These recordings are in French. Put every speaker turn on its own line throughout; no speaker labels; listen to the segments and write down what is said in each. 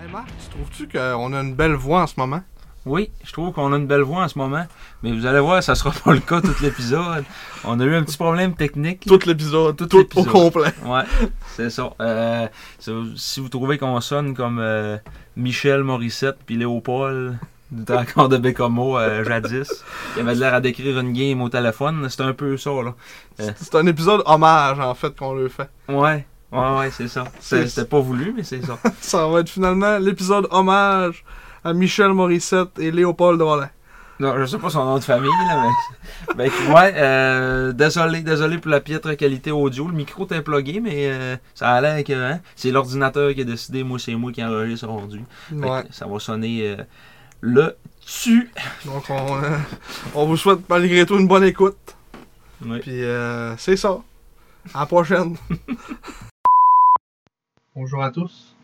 Hey Marc, tu trouves-tu qu'on a une belle voix en ce moment?
Oui, je trouve qu'on a une belle voix en ce moment, mais vous allez voir, ça sera pas le cas tout l'épisode. On a eu un petit problème technique.
Tout l'épisode, tout,
l'épisode.
au complet.
Ouais, c'est ça. Euh, si vous- si vous trouvez qu'on sonne comme euh, Michel Morissette puis Léopold du temps encore de Bécomo euh, jadis, il avait de l'air à décrire une game au téléphone, c'est un peu ça là.
C'est c'est un épisode hommage en fait qu'on le fait.
Ouais, ouais, ouais, c'est ça. C'est- C'était pas voulu, mais c'est ça.
Ça va être finalement l'épisode hommage à Michel Morissette et Léopold Drolet.
Non, je sais pas son nom de famille, là, mais. Ben, ouais, euh, désolé, désolé pour la piètre qualité audio. Le micro était plugué, mais euh, ça a l'air que hein, c'est l'ordinateur qui a décidé, moi c'est moi qui enregistre aujourd'hui. Fait que
Ouais.
Ça va sonner euh, le tu.
Donc on, euh, on vous souhaite malgré tout une bonne écoute.
Ouais.
Puis euh, c'est ça. À la prochaine. Bonjour à tous.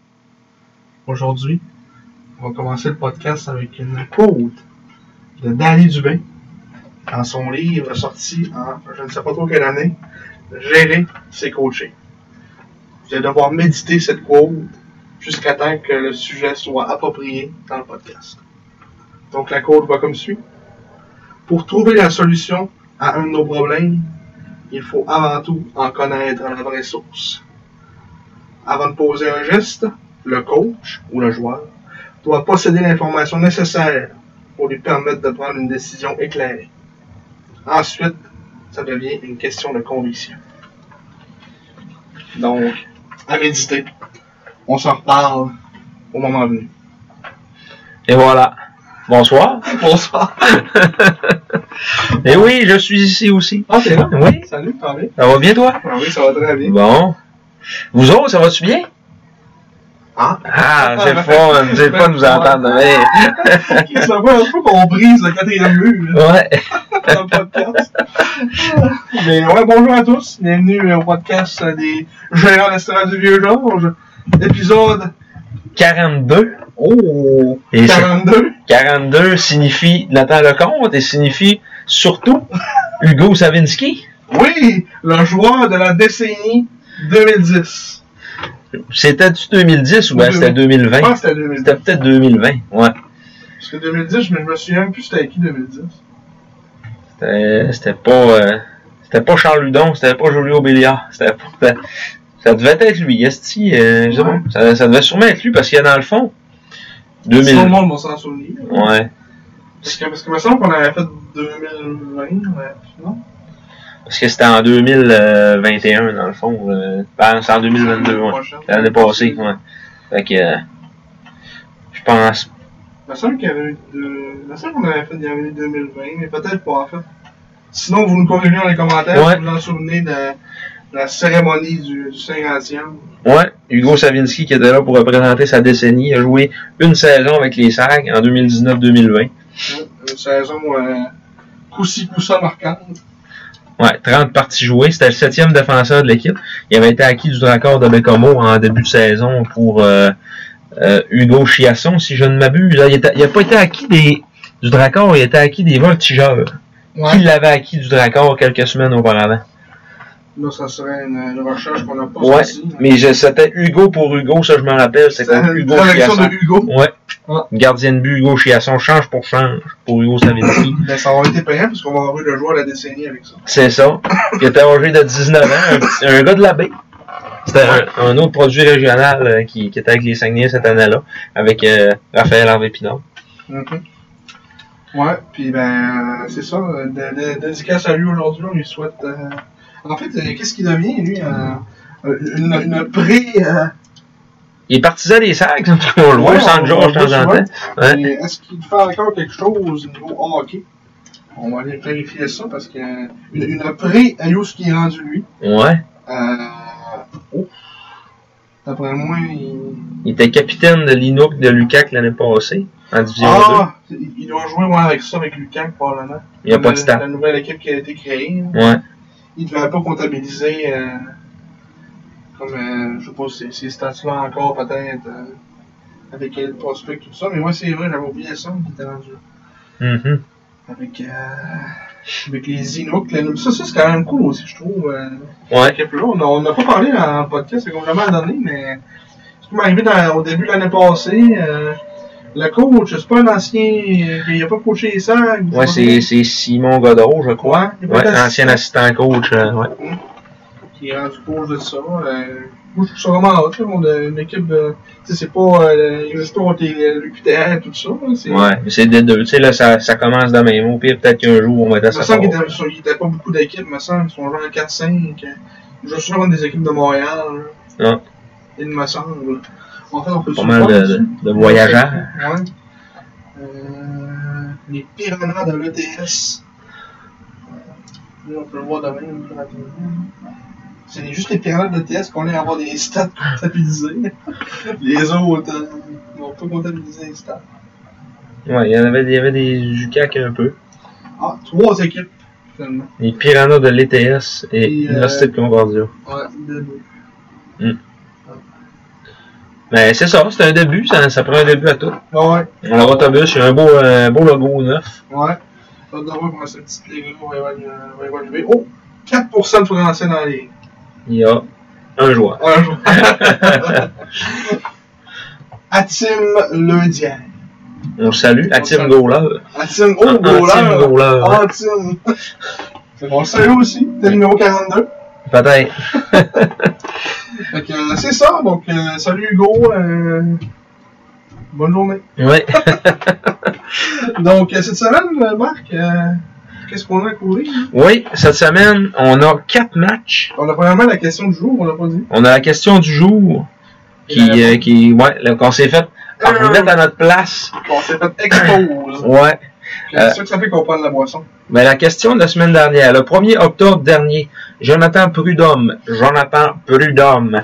Aujourd'hui, on va commencer le podcast avec une quote de Danny Dubin dans son livre sorti en je ne sais pas trop quelle année Gérer, c'est coacher. Vous allez devoir méditer cette quote jusqu'à temps que le sujet soit approprié dans le podcast. Donc la quote va comme suit. Pour trouver la solution à un de nos problèmes, il faut avant tout en connaître la vraie source. Avant de poser un geste, le coach ou le joueur doit posséder l'information nécessaire pour lui permettre de prendre une décision éclairée. Ensuite, ça devient une question de conviction. Donc, à méditer. On s'en reparle au moment venu.
Et voilà. Bonsoir.
Bonsoir.
Et oui, je suis ici aussi.
Ah, c'est là?
Oui.
Salut, t'en es?
Ça va bien toi?
Ah oui, ça va très bien.
Bon. Vous autres, ça va-tu bien?
Ah,
Ah,
c'est le fun, c'est le fun de vous entendre de c'est la première fois qu'on brise le quatrième mur là,
Ouais.
dans le podcast. Mais ouais, bonjour à tous. Bienvenue au podcast euh, des Gérants d'Estrade du Vieux Georges. Épisode
42.
oh,
Et ça-
42.
42 signifie Nathan Lecomte et signifie surtout Hugo Savinski.
Oui, le joueur de la décennie 2010.
C'était-tu 2010 ou ben
Oui,
c'était
oui. Ah, Je
2020?
pense que c'était 2010.
C'était peut-être 2020, ouais.
Parce que 2010, je me- je me souviens même plus c'était qui 2010.
C'était- C'était pas... euh, c'était pas Charles Ludon, c'était pas Jolio Béliard, c'était pas... c'était- Ça devait être lui, Esti. euh, je sais pas.
Ouais.
ça, ça devait sûrement être lui parce qu'il y a dans le fond... 2000...
Tout le monde va s'en souvenir.
Ouais.
Parce que, parce que il me semble qu'on avait fait 2020, ouais, non?
Parce que c'était en 2021, dans le fond. euh, ben, c'est en 2022, ouais.
Prochaine.
L'année passée, ouais. Fait que. euh, Je pense.
Il me semble qu'il y avait eu deux... Il me semble qu'on avait fait il y avait eu 2020, mais peut-être pas en fait. Sinon, vous nous corrigez dans les commentaires
Ouais.
si vous vous en souvenez de, de la cérémonie du, du 50e.
Ouais, Hugo Savinski qui était là pour représenter sa décennie, a joué une saison avec les Sags en 2019-2020.
hein, Une saison euh, coussi coussa marquante.
Ouais, 30 parties jouées, c'était le septième défenseur de l'équipe. Il avait été acquis du raccord de Bécomo en début de saison pour euh, euh, Hugo Chiasson, si je ne m'abuse. Il était- il n'a pas été acquis des, du Dracor, il a été acquis des Voltigeurs. Qui l'avait acquis du Dracor quelques semaines auparavant?
Là, ça serait une, une recherche qu'on n'a pas
Ouais,
sortie, hein.
mais je- c'était Hugo pour Hugo, ça je me rappelle, c'était
C'était une
Hugo
traduction
Chiasson.
de Hugo.
Ouais.
Ah.
Gardien de but, Hugo Chiasson, change pour change pour Hugo Savinski.
Ben, ça aurait été payant parce qu'on va avoir eu le joueur de la décennie avec ça.
C'est ça. Il était âgé de 19 ans, un, petit- un gars de la baie. C'était un, un autre produit régional euh, qui, qui était avec les Saguenay cette année-là, avec euh, Raphaël Hervé Pinard.
Mhm. Ouais, puis ben, c'est ça. euh, dé- dé- dédicace à lui aujourd'hui, on lui souhaite. euh, euh, En fait, euh, qu'est-ce qu'il devient, lui euh, Une, une pré. euh,
Les partisans des sacs, en tout cas, on le voit au Saint-Georges de temps en temps. Ouais.
Mais Est-ce qu'il fait encore quelque chose au niveau hockey? On va aller vérifier ça parce que euh, une, une pré ce qui est rendu lui.
Ouais.
Euh, oh. D'après moi, il.
Il était capitaine de l'Inuk de Lucac l'année passée, en division
Ah! Il il doit jouer ouais, avec ça, avec Lucan, probablement.
2. Il n'y a pas de
La-
stats.
La nouvelle équipe qui a été créée. là.
Ouais.
Il ne devait pas comptabiliser euh, comme euh, je sais pas ces, ces stats-là encore peut-être euh, avec quel prospect tout ça. Mais moi c'est vrai, j'avais oublié ça, qui était rendu.
Mhm.
Avec, euh, avec les Inuks. les- Ça, ça c'est quand même cool aussi, je trouve. euh,
Ouais.
cette équipe-là. On n'a- on n'a pas parlé en podcast, c'est complètement donné, mais ce qui m'est arrivé dans- au début de l'année passée, euh, le coach, c'est pas un ancien. Il n'a pas coaché les sacs.
Ouais, c'est, c'est Simon Godreau, je crois.
Quoi? Il n'a pas
Ouais,
été
ancien assistant coach. euh, ouais.
qui est rendu coach de ça. Euh, moi, je trouve ça vraiment hot. Là, on a une équipe de. Tu sais, c'est pas euh, juste contre les- l'UQTR et tout ça. là, c'est-
Ouais, mais c'est des deux. Tu sais, là, ça, ça commence dans mes mots. Puis peut-être qu'un jour, on va être à
Il me
sa
semble
part.
qu'il était- il était pas beaucoup d'équipes, il me semble. Ils sont genre 4-5. euh, Je suis sûrement des équipes de Montréal. là.
Ouais.
Il me semble. En fait, on peut
Ah. Pas
se
mal
voir
de,
dessus.
de- de voyageurs.
Ouais. Euh, les piranhas de l'ETS. Là, Euh, on peut le voir demain, plus rapidement. C'est juste les piranhas de l'ETS qu'on est à avoir des stats comptabilisés. les autres, euh, ils n'ont pas comptabilisé les stats.
Ouais, il y en avait, il y avait des Jucac un peu.
Ah, trois équipes, finalement.
Les Piranhas de l'ETS et
Et, euh,
l'Université de Concordia.
Ouais, deux, deux.
Mais c'est ça, c'est un début. Ça, ça prend un début à tout.
Ah Ouais,
Dans l'autobus, il y a un beau, un beau logo neuf.
ouais. On va voir comment cette petite ligue-là va évaluer- va évoluer. Oh! 4% de Français dans la ligue.
Il y a un joueur.
Un jour. Atim Le Diable.
On le salue. Active
salue.
Goaler.
Atim, oh,
Active
goaler!
Goaler.
Atim! C'est bon, c'est eux aussi, t'es le numéro 42.
Peut-être.
Fait que euh, c'est ça, donc euh, salut Hugo, euh, bonne journée.
Ouais.
Donc euh, cette semaine, euh, Marc, euh, qu'est-ce qu'on a à courir?
Oui, cette semaine, on a quatre matchs.
On a premièrement la question du jour, on l'a pas dit.
On a la question du jour qui,
Et la
euh, qui ouais, là, qu'on s'est fait
Euh.
remettre à notre place.
On s'est fait expose. Euh,
Ouais. Euh,
C'est ça que ça fait qu'on prend de la boisson.
Mais la question de la semaine dernière, le 1er octobre dernier, Jonathan Prudhomme, Jonathan Prudhomme,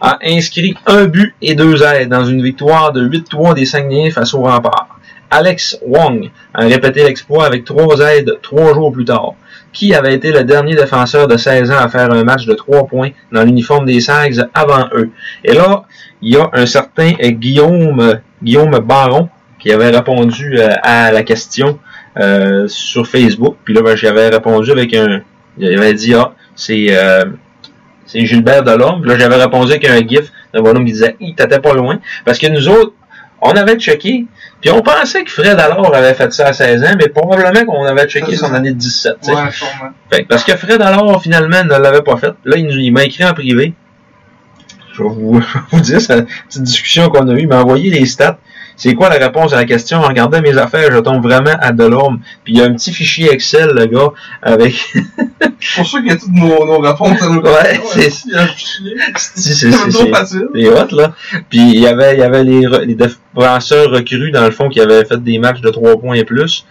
a inscrit un but et deux aides dans une victoire de 8-3 des Saguenayens face au Rempart. Alex Wong a répété l'exploit avec trois aides trois jours plus tard. Qui avait été le dernier défenseur de 16 ans à faire un match de trois points dans l'uniforme des Sags avant eux? Et là, il y a un certain euh, Guillaume, Guillaume Baron qui avait répondu euh, à la question euh, sur Facebook. Puis là, ben, j'avais répondu avec un. J'avais dit, ah, c'est. euh, c'est Gilbert Delorme. Puis Là, j'avais répondu avec un gif d'un bonhomme qui disait, il t'étais pas loin. Parce que nous autres, on avait checké. Puis on pensait que Fred alors avait fait ça à 16 ans, mais probablement qu'on avait checké son année de 17. tu sais.
Ouais, sûrement.
Fait que- parce que Fred alors finalement ne l'avait pas fait. Là, il, nous- il m'a écrit en privé. Je vais vous, je vais vous dire cette petite discussion qu'on a eue. Il m'a envoyé les stats. C'est quoi la réponse à la question? En regardant mes affaires, je tombe vraiment à Delorme. Puis il y a un petit fichier Excel, le gars, avec.
C'est pour ça qu'il y a toutes nos, nos réponses à nos
Ouais, c'est-
Il y a un fichier.
c'est- c'est-
C'est
c'est-
trop
c'est-
facile.
C'est hot, là. Puis il y avait, il y avait les, re- les défenseurs recrues, dans le fond, qui avaient fait des matchs de 3 points et plus.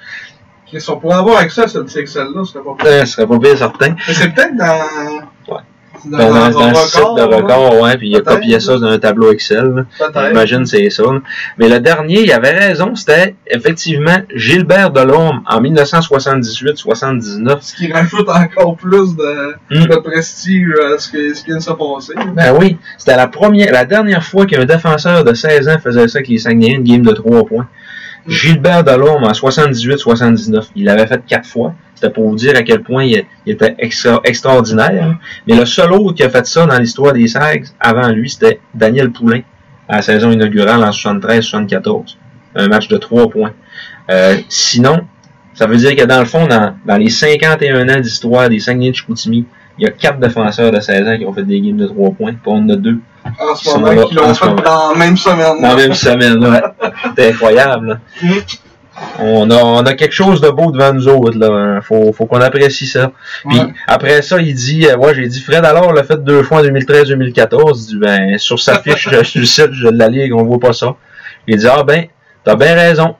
Qu'est-ce qu'on pourrait avoir accès à ce petit Excel-là, ce serait pas
Ça Euh, serait pas bien certain.
Mais c'est peut-être dans.
Ouais.
C'est
Dans, dans,
un
le site de
là.
record, ouais, puis il a
Peut-être.
copié ça dans un tableau Excel. là.
Peut-être.
J'imagine c'est ça. là. Mais le dernier, il avait raison, c'était effectivement Gilbert Delorme en 1978-79.
Ce qui rajoute encore plus de,
Mm.
de prestige à ce, que, ce qui vient de se passer.
Ben oui, c'était la première, la dernière fois qu'un défenseur de 16 ans faisait ça avec les Saguenayens, une game de 3 points. Gilbert Delorme en 78-79. Il l'avait fait 4 fois. C'était pour vous dire à quel point il, il était extra- extraordinaire. hein. Mais le seul autre qui a fait ça dans l'histoire des Sags avant lui, c'était Daniel Poulain à la saison inaugurale en 73-74. Un match de 3 points. Euh, sinon, ça veut dire que dans le fond, dans, dans les 51 ans d'histoire des Saguenay de Chicoutimi, il y a 4 défenseurs de 16 ans qui ont fait des games de 3 points, puis on en a 2
En ce
Ils sont
moment,
là,
qui
en
l'ont
ce
fait
moment.
dans la même semaine.
dans la même semaine. Ouais. C'était incroyable. là.
Mm.
On a, on a quelque chose de beau devant nous autres. Là. Faut, faut qu'on apprécie ça. Puis
Ouais.
après ça, il dit, euh, ouais, j'ai dit Fred alors l'a fait deux fois en 2013-2014. Il dit, ben, sur sa fiche je- sur le site, je la ligue, on voit pas ça. Il dit, ah ben, t'as bien raison.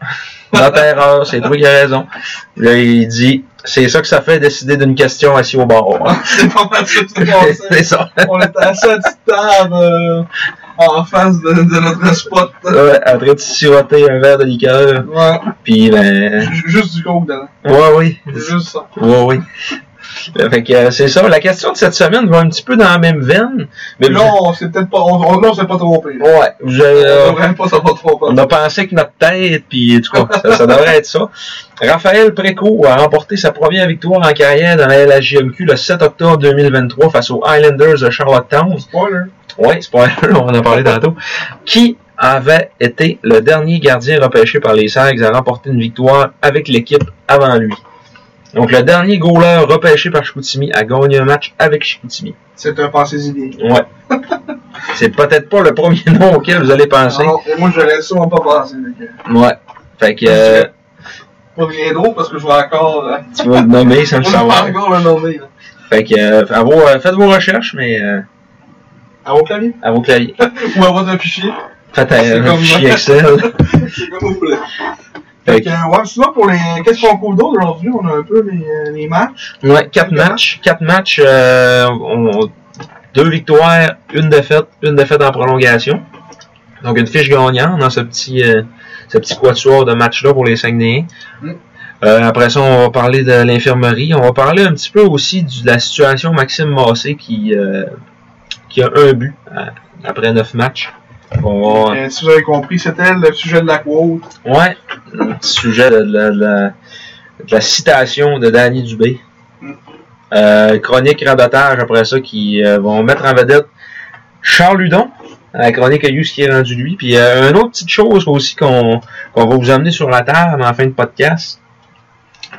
Notre erreur, c'est toi qui as raison. Là, il dit, c'est ça que ça fait décider d'une question assis au bar.
c'est pas mal ça tout
c'est
passé.
ça.
On était assis à petite table euh, en face de, de notre spot.
Ouais, après, tu sirotais un verre de liqueur,
Ouais.
puis ben...
Ju- Juste du coke dedans.
Ouais, oui.
Juste ça.
Ouais, oui. Fait que euh, c'est ça. La question de cette semaine va un petit peu dans la même veine. Mais
là, on s'est peut-être pas. On, on, là, on s'est pas trompé.
Ouais, je-
On devrait pas s'en pas trompé.
Euh, On a pensé que notre tête, puis du coup, ça, ça devrait être ça. Raphaël Préco a remporté sa première victoire en carrière dans la LHJMQ le 7 octobre 2023 face aux Highlanders de Charlottetown.
Spoiler.
Ouais, spoiler, on va en parler tantôt. Qui avait été le dernier gardien repêché par les Sags à remporter une victoire avec l'équipe avant lui. Donc, le dernier goaler repêché par Chicoutimi a gagné un match avec Chicoutimi.
C'est un passé idées.
Ouais. C'est peut-être pas le premier nom auquel vous allez penser.
Non, et moi, je l'ai sûrement pas passé. donc, euh,
Ouais. Fait que, euh,
Pas bien drôle parce que je vois encore. euh,
tu vas le nommer sans
on
le
n'a pas
savoir.
encore le nommé. Là.
Fait que, euh, à vos- euh, faites vos recherches, mais euh,
À vos claviers
à vos claviers.
Ou à votre fichier
Faites
C'est
un, un
comme-
fichier Excel.
C'est comme vous voulez. Fait que, euh, ouais, sinon, pour les. Qu'est-ce qu'on couvre d'autre aujourd'hui On a un peu les, euh, les matchs.
Ouais, quatre matchs. Quatre matchs, euh, on- on- deux victoires, une défaite, une défaite en prolongation. Donc une fiche gagnante dans ce petit, euh, ce petit quatuor de match-là pour les Saguenayens.
Mm.
Euh, après ça, on va parler de l'infirmerie. On va parler un petit peu aussi du- de la situation Maxime Massé qui, euh, qui a un but euh, après neuf matchs. On va-
Euh, si vous avez compris, c'était le sujet de la quote.
Ouais, le petit sujet de la, de la- de la citation de Danny Dubé.
Mm.
Euh, chronique rabattage après ça qui euh, vont mettre en vedette Charles Ludon, à la chronique à Yus qui est rendu lui. Puis euh, une autre petite chose aussi qu'on qu'on va vous amener sur la table en fin de podcast.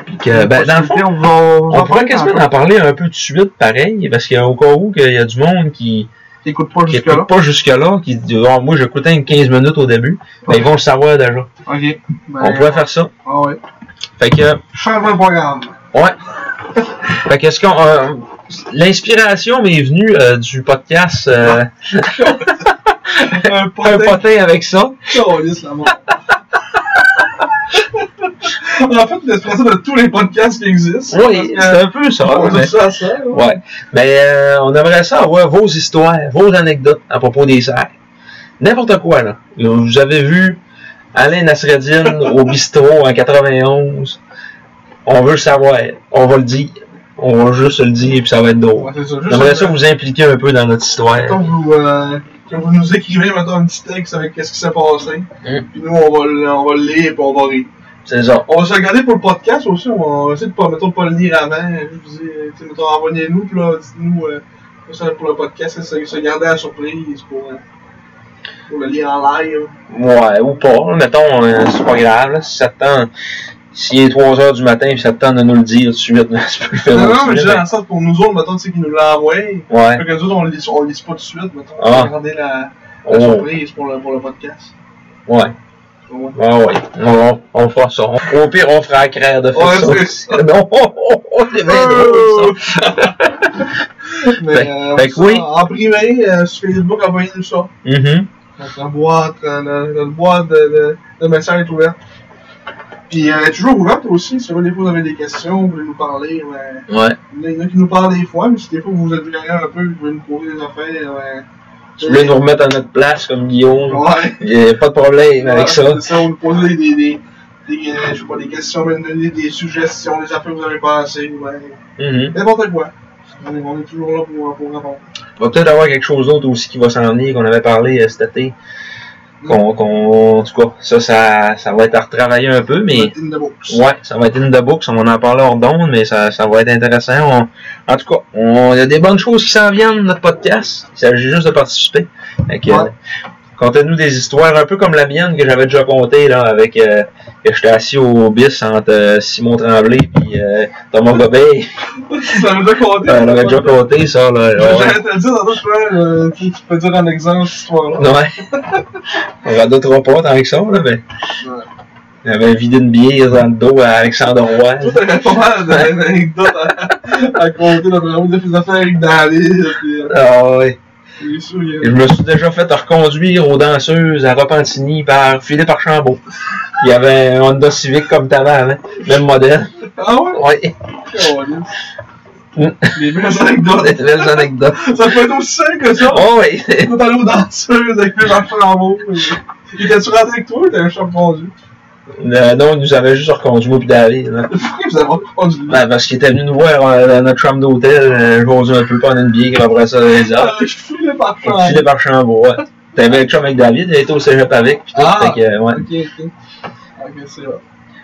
Puis que, ben, dans le fond,
Mm. on va.
on pourrait quasiment en parler un peu tout de suite pareil, parce qu'au cas où qu'il y a du monde qui,
T'écoutes pas
qui
jusque-là.
écoute pas jusque-là, qui dit Ah, Moi j'écoutais une 15 minutes au début, ben, ils vont le savoir déjà.
Ok. Ben,
On pourrait faire ça.
Ah ouais.
Fait que.
Changement de programme.
Ouais. fait que ce qu'on. euh, L'inspiration m'est venue euh, du podcast euh,
un
Un
potin
potin avec ça.
Calisse, la mort. en fait, l'expression de tous les podcasts qui existent.
Oui,
Parce
c'est un peu ça.
que, on
mais-
dit ça à ça. là.
ouais. Mais euh, on aimerait ça avoir vos histoires, vos anecdotes à propos des serres. N'importe quoi, là. Vous avez vu Alain Nasreddin au bistrot en 91. On veut le savoir. On va le dire. On va juste le dire et puis ça va être drôle.
Ouais, c'est ça. Juste
J'aimerais ça
euh,
vous impliquer un peu dans notre histoire.
mettons, vous, euh, quand vous nous écrivez maintenant un petit texte avec qu'est-ce qui s'est passé,
Mm.
puis nous on va, le- on va le lire et on va rire.
C'est ça.
On va se regarder pour le podcast aussi, on va essayer de pas, mettons, de pas le lire avant. Je vous dis, euh, tu sais, mettons, envoyez-nous, puis là, dites-nous, euh, ça, pour le podcast, c'est se garder à la surprise pour, euh, pour le lire en live.
Ouais, ou pas. là, Mettons, euh, c'est pas grave. Là, si ça te tente, s'il est 3 heures du matin et ça te tente de nous le dire tout de suite, là, tu peux le faire.
Non,
tout de
non, mais je
suite,
dis dans le sens pour nous autres, mettons, tu sais, qui nous l'envoient.
mais- Ouais.
Fait que nous autres, on le lise, on le lise pas tout de suite, mettons.
Ah.
On va garder la, la
Oh,
surprise pour le, pour le podcast.
ouais.
Ouais.
Ah ouais. On, on fera ça. On- au pire, on fera la crère de faire
Ouais,
ça. Non, oh, oh, oh, c'est bien drôle, ça.
Mais,
Fait-
euh,
fait que
ça,
oui.
En privé, euh, sur Facebook, envoyez-nous ça.
Mhm.
Notre boîte, euh, notre, notre boîte de, de, de messages est ouverte. Puis euh, elle est toujours ouverte aussi. Si vous, des fois, vous avez des questions, vous voulez nous parler, ouais.
Ouais.
il y en a qui nous parlent des fois, mais si des fois vous êtes derrière un peu, vous voulez nous poser des affaires, ouais.
Tu voulais nous remettre à notre place comme Guillaume.
Ouais.
Il y a pas de problème
Ouais,
Ben, avec ça.
c'est On nous pose des, des, des, des, euh, je sais pas, des questions, mais des, des suggestions, des affaires que vous avez passées, euh, ouais.
Mhm.
n'importe quoi. On est, on est toujours là pour, pour répondre.
Il va peut-être avoir quelque chose d'autre aussi qui va s'en venir, qu'on avait parlé euh, cet été.
Mm.
Qu'on, qu'on- en tout cas, ça, ça, ça va être à retravailler un peu, mais.
In the box.
Ouais, ça va être une de box, on va en parler hors d'onde, mais ça, ça va être intéressant. On- en tout cas, on- il y a des bonnes choses qui s'en viennent de notre podcast. Il s'agit juste de participer. Fait que,
Ouais.
euh, Contez-nous des histoires un peu comme la mienne que j'avais déjà contée là, avec euh, que j'étais assis au bis entre euh, Simon Tremblay et Thomas Gobet.
Ça veut dire qu'on est.
Ben, On l'avait déjà compté ça là. Ouais.
J'allais te le dire, dans d'autres fois, euh, tu, tu peux dire un exemple, cette histoire-là.
Ouais. on va d'autres pas tant que ça, là, mais.
Ouais.
Il avait vidé une bière dans le dos à Alexandre Roy.
Toi, t'aurais pas mal d'anecdotes à, à compter dans ton de tes affaires avec Daly. Puis, euh,
Ah ouais.
c'est sûr, il y a-
Et Je me suis déjà fait reconduire aux danseuses à Repentigny par Philippe Archambault. Il y avait un Honda Civic comme t'avais avant, même modèle.
Ah ouais?
Ouais,
Calisse. Les vraies anecdotes.
des belles anecdotes.
Ça peut être aussi simple que ça.
Oh oui,
T'es allé aux danseuses avec euh, mes enfants en haut. Il était-tu rentré avec toi ou t'avais un chat pendu?
Euh, non, il nous avait juste reconduit au David. là.
Pourquoi vous avez pendu?
Ben, parce qu'il était venu nous voir euh, dans notre chambre d'hôtel, euh, jaser un peu pendant une bière, après ça, il dit, ah,
Ah, je fous les
puis
parfums.
Philippe Archambault, ouais. T'avais le chum avec David, il était au cégep avec, puis tout,
Ah.
fait que, ouais.
Ok, ok. Ok, c'est vrai.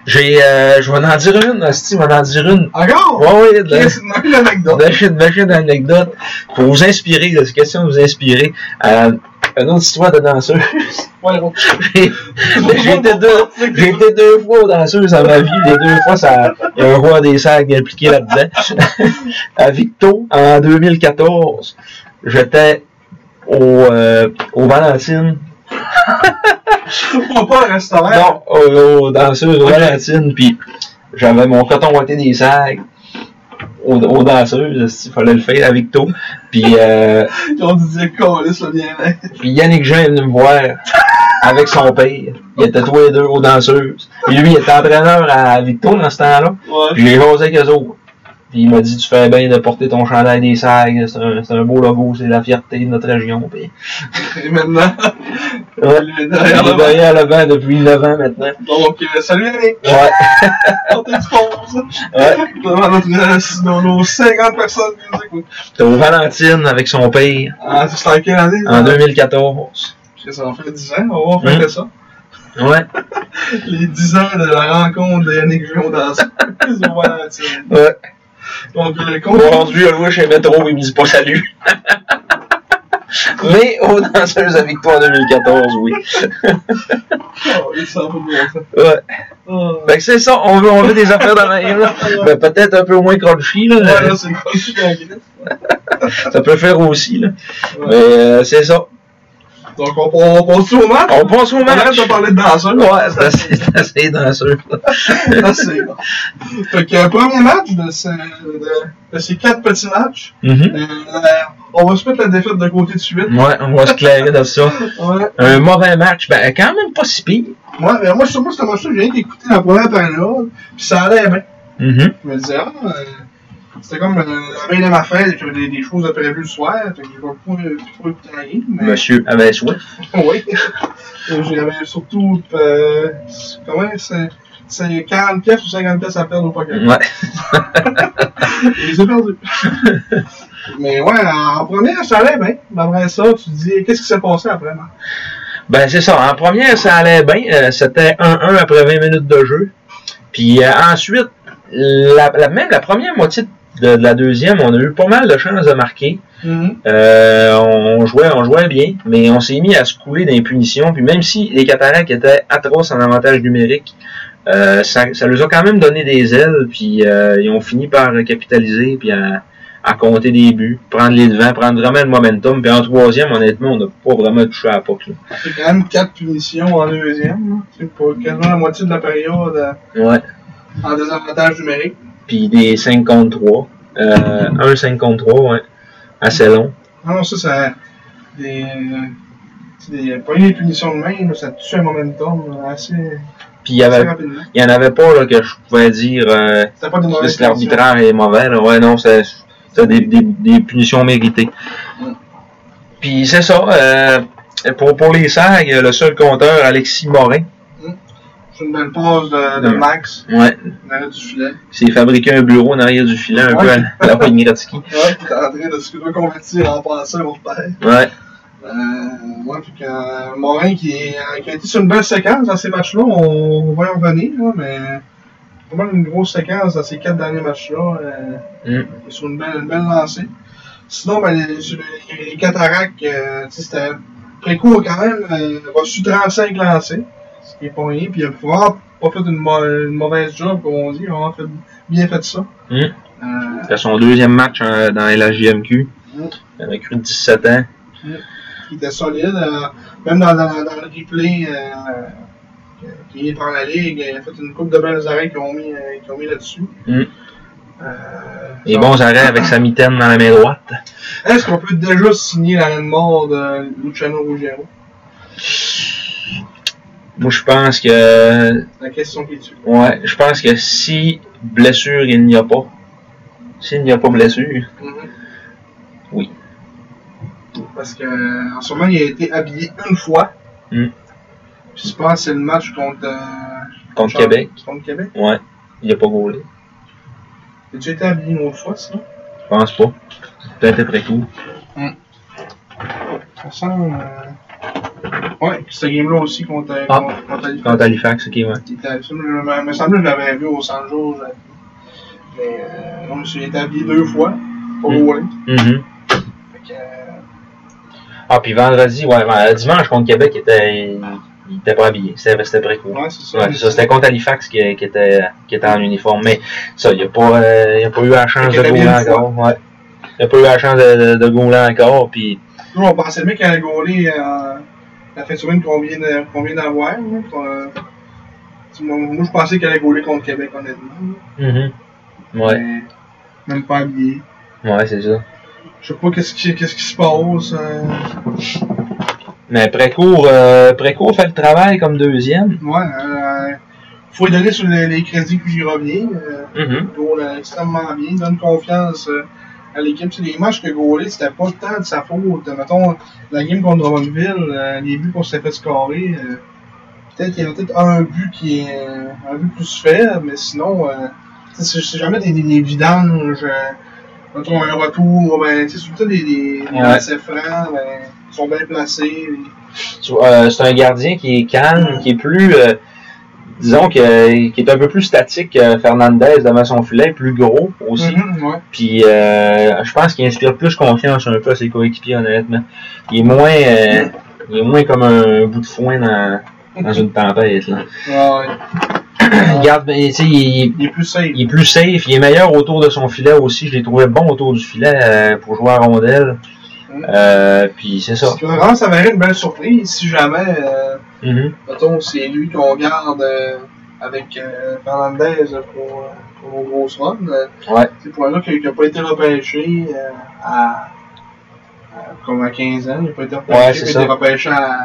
J'ai, euh, je vais en dire une, Steve, je vais en dire une.
Encore?
Ouais, ouais, de-
Ok, C'est une même anecdote.
Machine, machine anecdote pour vous inspirer, de cette question vous inspirer. Euh, une autre histoire de danseuse.
Ouais, bon.
J'ai- J'ai été deux, j'ai été deux fois aux danseuses dans ma vie. Les deux fois, ça, il y a un roi des sacs impliqué là-dedans. à Victo, en 2014, j'étais au, euh, au Valentine.
Pourquoi pas un restaurant?
Non, aux, aux danseuses au Valentine. Puis j'avais mon coton ouaté des sacs aux, aux danseuses. Il fallait le faire à Victo. Puis... Euh,
Ils ont dû dire Calisse le bien-être.
Puis Yannick Jean est venu me voir avec son père. Il était tous les deux aux danseuses. Puis lui, il était entraîneur à Victo dans ce temps-là.
Ouais.
Puis j'ai jasé avec eux autres. Puis il m'a dit Tu fais bien de porter ton chandail des sages, c'est un, c'est un beau logo, c'est la fierté de notre région. Puis,
Et maintenant,
ouais,
il est
il est
derrière le bain.
derrière le banc depuis 9 ans maintenant.
Donc, euh, salut Yannick,
Ouais,
on t'expose.
ouais.
Devant notre, nos, nos 50 personnes qui nous écoutent.
T'es au Valentine avec son père
Ah, c'est en quelle année?
en 2014.
Parce que Ça en fait 10 ans, on va faire
Hum.
ça.
Ouais,
Les 10 ans de la rencontre de Yannick Vion dans au Valentine.
ouais.
Donc, euh, le compte.
Aujourd'hui, je vois chez Métro, il me dit pas salut. Mais aux danseuses à Victoire 2014, oui.
Oh, il s'en fout de Ah. bon
Ouais.
sens.
Fait que Ben, c'est ça, on veut, on veut des affaires de même, là. Ben, peut-être un peu moins crunchy, là.
Ouais, là, c'est le crunchy d'Anguille.
Ça peut faire aussi, là.
Ouais.
Mais euh, c'est ça.
Donc, on, on, on passe au match.
On pense au
On arrête
match.
de parler de danseurs.
Ouais, c'est assez, c'est assez danseux.
Ça, c'est bon. Fait que, euh, premier match de, ce- de- de ces quatre petits matchs,
Mhm.
euh, on va se mettre la défaite de côté de suite.
Ouais, on va se clairer de ça.
Ouais.
Un mauvais match, ben, quand même pas si pire.
Moi, ben, moi, sur moi, ce match-là, j'ai rien qu'écouté la première période, puis ça allait bien.
Mhm.
Je me disais, ah, euh, c'était comme euh, la veille de ma fête, j'avais des, des choses à prévues le soir, fait que j'ai pas trop, euh, trop écouté la game, mais
Monsieur avait soif.
oui. Euh, J'avais surtout, euh, comment, c'est, c'est 40 pièces ou 50 pièces à perdre au poker.
Ouais.
Je les ai perdus. Mais ouais, en première, ça allait bien. Mais Après ça, tu te dis, qu'est-ce qui s'est passé après? man?
Ben, c'est ça. En première, ça allait bien. Euh, C'était 1-1 après 20 minutes de jeu. Puis euh, ensuite, la, la- même la première moitié de, de la deuxième, on a eu pas mal de chances de marquer. Euh, on on jouait, on jouait bien, mais on s'est mis à se couler d'impunitions. Puis même si les Catalans qui étaient atroces en avantage numérique, euh, ça, ça leur a quand même donné des ailes. Puis euh, ils ont fini par capitaliser, puis à, à compter des buts, prendre les devants, prendre vraiment le momentum. Puis en troisième, honnêtement, on n'a pas vraiment touché à la puck. là.
C'est quand même 4 punitions en deuxième. là. C'est pour quasiment la moitié de la période euh,
Ouais.
en désavantage numérique.
Puis des 5 contre 3. Euh, un 5 contre 3, ouais. Assez long.
Non, ça, ça. Des, c'est des, pas une punition de même, ça tue un momentum là, euh, assez,
Puis il y
assez
avait,
rapidement.
il y en avait pas là, que je pouvais dire. euh,
C'était pas
Parce
des
que
mauvaises
si l'arbitraire est mauvais, là, ouais, non, c'est c'est des, des, des punitions méritées. Puis c'est ça, euh, pour, pour les SAG, le seul compteur, Alexis Morin,
punitions. C'est une belle pause de, de
Ouais.
Max,
ouais,
derrière du filet.
s'est fabriqué un bureau en arrière du filet, un
Ouais.
peu à la poignée Gretzky.
Ouais, t'es en train de se reconvertir en passant, mon père.
Ouais,
Euh, ouais, puis quand Morin qui, est- euh, qui a été sur une belle séquence dans ces matchs-là, on, on va y revenir, là, mais pas mal une grosse séquence dans ces quatre derniers matchs-là. euh,
Mm.
il est Sur une belle, une belle lancée. Sinon, ben, les, sur les, les cataractes, euh, tu sais, c'était très court quand même. euh, il a reçu 35 lancés, ce qui est pas rien. Puis il a vraiment pas fait une, mau- une mauvaise job, comme on dit. Il a vraiment fait, bien fait ça.
Mm.
Euh,
c'était son deuxième match euh, dans la JMQ.
Mm.
Il avait cru 17 ans.
qui était solide. euh, même dans, dans- dans le replay, euh, euh, qui est dans la ligue. Il a fait une coupe de belles arrêts qu'ils ont mis, euh, qu'ils ont mis là-dessus.
Mm.
Euh,
Et
donc,
bons arrêts avec sa mitaine dans la main droite.
Est-ce qu'on peut déjà signer la reine mort de Luciano Ruggiero
Moi, je pense que
La question qui tue.
Ouais, je pense que si blessure il n'y a pas, s'il n'y a pas blessure,
Mhm.
Oui.
Parce que euh, en ce moment, il a été habillé une fois.
Mm.
Puis je pense que c'est le match contre, euh,
contre
Charles-
Québec,
contre Québec.
ouais, il n'y a pas goalé.
As-tu été habillé une autre fois, sinon
Je pense pas. Peut-être après coup.
Ça sent. Euh... Ouais, ce game-là aussi contre, euh,
Ah.
contre, contre Halifax.
Contre Halifax, ok, ouais.
Il était absolument- Il me semble que je l'avais vu au 100 jours. je- Mais euh, non, je me suis établi deux fois. Pas
Mm.
goalé.
Mhm.
Fait que, euh,
Ah, puis vendredi, ouais, vend- euh, dimanche contre Québec, il était, il était pas habillé. C'était c'était après coup.
euh, ouais, c'est ça.
Ouais, c'est ça, c'était contre Halifax qui, qui était, qui était en uniforme. Mais ça, il n'y a, pas, euh, il a pas eu la chance
Il
de
était
gauler
bien une fois.
encore. Ouais. Il n'a pas eu la chance de, de, de gauler encore. Puis,
Nous, on pensait le mec allait gauler euh, la fin de semaine qu'on vient de- qu'on vient d'avoir. là, pour, euh, tu- moi, moi, je pensais qu'elle allait gauler contre Québec, honnêtement.
mhm. ouais,
Mais même pas habillé.
ouais c'est ça.
Je sais pas qu'est-ce qui, qu'est-ce qui se passe. euh,
Mais Précourt, euh, Précourt fait le travail comme deuxième.
ouais, euh, faut lui donner sur les, les crédits que j'y reviens. euh,
Mm-hmm.
goal euh, extrêmement bien, donne confiance euh, à l'équipe. C'est les matchs que Gaulet, c'était pas tant de sa faute. Euh, Mettons, la game contre Drummondville, euh, les buts qu'on s'est fait scorer, euh, peut-être qu'il y avait peut-être un but qui est euh, un but plus faible, mais sinon, euh, tu sais, c'est c'est jamais des, des, des vidanges. euh, mettons, un retour, ben, tu sais, surtout des, des, des
Ouais.
lancers francs, ben, ils sont bien placés.
Tu vois, euh, c'est un gardien qui est calme, qui est plus, euh, disons, que, qui est un peu plus statique que Fernandez devant son filet, plus gros aussi.
Mhm, ouais.
Puis euh, je pense qu'il inspire plus confiance un peu à ses coéquipiers, honnêtement. Il est moins, euh, il est moins comme un bout de foin dans, dans une tempête. Là.
Ouais, ouais. Ah.
Il, garde, ben, tu sais, il,
Il est plus safe.
il est plus safe, il est meilleur autour de son filet aussi. Je l'ai trouvé bon autour du filet euh, pour jouer à rondelle. Euh, puis c'est ça.
Mhm. Parce que vraiment, ça mérite une belle surprise si jamais. euh,
Mhm.
Mettons, c'est lui qu'on garde euh, avec euh, Fernandez pour, euh, pour nos grosses runs. Euh,
Ouais.
C'est pour un gars qui n'a pas été repêché euh, à, à- comme à 15 ans. Il n'a pas été repêché,
Ouais, c'est
puis il
ça.
a été repêché à.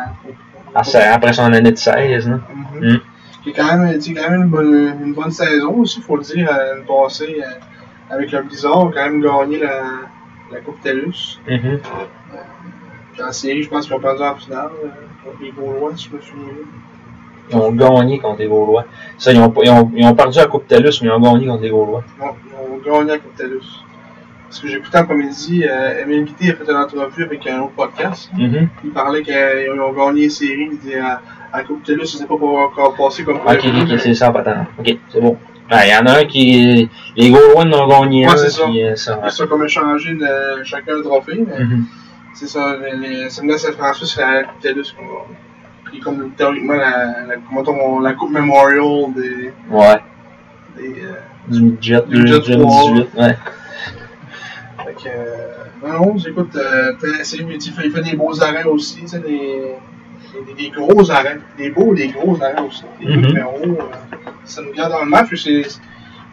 Ah, c'est après son année de 16, là.
Mhm.
Mm.
Qui est quand même, tu sais, quand même une, bonne, une bonne saison aussi, il faut le dire, euh, l'année passée euh, avec le Blizzard, on a quand même gagné la, la Coupe TELUS.
Mhm.
Puis en série, je pense qu'ils ont perdu en finale euh, contre les Gaulois, si je me souviens. bien.
Ils ont gagné contre les Gaulois. Ça, ils ont, pas- ils ont, ils ont perdu à Coupe TELUS, mais ils ont gagné contre les Gaulois.
Non, on gagne la Coupe Talus. Parce que j'écoutais en comédie, euh, MLBT a fait une entrevue avec un autre podcast. Il parlait qu'ils ont gagné une série, il disait à, à Coupe Talus, je sais pas pour encore passer comme
Ok, ok, ok, c'est ça, patent. Ok, c'est bon. Ben, Il y en a un qui. Les Gaulois n'ont gagné
Ouais,
un,
c'est ça.
puis, euh, ça, ouais.
Ils sont comme échangé de, chacun un trophée. Mais
Mhm.
C'est ça, les- les Semaine Saint-François, c'est la Coupe Talus qu'on gagne. Puis comme théoriquement la, la, comment on- la Coupe Memorial des.
Ouais.
des euh,
Du midget,
Du midget
2018. Ouais.
fait que, euh, non, non, j'écoute, euh, t'as la série, mais il fait, il fait des beaux arrêts aussi, tu sais, des, des, des gros arrêts, des beaux, des gros arrêts aussi. Des
Mhm.
coups de ferro, euh, ça nous garde dans le match, puis c'est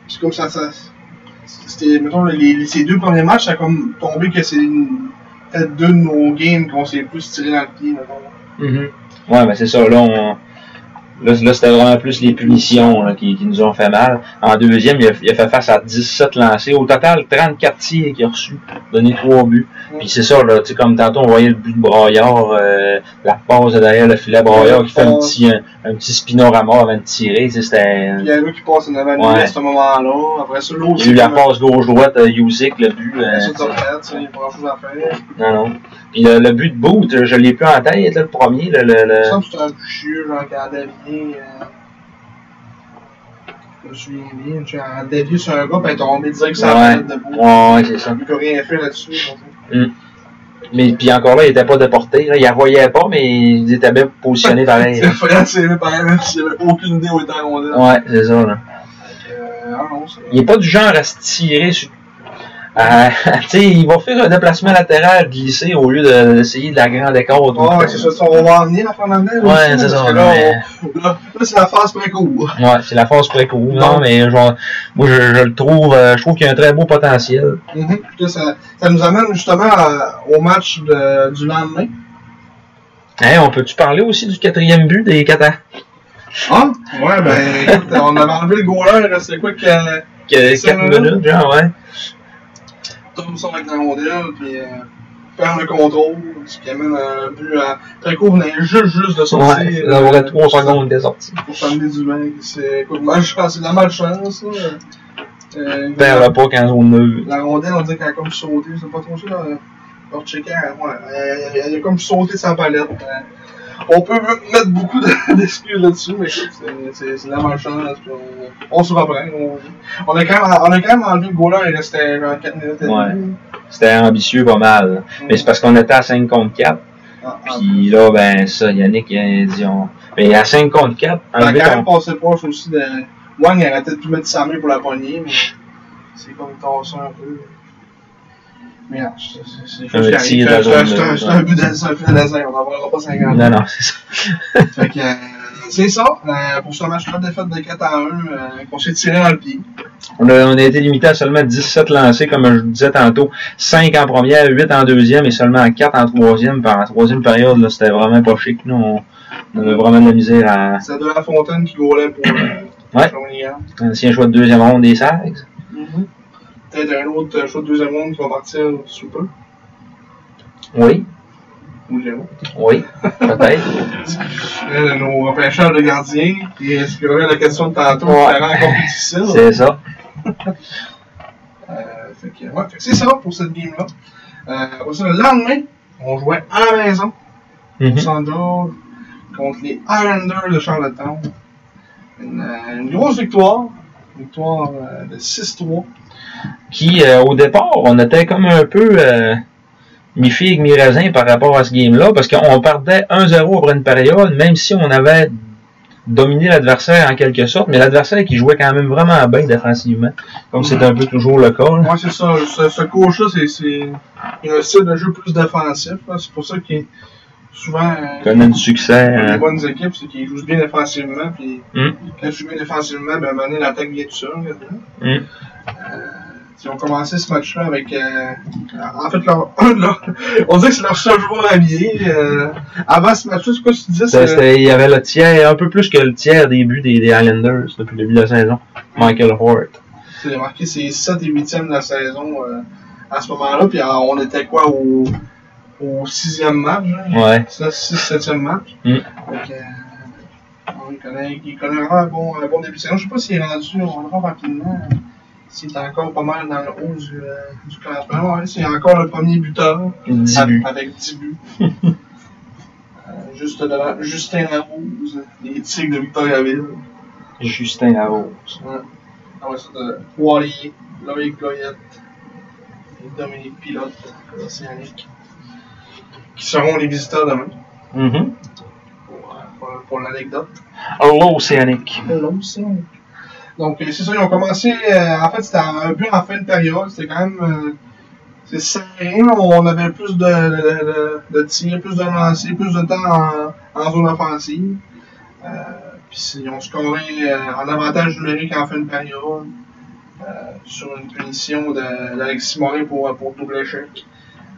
c'est comme ça, ça c'était, mettons, les, les- ces deux premiers matchs, ça a comme tombé que c'est une- peut-être deux de nos games qu'on s'est plus tiré dans le pied, mettons.
Ouais, ben c'est ça. Là, on. Là, là, c'était vraiment plus les punitions là, qui, qui nous ont fait mal. En deuxième, il a, il a fait face à 17 lancés. Au total, 34 tirs qu'il a reçus, donné 3 buts. Puis c'est ça, là, tu sais, comme tantôt, on voyait le but de Braillard, euh, la passe de derrière le filet Braillard qui fait un petit, un, un petit spinorama avant de tirer. tu sais, C'était
Puis il y en a qui passe en avant de
Ouais.
nous à ce moment-là, après ça, l'autre,
Il y a eu la
comme-
passe gauche-droite, euh, Usyk, le but. euh,
après ça, tu regardes, tu sais, il y a pas grand-chose à faire.
non, non. Puis le, le but de Boot, euh, je l'ai plus en tête, là, le premier. Le, le, le-
Il me semble que c'était un peu chieux, genre, qui a dévié. euh, Je me souviens bien, tu sais, en dévié sur un gars, puis elle est tombée direct sur la
Ouais.
palette de bois.
Ouais, ouais, c'est ça.
Il n'a rien fait là-dessus. donc.
Mais puis encore là, il était pas déporté. Là. Il la voyait pas, mais il était bien positionné pareil.
C'est vrai, c'est vrai, pareil, même s'il avait aucune idée où il était arrondi.
ouais, c'est ça. Là.
Euh, ah non, c'est-
Il est pas du genre à se tirer sur... Euh, tu sais, ils vont faire un déplacement latéral glissé au lieu de- d'essayer de, la grande écarte.
Ouais, c'est ça. On va en venir à Fernandez.
Ouais,
aussi,
c'est
parce
ça,
que Là,
mais- euh,
on- là, là, c'est la phase pré-cours.
Ouais, c'est la phase pré courue. Non,
Non.
mais genre, moi, je, je le trouve, euh, je trouve qu'il y a un très beau potentiel.
Mhm. Puis là, ça, ça nous amène justement à- au match de- du lendemain.
Hein, on peut-tu parler aussi du quatrième but des Catars?
Ah, ouais, ben écoute, on avait enlevé le goaler, là, c'est quoi que euh,
Que-
C'est
Quatre
vrai.
minutes, genre, ouais.
Thompson avec la rondelle, puis euh, perd le contrôle, puis qui amène un but à. Préco venait juste, juste de sortir.
Ouais,
euh,
on aurait trois secondes des sorties.
Pour s'amener du vin. C'est écoute, moi, je pense que c'est de la malchance, là. Euh,
Perd
la,
le pas quand on a eu.
la rondelle, on dirait qu'elle a comme sauté, je sais pas trop ça, là. Leur checker, hein, ouais, elle, elle- elle a comme sauté sa palette. Euh, On peut mettre beaucoup de- d'excuses là-dessus, mais écoute, c'est- c'est c'est de la malchance. puis On, on se reprend. On, on a quand même, on a quand même enlevé le goaler, il restait genre 4 minutes et
Ouais.
demie.
C'était ambitieux pas mal. Mais c'est parce qu'on était à 5 contre 4.
Ah, ah.
Puis là, ben, ça, Yannick, il dit, on... Mais à 5 contre 4,
On a
enlever
quand même
ton...
passé proche aussi de. Wang il aurait peut-être pu mettre sa main pour la poignée, mais c'est comme tassé un peu. Mais non, c'est- c'est- c'est
Un
chose qui
tir de
arrive.
la
C'est
zone
un- c'est un-
neutre,
c'est
ouais.
un but de c'est un but de désert, on n'en verra pas 50.
Non, non, c'est ça.
Fait que, euh, c'est ça, euh, pour ce match-là, défaite de 4 à 1, euh, qu'on s'est tiré dans le pied.
On a, on a été limité à seulement 17 lancés, comme je le disais tantôt. 5 en première, 8 en deuxième et seulement 4 en troisième. Par en troisième période, là, c'était vraiment pas chic. Nous, on, on avait vraiment de la misère à
C'est de la fontaine qui goulait pour euh,
Ouais.
Shawinigan.
un ancien choix de deuxième ronde des Sags.
Peut-être un autre choix de deuxième ronde qui va partir sous peu,
Oui,
ou zéro.
oui, peut-être.
Euh, nos repêcheurs de gardiens, qui est-ce que la question de tantôt,
Ouais.
ça rend encore plus difficile.
c'est ça.
Euh, fait que, ouais, fait que c'est ça pour cette game-là. Euh, après ça, le lendemain, on jouait à la maison, au
Mhm.
Sandor, contre les Islanders de Charlottetown. Une, euh, une grosse victoire, une victoire euh, de 6-3.
Qui, euh, au départ, on était comme un peu euh, mi-figue, mi-raisin par rapport à ce game-là, parce qu'on partait 1-0 après une période, même si on avait dominé l'adversaire en quelque sorte, mais l'adversaire qui jouait quand même vraiment bien défensivement, comme c'est un peu toujours le cas. là.
Ouais, c'est ça. Ce, ce coach-là, c'est- c'est il a un style de jeu plus défensif. là. C'est pour ça qu'il est souvent. euh,
connaît du succès.
Une des
hein.
bonnes équipes, c'est qu'ils jouent bien défensivement, puis
Mm.
quand tu joues bien défensivement, ben, à un moment donné, l'attaque vient tout seul. maintenant.
Mm.
Euh, ils ont commencé ce match-là avec. euh, en fait, leur, leur- on dirait que c'est leur seul joueur habillé. euh, avant ce match-là, c'est quoi que tu disais
Ça,
c'est-
Ben, c'était- Il y avait le tiers, un peu plus que le tiers des buts des, des Islanders depuis le début de la saison. Michael Hort.
C'est marqué, c'est 7 et 8e de la saison euh, à ce moment-là, puis euh, on était quoi au, au 6e match hein?
Ouais.
6-7e match.
Mm.
Donc, euh, on le connaît, il connaît vraiment un bon, un bon début de saison. Je sais pas s'il est rendu, on le voit rapidement, euh, s'il est encore pas mal dans le haut du, euh, du classement. Ouais, c'est encore le premier buteur
10
avec-
buts.
avec 10 buts. Euh, Juste devant Justin Larose, les Tigres de Victoriaville.
Justin Larose.
Ah ouais, ça de Wally, Loïc Goyette et Dominique Pilote, l'Océanique, qui seront les visiteurs demain
Mhm.
pour, euh, pour- pour l'anecdote.
Hello, Océanique.
L'Océanique. Donc, euh, c'est ça, ils ont commencé. euh, en fait, c'était un peu en fin de période. C'était quand même. euh, c'est serré, mais on avait plus de, de, de- de tirs, plus de lancers, plus de temps en, en zone offensive. Euh, Puis c'est- ils ont scoré euh, en avantage numérique en fin de période euh, sur une punition de- d'Alexis Morin pour, pour double échec.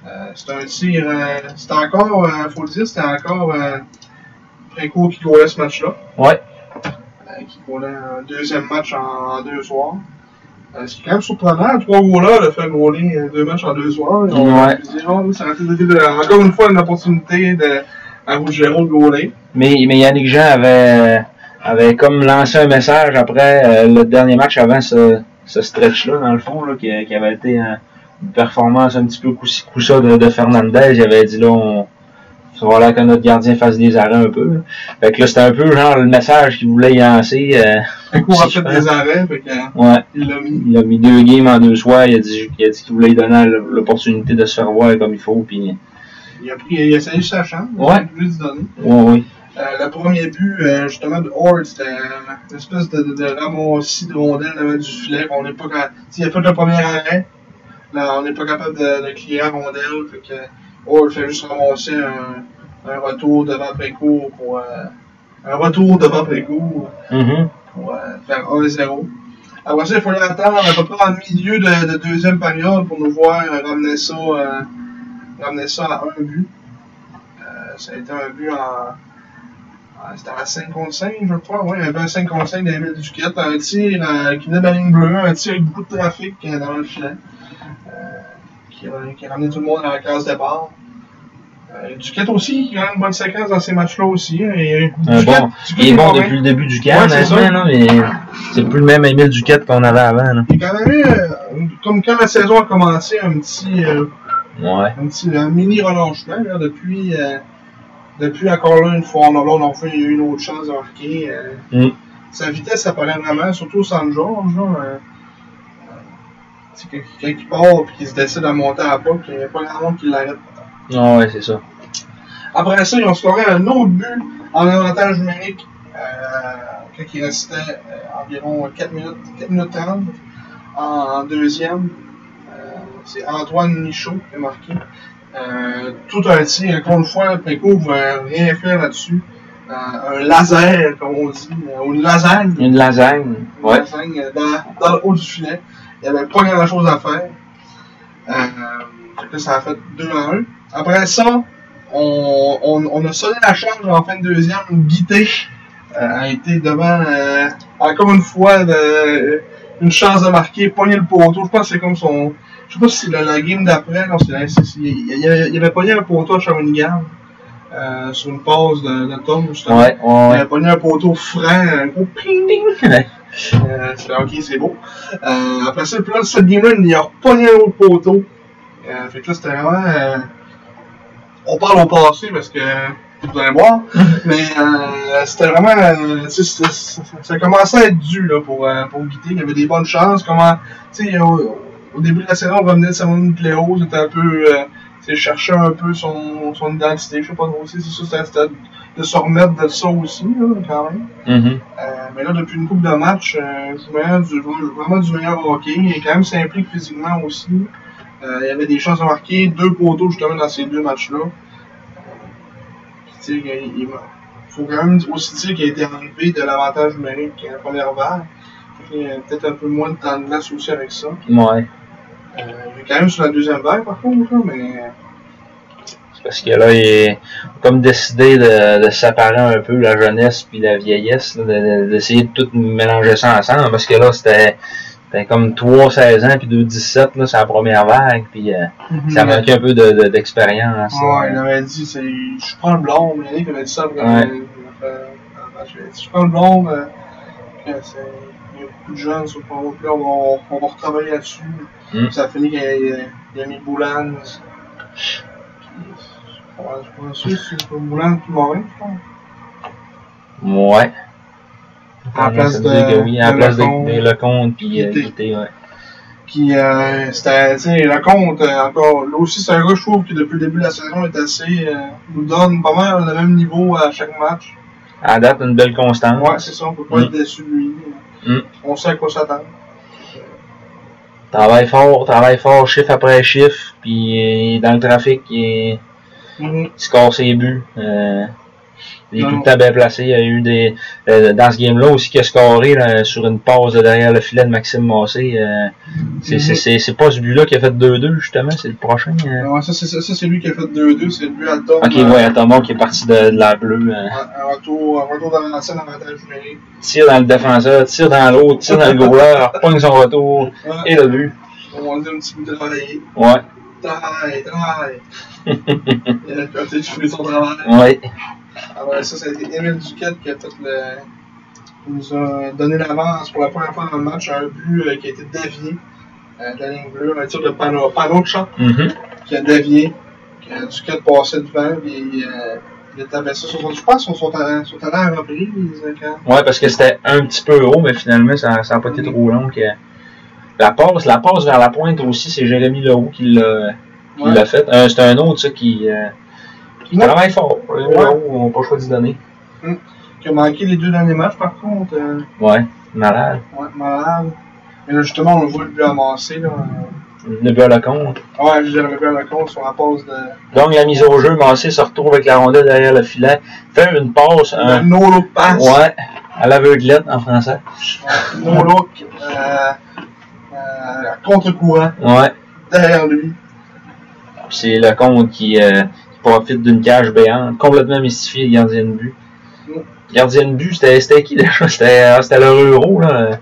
Euh, c'était un tir. euh, c'était encore, euh, faut le dire, c'était encore euh, Préco qui courait ce match-là
Ouais.
euh, qui roulait un deuxième match en, en deux soirs. Euh, ce qui est quand même surprenant, trois goalers de faire rouler euh, deux matchs en deux soirs. Et on
Ouais.
se dit, Ah, oui, ça aurait été de- encore une fois une opportunité de, à Ruggiero de gauler.
Mais, mais Yannick Jean avait, avait comme lancé un message après euh, le dernier match avant ce, ce stretch-là, dans le fond, là, qui, qui avait été euh, une performance un petit peu coup-ci, coup-ça de, de Fernandez. Il avait dit là, on, ça va là que notre gardien fasse des arrêts un peu. là. Fait que là, c'était un peu genre le message qu'il voulait y lancer. euh,
Préco a
Si
fait
je
des arrêts, fait que, euh,
ouais,
il l'a mis.
il a mis deux games en deux soirs. Il a dit il a dit qu'il voulait lui donner l'opportunité de se faire voir comme il faut. Puis,
Il a, pris, il a essayé sa chance.
Ouais.
il a voulu se donner.
ouais, ouais.
Euh, le premier but, euh, justement, de Horde, c'était euh, une espèce de, de, de ramassis de rondelles devant du filet. On n'est pas quand... Il a fait le premier arrêt. Là, on n'est pas capable de, de crier à rondelle, fait que, oh, il fait juste ramasser un, un retour devant après coup pour, euh, un retour devant après coup
Mhm.
pour euh, faire 1-0. Après ça, il fallait attendre à peu près en milieu de, de deuxième période pour nous voir euh, ramener ça, euh, ramener ça à un but. Euh, ça a été un but en. en- C'était à 5 contre 5, je crois. Oui, il y avait un 5 contre 5 d'Emile Duquette, un tir euh, qui venait de la ligne bleue, un tir avec beaucoup de trafic euh, dans le filet, euh, qui, a- qui a ramené tout le monde à la case départ. Euh, Duquette aussi, qui a une bonne séquence dans ces matchs-là aussi. hein, et
Un
Duquette-
bon-
Duquette
Il est bon
pas
depuis le début du camp,
Ouais, c'est
honnêtement,
ça.
là, hein, mais c'est plus le même Émile Duquette qu'on avait avant. Là.
Il y a quand même eu, euh, comme quand la saison a commencé, un petit, euh,
Ouais.
un petit un mini relâchement là, depuis, euh, depuis encore là une fois. On a, on a fait une autre chance de marquer. euh.
Mm.
Sa vitesse, ça paraît vraiment, surtout sans Georges. Là, euh, euh, c'est que- quand il part et qu'il se décide à monter à la poque, il n'y a pas grand monde qui l'arrête.
Ah ouais, c'est ça.
Après ça, ils ont scoré un autre but en avantage numérique euh, quand il restait euh, environ 4 minutes, 4 minutes 30 en, en deuxième. Euh, c'est Antoine Michaud qui a marqué. Euh, tout un tir, encore une fois, Péco ne pouvait rien faire là-dessus. Euh, un laser, comme on dit, euh, ou une lasagne.
Une lasagne.
Une lasagne, euh, dans, dans le haut du filet. Il n'y avait pas grand chose à faire. Euh, fait que ça a fait 2 à 1. Après ça, on, on, on a sonné la charge en fin de deuxième. Guité euh, a été devant, euh, encore une fois, de- une chance de marquer, pogner le poteau. Je pense que c'est comme son. Je sais pas si c'est la, la game d'après, non, c'est la- c'est- c'est- il, il avait- il avait pogné un poteau à Shawinigan euh, sur une passe de, de Tom, justement.
Ouais,
On
ouais.
a pogné un poteau frein, un gros ping ding.
Ouais.
Euh, c'est ok, c'est beau. Euh, après ça, puis là, cette game-là, il a repogné un autre poteau. Euh, fait que là, c'était vraiment. euh, on parle au passé parce que vous allez voir, mais euh, c'était vraiment. euh, tu sais, c'était- ça, ça commençait à être dû là, pour, euh, pour guider. Il y avait des bonnes chances. Comment, tu sais, au, au début de la saison, on revenait de sa une playoff, c'était un peu. euh, tu sais, chercher un peu son, son identité, je sais pas trop si c'est ça, c'était- c'était de se remettre de ça aussi, là, quand même.
Mhm.
Euh, mais là, depuis une coupe de matchs, euh, je joue vraiment du, je joue vraiment du meilleur hockey. Il est quand même s'implique physiquement aussi. Euh, il y avait des chances de marquer, deux poteaux justement dans ces deux matchs-là. Euh, Puis, tu sais, il, il- faut quand même aussi dire qu'il a été enlevé de l'avantage numérique à la première vague. Il y a peut-être un peu moins de temps de glace aussi avec ça.
Mm-hmm. Ouais.
Euh, il est quand même sur la deuxième vague, par contre, là, mais
C'est Parce que là, il est comme décidé de, de séparer un peu la jeunesse puis la vieillesse, là, de- de- d'essayer de, tout mélanger ça ensemble. Parce que là, c'était c'était comme 3 16 ans puis 2 17, là, c'est la première vague. Puis euh, ça manquait un peu de- de- d'expérience. là.
Mm. Ouais, il avait dit, c'est, je prends le blond, il y en a qui avaient dit ça après.
Ouais.
euh, avant, je lui ai dit, je prends le blond, euh, que c'est- il y a beaucoup de jeunes sur le programme, puis là, on, va- on va retravailler là-dessus.
Mm.
Puis Ça a fini qu'il a, il a mis Boulan. Puis, Je pense- je pense que c'est pas Boulan puis Morin, je pense.
Ouais.
À la
Ouais,
place
ça
de-
veut dire que oui, à la
de
place
Lecomte.
de, de Lecomte puis euh,
Guité.
Guité, ouais.
Puis euh, c'était, tu sais, le compte, euh, encore, là aussi, c'est un gars, je trouve, qui depuis le début de la saison est assez, euh, nous donne pas mal le même niveau à chaque match.
À date, une belle constance.
Ouais, c'est ça, on peut pas
Mm.
être déçu de lui. hein.
Mm.
On sait à quoi s'attendre.
Travaille fort, travaille fort, chiffre après chiffre, puis euh, dans le trafic, il, est- il score ses buts. euh, il est
Non.
tout le temps bien placé. Il y a eu des. euh, dans ce game-là aussi, qu'il a scoré là, sur une passe de derrière le filet de Maxime Massé. euh, c'est-
Mhm.
c'est- c'est c'est pas ce but-là qui a fait 2-2, justement, c'est le prochain. euh.
Ouais, ça, c'est, ça, ça, c'est lui qui a fait 2-2, c'est lui à Tom.
Ok,
euh,
ouais, Thomas qui est parti de, de la bleue. euh.
Un, un retour, un retour dans la scène avantage numérique.
tire dans le défenseur, tire dans l'autre, tire dans le goaler, pogne son retour,
Ouais,
et le but.
on dit un petit peu de travailler.
Ouais,
Travaille, travaille. Il a peut-être joué son travail.
ouais.
Après ça, ça a été Émile Duquette qui a fait le. qui nous a donné l'avance pour la première fois dans le match, un but euh, qui a été dévié euh, de la ligne bleue, un tir de panneau, panneau de champ.
Mhm.
qui a dévié, qui a du cut passé devant, puis euh, il a tapé ça sur son. Je pense qu'ils sont, allés- sont allés à la reprise euh, quand.
Ouais, parce que c'était un petit peu haut, mais finalement, ça n'a pas été trop long. Que... La passe, la passe vers la pointe aussi, c'est Jérémy Leroux qui l'a qui
Ouais.
l'a fait. Euh, c'est un autre, ça, qui, euh, qui
Ouais.
travaille fort. Jérémy
Ouais.
Leroux, on n'a pas le choix d'y donner.
Qui a manqué les deux derniers matchs par contre. euh,
Ouais, malade.
ouais, malade. Mais là, justement, on le voit le plus amassé, là. euh,
Le but à la con.
Ouais, j'ai relevé à la con sur la pause de.
Donc, la mise au jeu, Massé se retrouve avec la rondelle derrière le filet, fait une passe,
de
un,
no look pass.
ouais, à l'aveuglette en français.
No look. Euh, euh, contre-courant.
Ouais,
Derrière lui.
c'est le con qui, euh, qui profite d'une cage béante, complètement mystifié, le gardien de but. Gardien de but, c'était c'était qui déjà? C'était euh, c'était leur euro, là.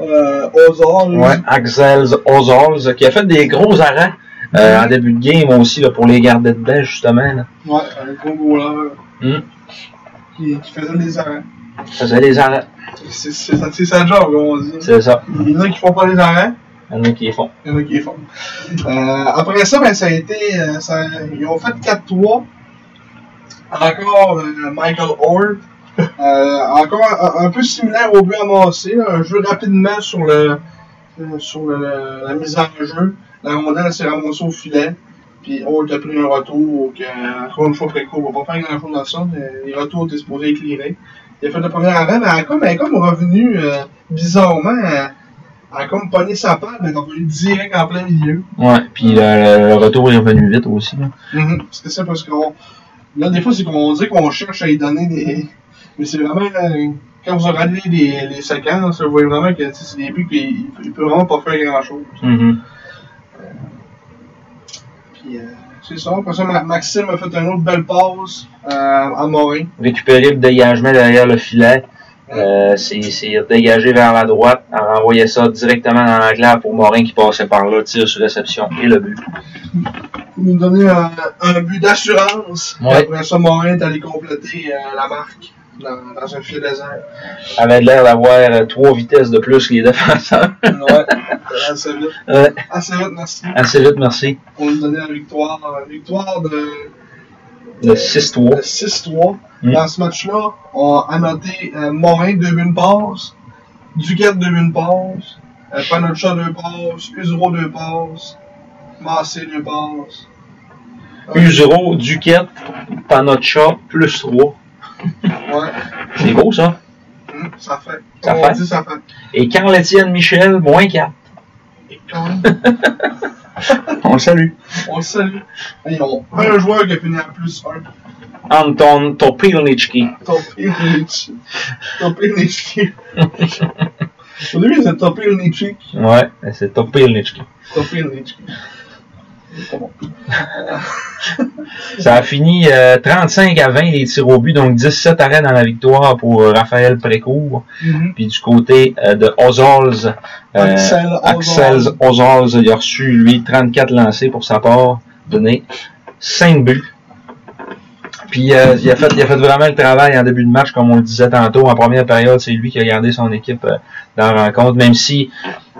Euh, Ozor.
Ouais, Axel Ozols, qui a fait des gros arrêts euh, en début de game aussi là, pour les garder dedans, justement. Là.
Ouais, un gros goaler.
Hum.
Qui, qui faisait des arrêts.
Il faisait des arrêts,
C'est c'est ça- c'est sa job, comme on dit.
c'est ça.
Il y en a qui font pas les arrêts.
Il y en a qui les font.
Il y en a qui les font. Euh, après ça, ben, ça a été. euh, ça- ils ont fait 4-3. Encore euh, Michael Ord. Euh, encore un, un peu similaire au but amassé. là. Un jeu rapidement sur le euh, sur le- la mise en jeu. La rondelle s'est ramassée au filet. Puis Ord a pris un retour. Que, encore une fois, Préco on va pas faire grand-chose dans ça. mais Les retours étaient supposés éclairer. Il a fait le premier arrêt, mais elle a comme, elle est comme revenu euh, bizarrement. euh, Elle, elle a comme pogné sa patte, mais elle a volé direct en plein milieu.
Ouais, puis le, le retour est revenu vite aussi. là.
Parce que ça, parce qu'on. Là, des fois, c'est qu'on dit qu'on cherche à lui donner des. Mais c'est vraiment. euh, Quand vous regardez les, les séquences, vous voyez vraiment que tu sais, c'est des buts qu'il il peut vraiment pas faire grand chose.
Mhm.
Puis, euh, c'est ça. Après ça, Ma- Maxime a fait une autre belle passe euh, à Morin.
Récupérer le dégagement derrière le filet. Euh, c'est c'est dégagé vers la droite, elle renvoyait ça directement dans l'anglaire pour Morin qui passait par là, tir sur réception et le but.
Pour nous donner un, un but d'assurance.
Ouais.
Après ça, Morin est allé compléter euh, la marque dans, dans un filet désert.
Avait l'air d'avoir euh, trois vitesses de plus que les défenseurs.
ouais. Assez vite.
Ouais.
Assez vite, merci.
Assez vite, merci.
On lui donnait la victoire. euh, victoire de.
De 6-3.
Le 6-3.
Mm.
Dans ce match-là, on a noté euh, Morin 2 buts de passe, Duquette 2 buts de passe, euh, Panocha 2 passes, Usero 2 passes, Massé 2 passes. Euh,
Usero, Duquette, Panocha, plus 3.
ouais,
C'est beau, ça.
Mm, ça fait.
Ça
on
fait?
dit ça fait.
Et Carl-Étienne Michel, moins 4.
Et quand même,
On le salue.
on le salue. Hey, on- un joueur qui a fini à plus 1.
Anton Topilnichki.
Topé le Nietzsche. Topé le Nietzsche. Au début, c'est Topé le Nietzsche.
Ouais, c'est Topilnichki.
Topé le Nietzsche. C'est pas bon.
Ça a fini euh, 35 à 20 les tirs au but, donc 17 arrêts dans la victoire pour euh, Raphaël Précourt.
Mhm.
Puis du côté euh, de Ozols, euh,
Axel
Axel
Ozol.
Ozols, il a reçu, lui, 34 lancés pour sa part, donné 5 buts. Puis euh, il, a fait, il a fait vraiment le travail en début de match, comme on le disait tantôt, en première période, c'est lui qui a gardé son équipe euh, dans la rencontre, même si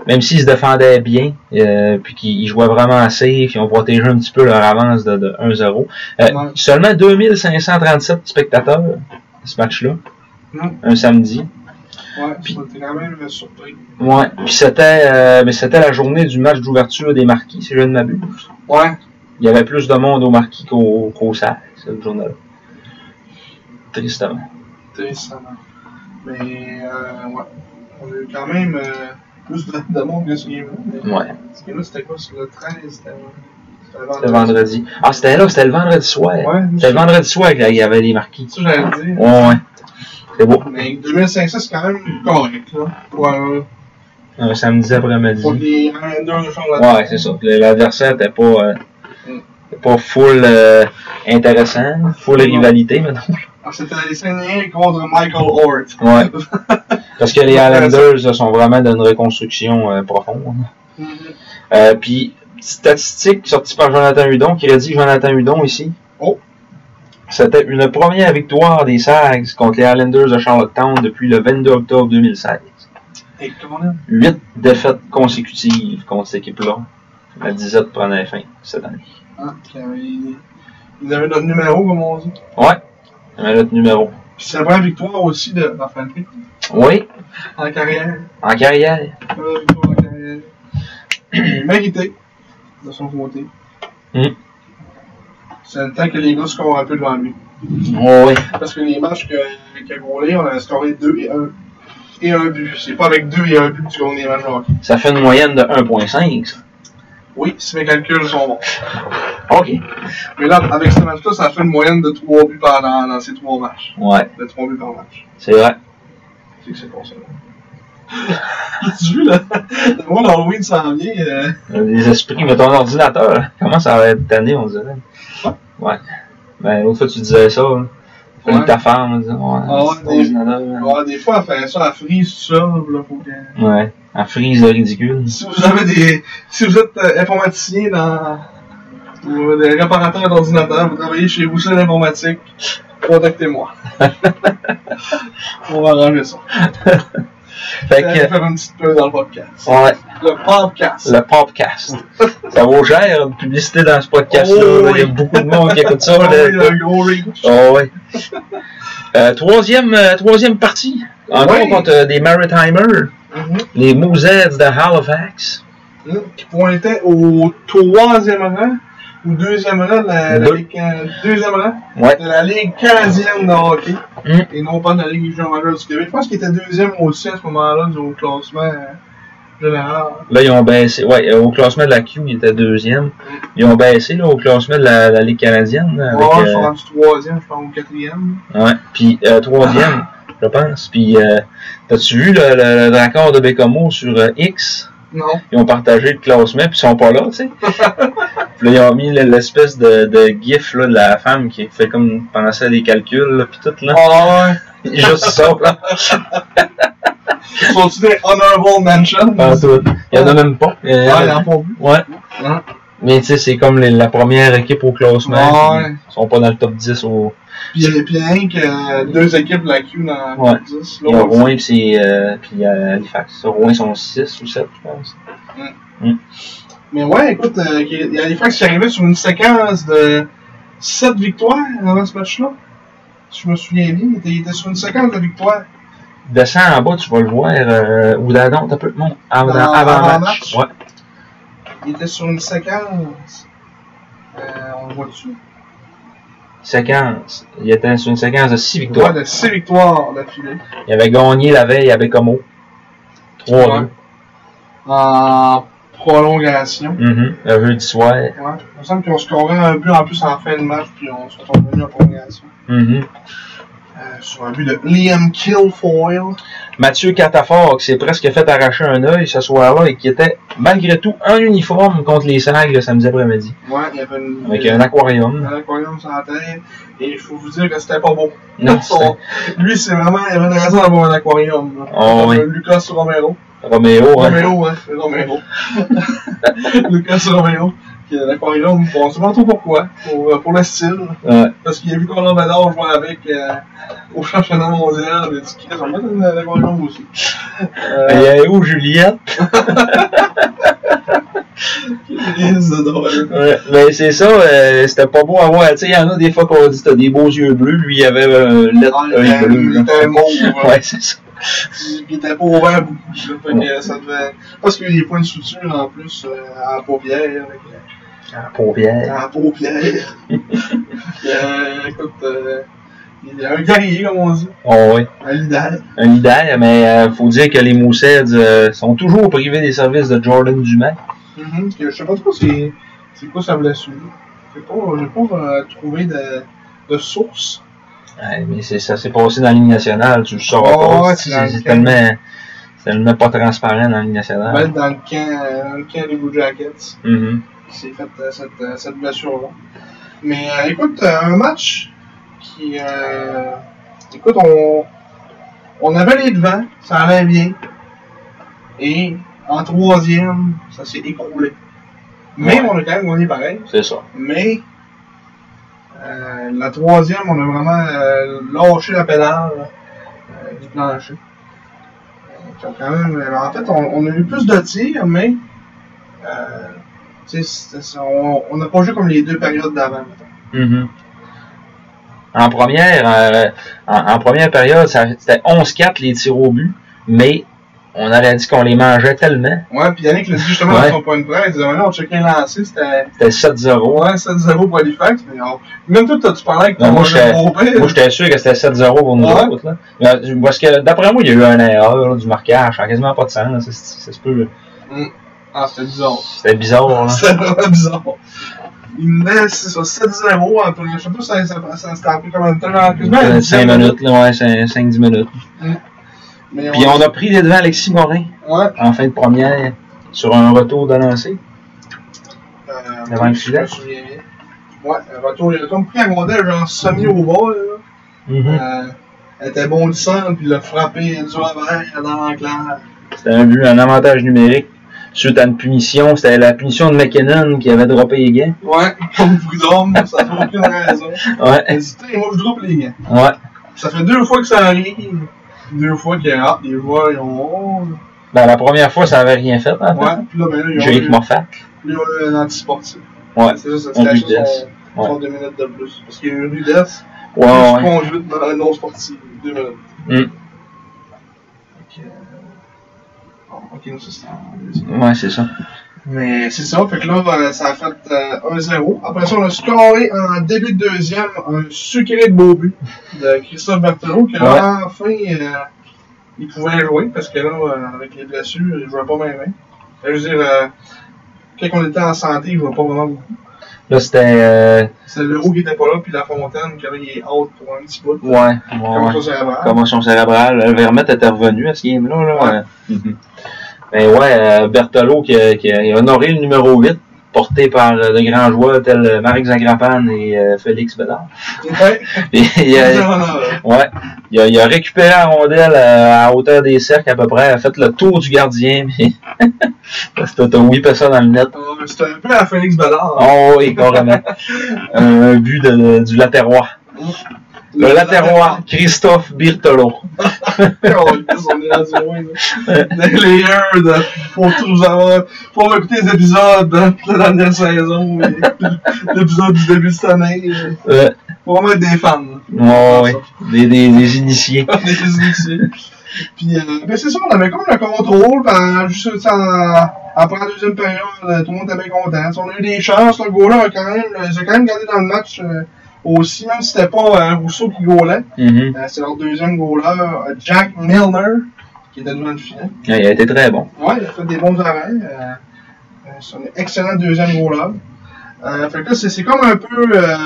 même s'il se défendait bien, euh, puis qu'il il jouait vraiment assez, puis on protégeait un petit peu leur avance de, de 1-0. Euh,
Ouais.
Seulement 2537 spectateurs à ce match-là,
Mm.
un samedi.
Ouais,
Puis-
c'était quand même euh, surpris.
Ouais, puis c'était euh, mais c'était la journée du match d'ouverture des marquis, si je ne m'abuse.
Ouais.
Il y avait plus de monde aux marquis qu'aux qu'aux salles, cette journée-là. Tristement.
Intéressant. Mais, euh, ouais. On a eu quand même euh, plus de, de monde que ce game-là. Mais
Ouais,
Ce game-là, c'était quoi C'était le 13 C'était c'était vendredi.
le vendredi. Ah, c'était là, c'était le vendredi soir.
Ouais,
C'était
c'est
le vendredi soir qu'il y avait les marquis.
ça, j'allais le dire.
Ouais, ouais. C'est beau.
Mais 2500, c'est quand même correct, là. Pour, euh,
Un samedi après-midi.
pour les renders de chambre
Mhm. Ouais, c'est ça. Le- L'adversaire n'était pas, euh,
Mm.
était pas full euh, intéressant, full
Ouais.
rivalité, maintenant.
Alors, Ah, c'était les Saguenayens contre Michael Hort.
Ouais. Parce que les Islanders euh, sont vraiment dans une reconstruction euh, profonde. Euh, puis, statistique sortie par Jonathan Hudon, qui rédige Jonathan Hudon ici.
Oh.
C'était une première victoire des Sags contre les Islanders de Charlottetown depuis le 22 octobre 2016.
Et comment là
Huit défaites consécutives contre cette équipe-là. La disette prenait fin cette année.
Ah, puis, euh, ils, ils avaient notre numéro, comme on dit.
Ouais, on notre numéro.
Puis c'est la première victoire aussi de Raphaël Pic
Oui,
en carrière.
en carrière.
Première victoire en carrière. Mérité, de son côté.
Mm.
C'est le temps que les gars scorent un peu devant lui.
Oh Oui,
Parce que les matchs que, que Gaulet, on a scoré 2 et 1. Et un but. C'est pas avec 2 et un but que tu gagnes les matchs de hockey.
ça fait une moyenne de 1.5. ça.
Oui, si mes calculs sont bons.
OK.
Mais là, avec ce match-là, ça fait une moyenne de 3 buts par, dans, dans ces 3 matchs.
Ouais,
De 3 buts par match.
c'est vrai.
C'est que c'est pour ça. As-tu vu, là? Moi, l'Halloween s'en vient. euh,
Les esprits, mais ton ordinateur, là, comment ça va être tanné, on dirait? Ouais. Ben, l'autre fois, tu disais ça, là. Fait
Ouais.
ta femme, elle disait, ouais,
Ah ouais,
c'est
des-
ton ordinateur, là.
ouais, des fois, elle fait ça, elle frise tout seul, là, faut que...
Ouais. Elle frise le ridicule.
Si vous avez des. Si vous êtes euh, informaticien dans. ou euh, des réparateurs d'ordinateurs, vous travaillez chez vous sur l'informatique, contactez-moi. On va arranger ça.
Fait
On va
que,
faire une petite peur dans le podcast.
ouais,
Le podcast.
le podcast. ça vaut cher, une publicité dans ce podcast-là.
Oh
là. Il y a
oui.
beaucoup de monde qui écoute ça,
Ah
là.
oui, le gros reach.
Ah ouais. Euh, troisième, euh, troisième partie. Encore
Ouais.
contre euh, des Maritimers,
Mhm.
les Mousets de Halifax.
Là, Mm-hmm. Qui pointait au troisième rang ou deuxième rang de la, la
Deux.
Ligue, can- deuxième rang
Ouais.
de la Ligue canadienne de hockey.
Mm.
Et non pas de la Ligue majeure du Québec. Je pense qu'il était deuxième aussi à ce moment-là du classement euh, général.
Là, ils ont baissé. Ouais, euh, au classement de la Q, ils étaient deuxième. Ils ont baissé là, au classement de la, la Ligue canadienne. là, avec,
ouais,
euh,
je suis rendu troisième, je pense, ou quatrième.
ouais. Puis euh, troisième, je pense. Puis, euh, t'as-tu vu le, le, le raccord de Bécamo sur euh, X?
Non.
Ils ont partagé le classement, puis ils sont pas là, tu sais. puis là, ils ont mis le- l'espèce de, de gif là, de la femme qui fait comme pendant ça les calculs, là, puis tout, là.
Ah ouais.
Juste ça, là.
Sont-tu des honorable mentions?
Pas en tout. Il y en a même pas. Euh,
Ouais, ils en font plus.
ouais.
Hein?
Mais tu sais, c'est comme les- la première équipe au classement.
Ouais.
Ils sont pas dans le top 10 au.
Puis il y a puis rien que euh, deux équipes de la Q dans le
Ouais.
10.
Il y a
L'autre,
Rouen puis euh, puis, euh, Halifax. Ça, Rouen sont 6 ou 7, je pense.
Mais ouais, écoute, euh, il y a Halifax qui arrivait sur une séquence de 7 victoires avant ce match-là. Si je me souviens bien, il était, il était sur une séquence de victoires.
Descends en bas, tu vas le voir. Euh, ou dans non, t'as peu. Non, avant,
Dans-
avant match.
avant-match.
Ouais.
Il était sur une séquence. Euh, on le voit-tu?
Séquence. Il était sur une séquence de 6 victoires.
Ouais, de 6 victoires d'affilée.
Il avait gagné la veille à Bécamo. 3
Ouais. En prolongation.
Mm-hmm. Le jeudi soir.
Ouais, il me semble qu'on scorait un but en plus en fin de match, puis on se retrouve venu en prolongation.
Mhm.
Euh, sur un but de Liam Kilfoyle.
Mathieu Catafort, qui s'est presque fait arracher un œil ce soir-là et qui était malgré tout en uniforme contre les Sags le samedi après-midi,
Ouais, il y avait une,
avec un aquarium.
un aquarium sur la tête, et il faut vous dire que c'était pas beau.
Non,
Son- lui, c'est vraiment, il avait une raison d'avoir un aquarium. là.
Oh,
Comme
oui.
Lucas Romero.
Roméo, hein.
Romero, hein, c'est Romero. Lucas Romero, qui a l'aquarium, bon, on sait pas trop pourquoi, pour, euh, pour le style.
Ouais.
Parce qu'il a vu Colin Bédard jouer avec euh, au championnat mondial. Il a dit qu'il va mettre un aquarium aussi.
Et
Euh,
il y a où Juliette?
crise de drôle.
Ouais, Mais c'est ça, euh, c'était pas beau à voir. Tu sais, il y en a des fois qu'on dit t'as des beaux yeux bleus, lui il avait euh, un
Ah,
lettre
il était-
œil bleu.
il
là.
était mauve.
Ouais, c'est ça.
Il était pas ouvert beaucoup. là, Fait que ça devait... Parce qu'il y a des points de suture en plus euh, à la paupière. avec, euh,
Ah, paupière.
à la paupière. euh, écoute, euh, il y a un guerrier, comme on dit,
Oh, ouais.
un leader.
Un leader, mais euh, faut dire que les Moussets euh, sont toujours privés des services de Jordan Dumas.
Mhm. Je sais pas trop c'est, c'est quoi sa blessure. J'ai pas, j'ai pas euh, trouvé de, de source.
Ouais, mais c'est, ça s'est passé dans la Ligue nationale, tu le sauras
Oh,
pas.
ouais,
C'est,
c'est dans
c'est
le camp.
tellement, c'est tellement pas transparent dans la Ligue
va
nationale.
être dans le camp, euh, dans le camp des Blue Jackets.
Mhm.
qui s'est fait euh, cette, euh, cette blessure-là. Mais euh, écoute, euh, un match qui. euh, écoute, on, on avait les devants, ça allait bien. Et en troisième, ça s'est écroulé. Mais
Ouais.
on a quand même gagné pareil.
C'est ça.
Mais euh, la troisième, on a vraiment euh, lâché la pédale euh, du plancher. Euh, qui ont quand même, euh, en fait, on, on a eu plus de tirs, mais euh, tu sais, c'était ça, on on n'a pas joué comme les deux périodes d'avant. mettons.
Mhm. En première, euh, en, en première période, ça- c'était 11-4 les tirs au but, mais on aurait dit qu'on les mangeait tellement.
Ouais, puis Yannick l'a dit justement
Ouais.
dans son point de presse, il disait, Ouais, là, on checkait un lancé, c'était
C'était 7-0.
ouais, 7-0 pour Halifax, mais on- même toi, t'as-tu parlé avec
Non,
ton
moi, j'étais-
ton beau-père?
Moi, j'étais sûr que c'était 7-0 pour nous
Ouais.
autres. Là. Mais, euh, Parce que, d'après moi, il y a eu une erreur là, du marquage. Ça n'a quasiment pas de sens. là. Ça, se- ça se peut.
Mm. Ah, c'était bizarre.
C'était bizarre, là.
C'était vraiment bizarre. Il menait 7-0 après. Je sais pas si ça- ça ça- c'était après combien de temps. là, quasiment
5 Euh, minutes, là, ouais, 5-10 minutes.
Mais
Puis on a pris les devants Alexis Morin
Ouais.
en fin de première sur un retour de lancer.
Euh,
Devant le
je
filet.
me souviens bien. Ouais, le retour, il a comme pris la rondelle, genre semi au bas. Là.
Hmm. Mhm.
Euh, elle était bondissante, puis il l'a frappé du revers dans l'enclave.
C'était un but, un avantage numérique. Suite à une punition, c'était la punition de McKinnon qui avait droppé les gants.
Ouais, comme Prudhomme, ça n'a aucune raison.
Ouais,
Elle dit, Tiens, moi je droppe les gars.
ouais.
Ça fait deux fois que ça arrive. Deux fois qu'il ah, les voix, ils ont. oh.
Ben, la première fois, ça avait rien fait, en fait.
Ouais, puis là, ben là, ils ont.
Jake
eu-
Moffat.
Ils ont eu un anti-sportif.
Ouais.
C'est juste
Un
ça, c'est la
rudesse.
chose. Ils
Ouais.
ont deux minutes de plus. Parce qu'il y a eu rudesse,
Ouais,
plus
ouais.
conduite dans la non-sportive. Deux minutes.
Mm.
Fait que, euh, bon, Ah, ok, nous, ça, c'est en-
Ouais, c'est ça.
Mais c'est ça, fait que là, euh, ça a fait euh, 1-0. Après ça, on a scoré en début de deuxième un sucré de beau but de Christophe Berthelot, que là, enfin, euh, il pouvait jouer, parce que là, euh, avec les blessures, il jouait pas bien, bien. Je veux dire, euh, quand on était en santé, il jouait pas vraiment beaucoup.
Là, c'était. euh,
C'est le haut qui était pas là, puis la fontaine, que là, il est out pour un petit bout.
Ouais,
Comme
ouais.
ça, c'est avant.
Commotion cérébrale. Le Vermette était revenu à ce game-là. Là. Euh, Mais ouais, euh, Berthelot qui a, qui a honoré le numéro 8, porté par euh, de grands joueurs tels euh, Marc Zagrapan et euh, Félix Bédard.
Ouais,
Et euh, il a, ouais, il a, il a récupéré la rondelle euh, à hauteur des cercles à peu près, a fait le tour du gardien, mais parce que t'as whippé ça dans le net.
Euh, C'était un peu à Félix Ballard.
Oh oui, carrément. Un but de, de- du Laterrois. Le Laterrois, Christophe Birtolo.
on est rendu loin, là. Les layers de, pour tous avoir, pour écouter les épisodes hein, de la dernière saison, et l'épisode du début de cette année, euh,
Euh,
faut vraiment être des fans, Ah, là.
Ah Ouais, ouais. Des, des, des initiés.
des initiés. Puis, euh, ben c'est ça, on avait comme le contrôle, pendant, juste tu sais, en- après la deuxième période, euh, tout le monde était bien content. Si on a eu des chances, le goal-là a quand même, ils ont quand même gardé dans le match euh, aussi, même si c'était pas euh, Rousseau qui goalait.
Mhm.
Euh, c'est leur deuxième goaler, euh, Jack Milner, qui était devant le filet.
Ouais, il a été très bon.
Ouais, il a fait des bons arrêts. Euh, euh, c'est un excellent deuxième goal Euh, fait que là, c'est c'est comme un peu euh,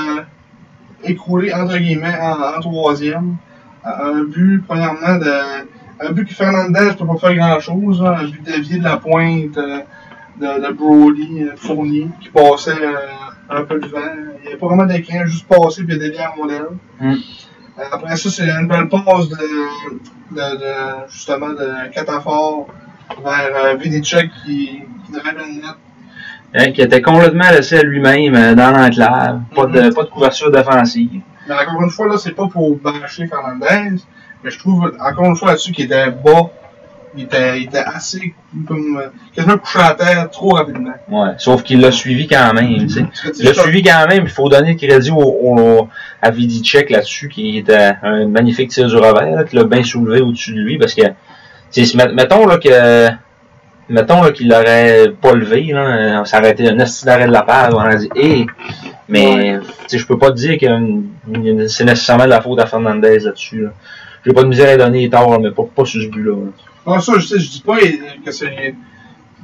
écroulé, entre guillemets, en, en troisième. Euh, un but, premièrement, de, un but que Fernandez ne peut pas faire grand-chose. hein, un but dévié de la pointe euh, de, de Brody euh, Fournier qui passait euh, un peu devant. Il n'y avait pas vraiment d'écran, juste passé puis il a dévié à modèle.
Mm.
Euh, Après ça, c'est une belle passe de, de, de- justement de Catafort vers euh, Vinicius qui, qui drive la net.
Hein, qui était complètement laissé à lui-même euh, dans l'enclave. Pas de, pas de couverture défensive.
Mais encore une fois, là, c'est pas pour bâcher Fernandez, mais je trouve, encore une fois, là-dessus, qu'il était bas. Il était, il était assez, comme, euh, quasiment couché à terre trop rapidement.
Ouais. Sauf qu'il l'a suivi quand même. tu sais.
Parce que, tu sais,
Il l'a
je te-
suivi quand même. Il faut donner le crédit au, au- à Vidicek là-dessus, qui était un magnifique tir du revers, là, qui l'a bien soulevé au-dessus de lui. Parce que, tu sais, met- mettons là, que. Mettons là, qu'il l'aurait pas levé, là, euh, ça aurait été un esti d'arrêt de la page, on aurait dit Hé! Mais tu sais, je peux pas te dire que euh, c'est nécessairement de la faute à Fernandez là-dessus. Là. J'ai pas de misère à donner les torts, mais pas, pas sur ce but-là. là.
Non, ça, je sais, je dis pas euh, que c'est.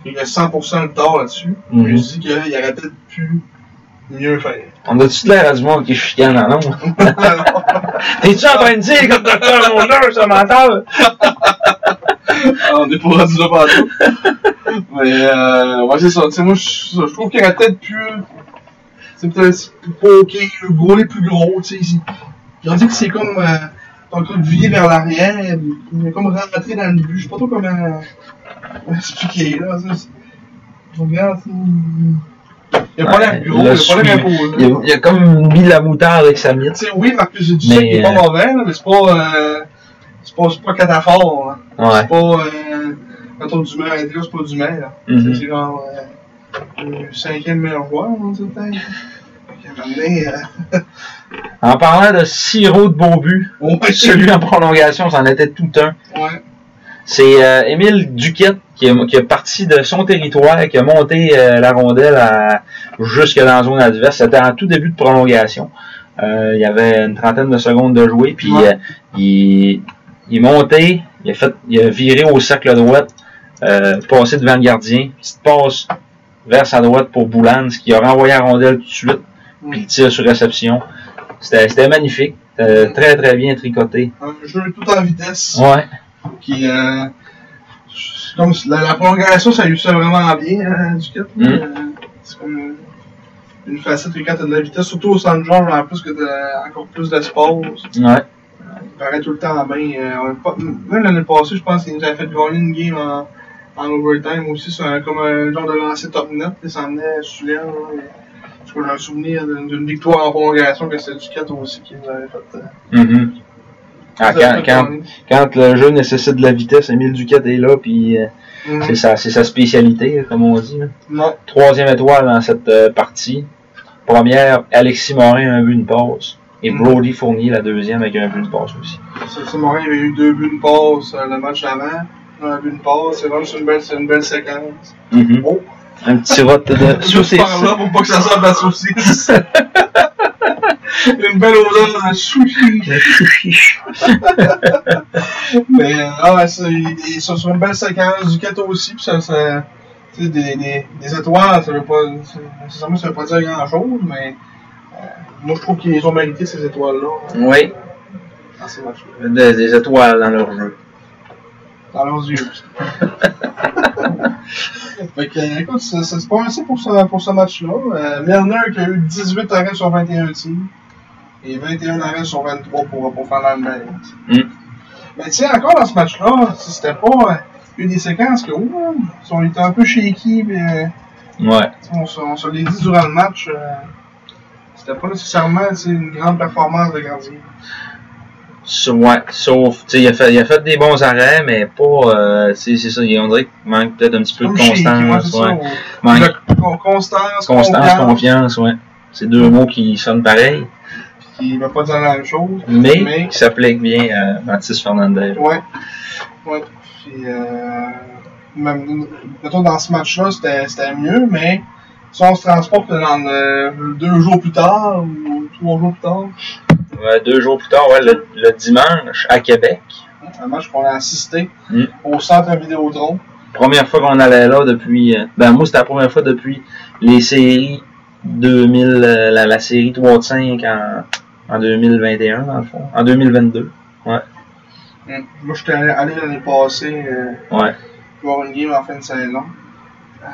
Il a 100% de tort là-dessus.
Mhm.
Je dis qu'il aurait peut-être pu mieux faire. Euh,
On a-tu de l'air à du monde qui chicane en nombre? T'es-tu en train de dire comme Dr. Mulder, ce mental?
Ah, on est pas rendu là partout. Mais euh, ouais, c'est ça. Tu sais, moi, je je trouve qu'il aurait peut-être pu. C'est peut-être pas ok, le gros les plus gros, tu sais. J'ai dit que c'est comme. Euh, ton truc vire vers l'arrière, il est comme rentré dans le but. Je sais pas trop comment euh, expliquer, là. ça, c'est- Je regarde, c'est- il a pas
Ouais,
l'air
il a
gros, il a pas l'air
suivi.
imposant.
Il a, il a comme mis la moutarde avec sa miette.
Tu sais, oui, Marcus Zudjic
Mais,
est pas
euh,
mauvais, là, mais c'est pas, euh, c'est pas, c'est pas cataphore. là.
Ouais.
C'est pas, euh, quand on dit maire, c'est pas du maire.
Mhm.
C'est genre, euh, le cinquième meilleur joueur, on dit peut-être. Fait qu'à un moment donné, euh,
En parlant de sirop de Beaubu,
ouais,
celui en prolongation, c'en était tout un.
ouais.
C'est euh, Émile Duquette qui est, qui est parti de son territoire, qui a monté euh, la rondelle à- jusque dans la zone adverse. C'était en tout début de prolongation. Euh, il y avait une trentaine de secondes de jouer, puis
Ouais.
euh, il, il est monté, il a, fait, il a viré au cercle droit, euh, passer devant le gardien, petite passe vers sa droite pour Boulan, ce qui a renvoyé la rondelle tout de suite, puis le tir sur réception. C'était c'était magnifique, C'était très très bien tricoté.
Un jeu tout en vitesse.
Ouais.
Qui, euh, c'est comme si la, la prolongation, ça lui fait vraiment bien, hein, du kit.
Mm.
Euh, c'est comme une, une facette que quand t'as de la vitesse, surtout au centre Georges, en plus que t'as encore plus d'espace,
Ouais.
il paraît tout le temps bien. Euh, on a pas- même l'année passée, je pense qu'il nous a fait gagner une game en, en overtime aussi, sur un, comme un genre de lancer top net, il s'en venait sous l'air. là, et- Parce que j'ai un souvenir d'une d'une victoire en prolongation que c'est du 4 aussi qui nous avait fait. euh,
Mhm. Ah,
nous avait
quand,
fait
quand,
gagner.
quand le jeu nécessite de la vitesse, Émile Duquette est là, puis euh,
Mm.
c'est sa, c'est sa spécialité, comme on dit. là.
Non.
Troisième étoile dans cette euh, partie. Première, Alexis Morin, un but, une passe. Et
Mm.
Brody Fournier, la deuxième, avec un but, une passe aussi.
C'est c'est Morin avait eu deux buts de passe euh, le match avant. Un but de passe, c'est vraiment une belle, c'est une belle séquence.
Mhm.
Oh.
Un petit rot de
Juste
saucisse.
par là pour pas que ça sorte de la saucisse. une belle odeur de sushi. Mais euh, ah ouais, c'est ils sont sur une belle séquence du Kato aussi, puis ça, ça tu sais, des, des, des étoiles, ça veut pas c'est- nécessairement ça veut pas dire grand chose, mais euh, moi je trouve qu'ils ont mérité ces étoiles-là euh,
oui,
dans ces matchs-là.
des, des étoiles dans leur jeu.
dans leurs yeux. fait que, euh, écoute, ça, ça se passe ça pour ce, pour ce match-là. Euh, Milner qui a eu 18 arrêts sur 21 tirs et 21 arrêts sur 23 pour, pour faire l'Allemagne.
Mm.
Mais tu sais, encore dans ce match-là, si c'était pas euh, une des séquences que, ouh, si on était un peu shaky, mais euh,
Ouais.
tu sais, on, se- on se l'est dit durant le match, euh, c'était pas nécessairement tu sais, une grande performance de gardien.
Sa- ouais, sauf, tu sais, il, a fait- il a fait des bons arrêts, mais pas, euh, tu sais, c'est ça, il- on dirait qu'il manque peut-être un petit peu de
Comme shaky, ouais,
constance.
c'est
Ouais.
ça,
Manque
on- con- Constance,
constance,
confiance.
confiance, ouais. C'est deux mots qui sonnent pareil,
qui ne veut pas dire la même chose.
mais,
Mais-
qui s'appliquent bien à Baptiste Fernandez.
Ouais. Ouais. Puis, euh, même, mettons, dans ce match-là, c'était c'était mieux, mais si on se transporte dans euh, deux jours plus tard ou trois jours plus tard,
Ouais, deux jours plus tard, ouais, le, le dimanche, à Québec.
un match qu'on a assisté
Mm.
au centre Vidéotron.
Première fois qu'on allait là depuis. euh, ben, moi, c'était la première fois depuis les séries 2000, euh, la, la série 3 de 5 en, en 2021, dans le fond. En 2022.
Mm. Moi, j'étais allé, allé l'année passée euh,
Ouais.
voir une game en fin de saison. Euh,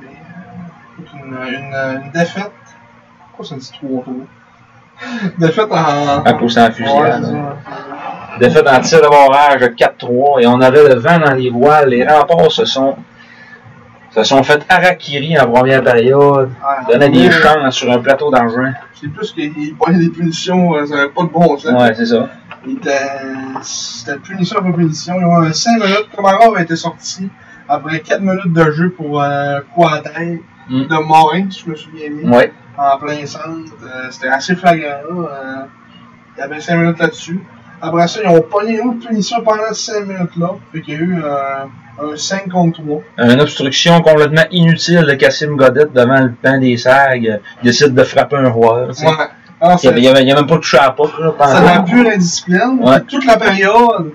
mais, euh, écoute, une, une, une défaite. Pourquoi ça dit trois jours? défaite en.
À cause de la
Ouais, c'est
fusillade.
ça.
Défaite en tir de barrage 4-3 et on avait le vent dans les voiles. Les remparts se sont. Se sont fait harakiri en première période.
Ah,
Donnaient des
ouais.
chances sur un plateau d'argent.
C'est plus qu'il prenait des punitions, euh, ça n'avait pas de bon sens.
Ouais, c'est ça.
Il était- C'était punition après punition. Il y a eu 5 minutes. Kamara avait été sorti après 4 minutes de jeu pour euh, coup à tête
Mm.
de Morin, si je me souviens bien,
Ouais.
en plein centre. Euh, C'était assez flagrant. là. Euh, il y avait 5 minutes là-dessus. Après ça, ils ont pogné une autre punition pendant ces 5 minutes-là. Fait qu'il y a eu euh, un 5 contre 3.
Une obstruction complètement inutile de Cassim Godet devant le pan des sags. Il décide de frapper un joueur. tu sais.
Ouais.
Il
Alors, c'est-
n'y avait, il y avait même pas de chapeau.
Ça n'a plus la discipline.
Ah, Ouais.
Puis Toute la période,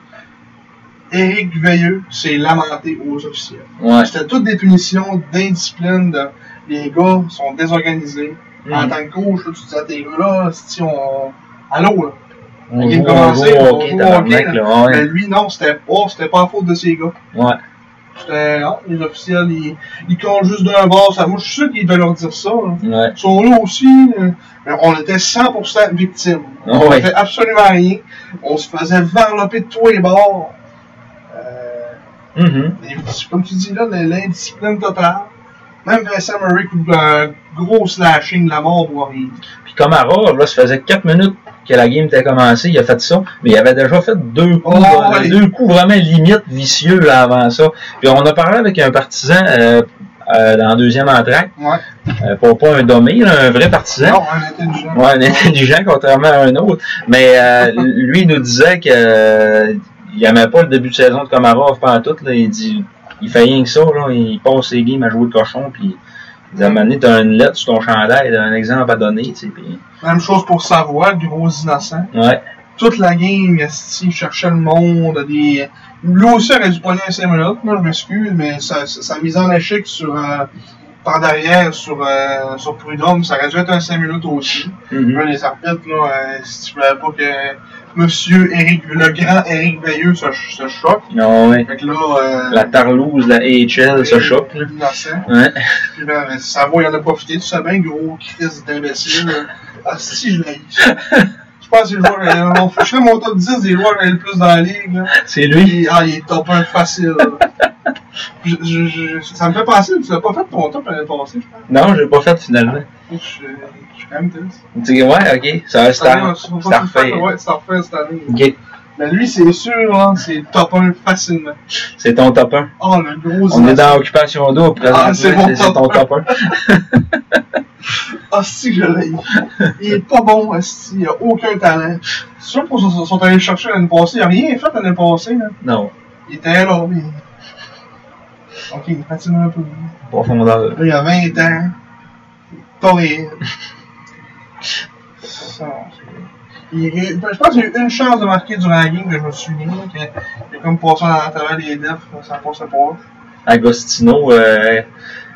Éric Veilleux s'est lamenté aux officiels.
Ouais.
C'était toutes des punitions d'indiscipline. de- Les gars sont désorganisés. En
Mm.
tant que coach, là, tu te dis à tes gars, là, si on... Allô, là.
On
Il
joue,
est
on
commencé,
joue au
on
hockey,
joue au
tabarnak,
hockey,
là.
Mais
Ouais.
lui, non, c'était pas, c'était pas la faute de ces gars.
Ouais.
Ben, C'était, non, les officiels, ils, ils comptent juste d'un bord. Ça, moi, je suis sûr qu'ils veulent leur dire ça. là.
Ouais.
Ils sont là aussi. euh, mais on était 100% victimes. On
Ouais.
fait absolument rien. On se faisait varloper de tous les bords. Euh,
Mhm.
et comme tu dis là, l'indiscipline totale. Même Vincent Murray coupe un gros slashing de la mort pour rien.
Puis Camara, là, ça faisait 4 minutes que la game était commencée, il a fait ça, mais il avait déjà fait deux coups,
Oh,
euh,
ouais.
deux coups vraiment limite vicieux là, avant ça. Puis on a parlé avec un partisan euh, euh, dans la deuxième entraque,
Ouais.
euh, pour pas un dommé, là, un vrai partisan.
Non, un intelligent.
Ouais, un intelligent contrairement à un autre. Mais euh, lui, il nous disait que euh, il n'aimait pas le début de saison de Komarov pendant tout. Là. Il dit il fait rien que ça, là. il passe ses games à jouer le cochon, puis il dit à un moment donné, t'as une lettre sur ton chandail, t'as un exemple à donner, tu sais, puis-
Même chose pour Savoie, gros innocent.
ouais.
toute la game, si cherchait le monde, des... Lui aussi aurait dû pogner un 5 minutes, moi je m'excuse, mais sa, sa- sa mise en échec sur, euh, par derrière sur, euh, sur Prudhomme, ça aurait dû être un 5 minutes aussi. Là, les arbitres, là, euh, si tu voulais pas que monsieur Éric, le grand Éric Veilleux se, ch- se choque,
Ah ouais.
fait que là... euh,
La Tarlouse, la HL, ce choc. là.
Innocent.
Ouais.
Puis ben, ben, ça va, il en a profité, tu sais bien, gros Chris d'imbécile. Ah, si, je l'ai. Je pense que c'est le joueur, euh, mon- je fais mon top 10 des joueurs qui le plus dans la ligue. Là.
C'est lui.
Puis, ah, il est top 1 facile. là. Je, je, je- ça me fait penser, tu l'as pas fait ton top l'année passée, je pense.
Non, je l'ai pas fait finalement.
Je, je suis quand même triste.
Tu dis, ouais, ok, c'est un
Cette année, on-
star.
on va pas
Star
tout faire.
fait.
Ouais, Star fait cette année.
Ok,
Mais lui, c'est sûr, hein, c'est top 1 facilement.
c'est ton top 1.
Oh, le gros.
On est dans Occupation d'eau présentement.
Ah, c'est mon top
ton
un.
top 1.
Ah, si, je l'ai. Il est pas bon, asti. Il a aucun talent. C'est sûr qu'ils sont, sont allés le chercher l'année passée. Il a rien fait l'année passée, là.
Non,
Il était là, mais... Ok, il patine un peu.
profondeur.
Là, il a 20 ans. Torride. Ça, c'est- il ré- ben, Je pense qu'il y a eu une chance de marquer durant la game que je me souviens. là, que- Il a comme passé à travers les lèvres, ça passait pas.
Agostino, euh,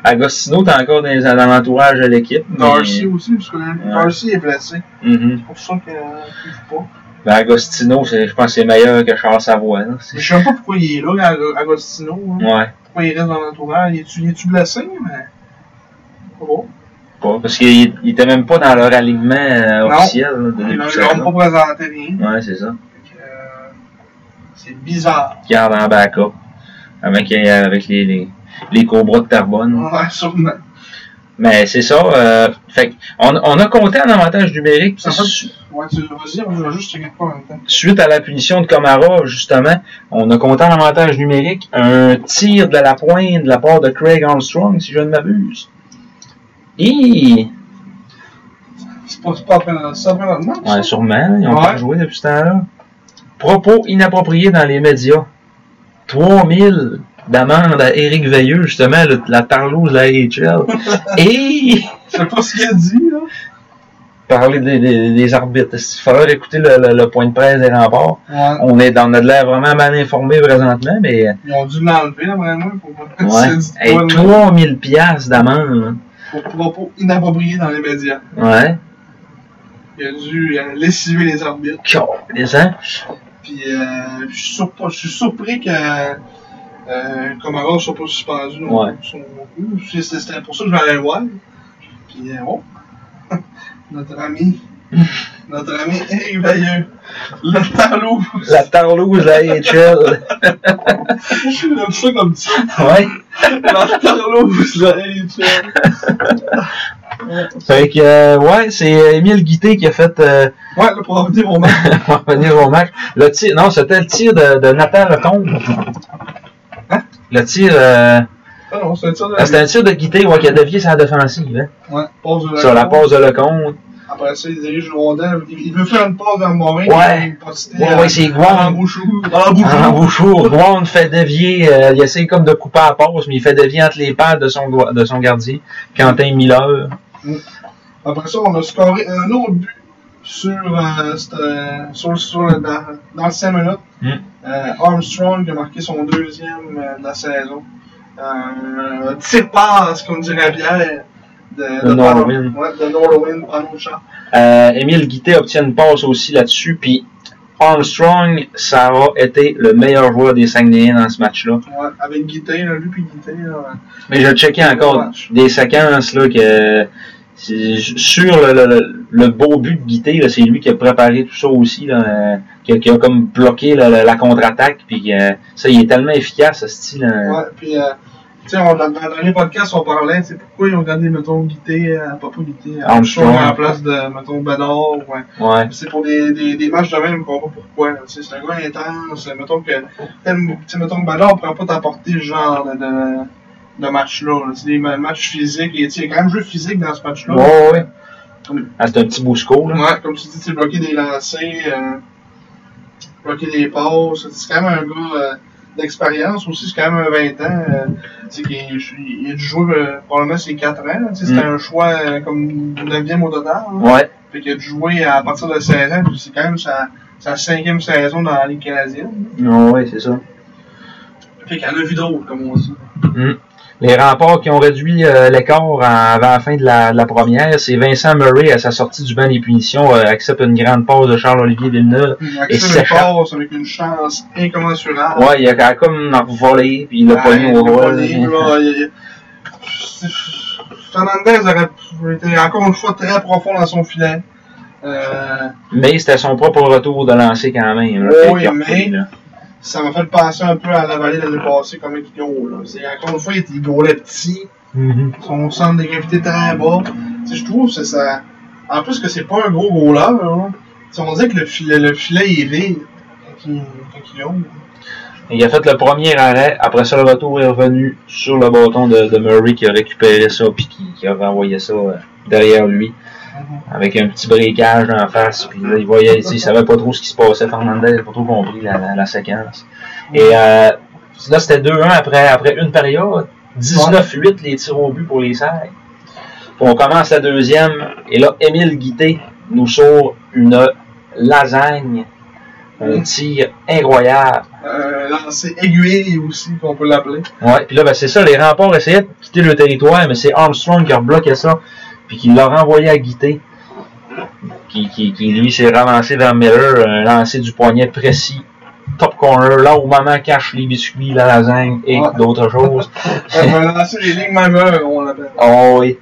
Agostino, t'es encore dans, les- dans l'entourage de l'équipe. mais-
Darcy aussi, parce que Darcy est blessé.
Mhm.
C'est pour ça qu'il joue pas.
Ben, Agostino, c'est- je pense que c'est meilleur que Charles Savoie. là. C'est-
Je sais même pas pourquoi il est là, Ag- Agostino. hein.
Ouais,
Pourquoi il reste dans l'entourage? Il est-tu, il est-tu blessé? Mais... Pas bon.
pas. Parce qu'il il était même pas dans leur alignement euh,
Non.
officiel. là, de-
Ils
depuis
l'ont
ce
ils l'ont
temps-là.
pas présenté rien.
Ouais, c'est ça.
Fait que, euh, c'est bizarre.
Garde en backup. Avec, euh, avec les, les, les cobras de Tarbonne.
Ouais, sûrement.
Mais c'est ça. Euh, fait que on, on a compté un avantage numérique.
Ça va?
Su-
Ouais, tu vas dire, je vais juste checker pas en même temps.
Suite à la punition de Camara, justement, on a compté un avantage numérique. Un tir de la pointe de la part de Craig Armstrong, si je ne m'abuse. Et
C'est pas, c'est pas après le- c'est après le- non,
ouais,
ça?
sûrement, ils ont
Ouais.
pas joué depuis ce temps-là. Propos inappropriés dans les médias. 3000 d'amende à Éric Veilleux, justement, le- la tarlouse de la HL. Et
Je sais pas ce qu'il a dit, là.
parler des, des- des arbitres. Il faudrait écouter le, le- le point de presse des remparts.
Ouais.
On est dans on a de l'air vraiment mal informé présentement, mais
Ils ont dû l'enlever, là, vraiment, pour pas
ouais.
c'est du
Hey,
poil, là,
3000 piastres d'amende. hein.
pour propos inappropriés dans les médias.
Ouais.
Il a dû euh, lessiver les arbitres.
Calisse, hein?
Puis euh, je suis surp- je suis surpris que euh, Camara ne soit pas suspendu. non
Ouais.
plus, non plus. C'est- c'est- C'était pour ça que je vais aller le voir. Puis euh, oh, notre ami, notre ami Eric Veilleux, le talou,
La tarlouse, la HL.
j'aime ça comme ça,
ouais.
le talou, le NHL.
Fait que, euh, ouais, c'est Émile Guité qui a fait, euh,
Ouais, là, pour revenir au match,
pour revenir au match, le tir, non, c'était le tir de, de Nathan Lecombe. Le tir, euh,
Ah non, c'est ça,
ah,
là,
c'était un tir de Guité, ouais, qui a dévié sa défensive, hein.
ouais, passe de
Sur la passe de Lecombe.
Après ça, il dirige le rondin, il il veut faire une passe vers Morin,
Ouais.
il passe
Ouais, ouais, c'est Ah,
en
Guam.
bouchou, en
En
bouchou.
bouchour, Brown fait dévier, euh, il essaie comme de couper à la passe, mais il fait dévier entre les pattes de son, doigt- de son gardien, Quentin Miller.
Après ça, on a scoré un autre but sur, euh, cette, euh, sur, sur- dans, dans le 5 minutes.
Mm.
Euh, Armstrong a marqué son deuxième euh, de la saison. Euh, tir passe, comme dirait Pierre, de,
De Norwin.
Ouais, de Norwin, pendant le champ.
Euh, Émile Guité obtient une passe aussi là-dessus, puis Armstrong, ça a été le meilleur joueur des Saguenayens dans ce match-là.
Ouais, avec Guité, là, lui puis Guité. là.
Mais je checkais encore des séquences là, que c'est- sur le, le- le- le beau but de Guité, là, c'est lui qui a préparé tout ça aussi, là, euh, qui, a, qui a comme bloqué la, la- la contre-attaque, puis euh, ça, il est tellement efficace, ce style. hein.
Ouais, puis, euh, tu sais, on- dans dans le dernier podcast, on parlait, c'est pourquoi ils ont gardé, mettons, Guité, euh, pas pour Guité, Armstrong
Armstrong.
à la place de, mettons, Bédard, ouais.
Ouais.
C'est pour des, des, des matchs de même qu'on voit pourquoi. là. Tu sais, C'est un gars intense. Mettons que, tel- tu sais, mettons que Ballard ne pourra pas t'apporter ce genre de, de, de match-là. là. C'est des ma- matchs physiques. Et, tu sais, il y a quand même jeu physique dans ce match-là.
Ouais, ouais. Ah, c'est un petit bousco, là.
Ouais, comme tu dis, tu bloquer des lancers, euh, bloquer des passes. C'est quand même un gars euh, d'expérience aussi. C'est quand même un 20 ans. euh, tu sais, qu'il- il, a dû jouer euh, probablement ses 4 ans. là. Tu sais, C'était
Mm.
un choix euh, comme 9e au total. là.
Ouais.
Fait que de jouer à partir de 16 ans, puis c'est quand même sa, sa cinquième saison dans la Ligue canadienne.
Non, ouais, c'est ça.
Fait qu'il en a vu d'autres, comme on dit.
Les remparts qui ont réduit euh, l'écart à- avant la fin de la, de la première, c'est Vincent Murray à sa sortie du banc des punitions euh, accepte une grande pause de Charles-Olivier Villeneuve.
Et
ça
ça passe avec une chance incommensurable.
Ouais, il a comme volé, puis il l'a
Ah,
pogné au
il l'a
rôle.
pogné,
là.
là, il- il- Fernandez aurait pu- été encore une fois très profond dans son filet. Euh,
Mais c'était son propre retour de lancer quand même. là,
Oui,
fait qu'il a repris,
mais-
là.
ça m'a fait penser un peu à la vallée de l'année passée, comme il go, là. C'est encore une fois, il était gaulait petit,
Mhm.
son centre de gravité très bas. Tu sais, je trouve que c'est ça. En plus que c'est pas un gros goaler, là. Tu sais, on dirait que le filet, le filet il est vide quand il, quand il ouvre.
Il a fait le premier arrêt, après ça le retour est revenu sur le bâton de, de Murray qui a récupéré ça, puis qui, qui a renvoyé ça euh, derrière lui, avec un petit breakage en face. Puis là, il voyait, tu sais, il savait pas trop ce qui se passait, Fernandez, il a pas trop compris la, la- la séquence. Et euh, là, c'était 2-1 après, après une période. 19-8 les tirs au but pour les Serres. Puis on commence la deuxième, et là, Émile Guité nous sort une lasagne, un tir incroyable.
Euh, lancé aiguille aussi, qu'on peut l'appeler.
Ouais, puis là, ben, c'est ça, les remparts essayaient de quitter le territoire, mais c'est Armstrong qui a bloqué ça, puis qui l'a renvoyé à Guité, qui, qui, qui, lui s'est ravancé vers Miller, un lancé du poignet précis, top corner, là où maman cache les biscuits, la lasagne et
Ouais.
d'autres choses.
Euh, Un lancé des lignes mameurs, on l'appelle.
Oh oui.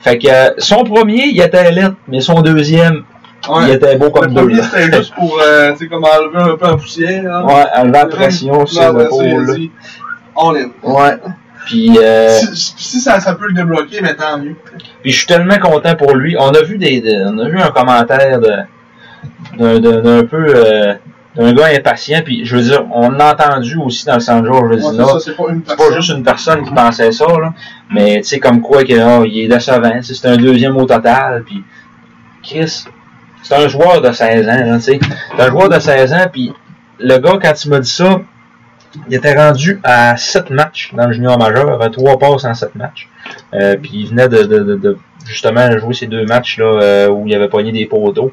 Fait que euh, son premier, il était lettre, mais son deuxième,
Ouais.
il était beau
le
comme deux.
premier,
là.
c'était juste pour euh, tu sais, comme enlever un peu la poussière. Là.
Ouais, enlever la pression sur
Là,
ses
après ça, il a
épaules.
dit, On est.
Ouais. Puis euh,
Si, si ça, ça peut le débloquer, mais tant mieux.
Puis je suis tellement content pour lui. On a vu des, de- on a vu un commentaire de d'un d'un- d'un peu euh, d'un gars impatient. Puis je veux dire, on l'a entendu aussi dans le San Jorge
Ouais,
Vézina.
c'est ça, c'est pas une
c'est pas
personne.
juste une personne qui pensait ça, là. mais tu sais, comme quoi que, oh, il est décevant, tu sais, c'est un deuxième au total, puis Chris, c'est un joueur de 16 ans, là, tu sais. c'est un joueur de 16 ans, puis le gars, quand il m'a dit ça, il était rendu à 7 matchs dans le junior majeur, à 3 passes en 7 matchs, Euh, puis il venait de, de- de- de, justement jouer ces deux matchs là, euh, où il avait pogné des poteaux.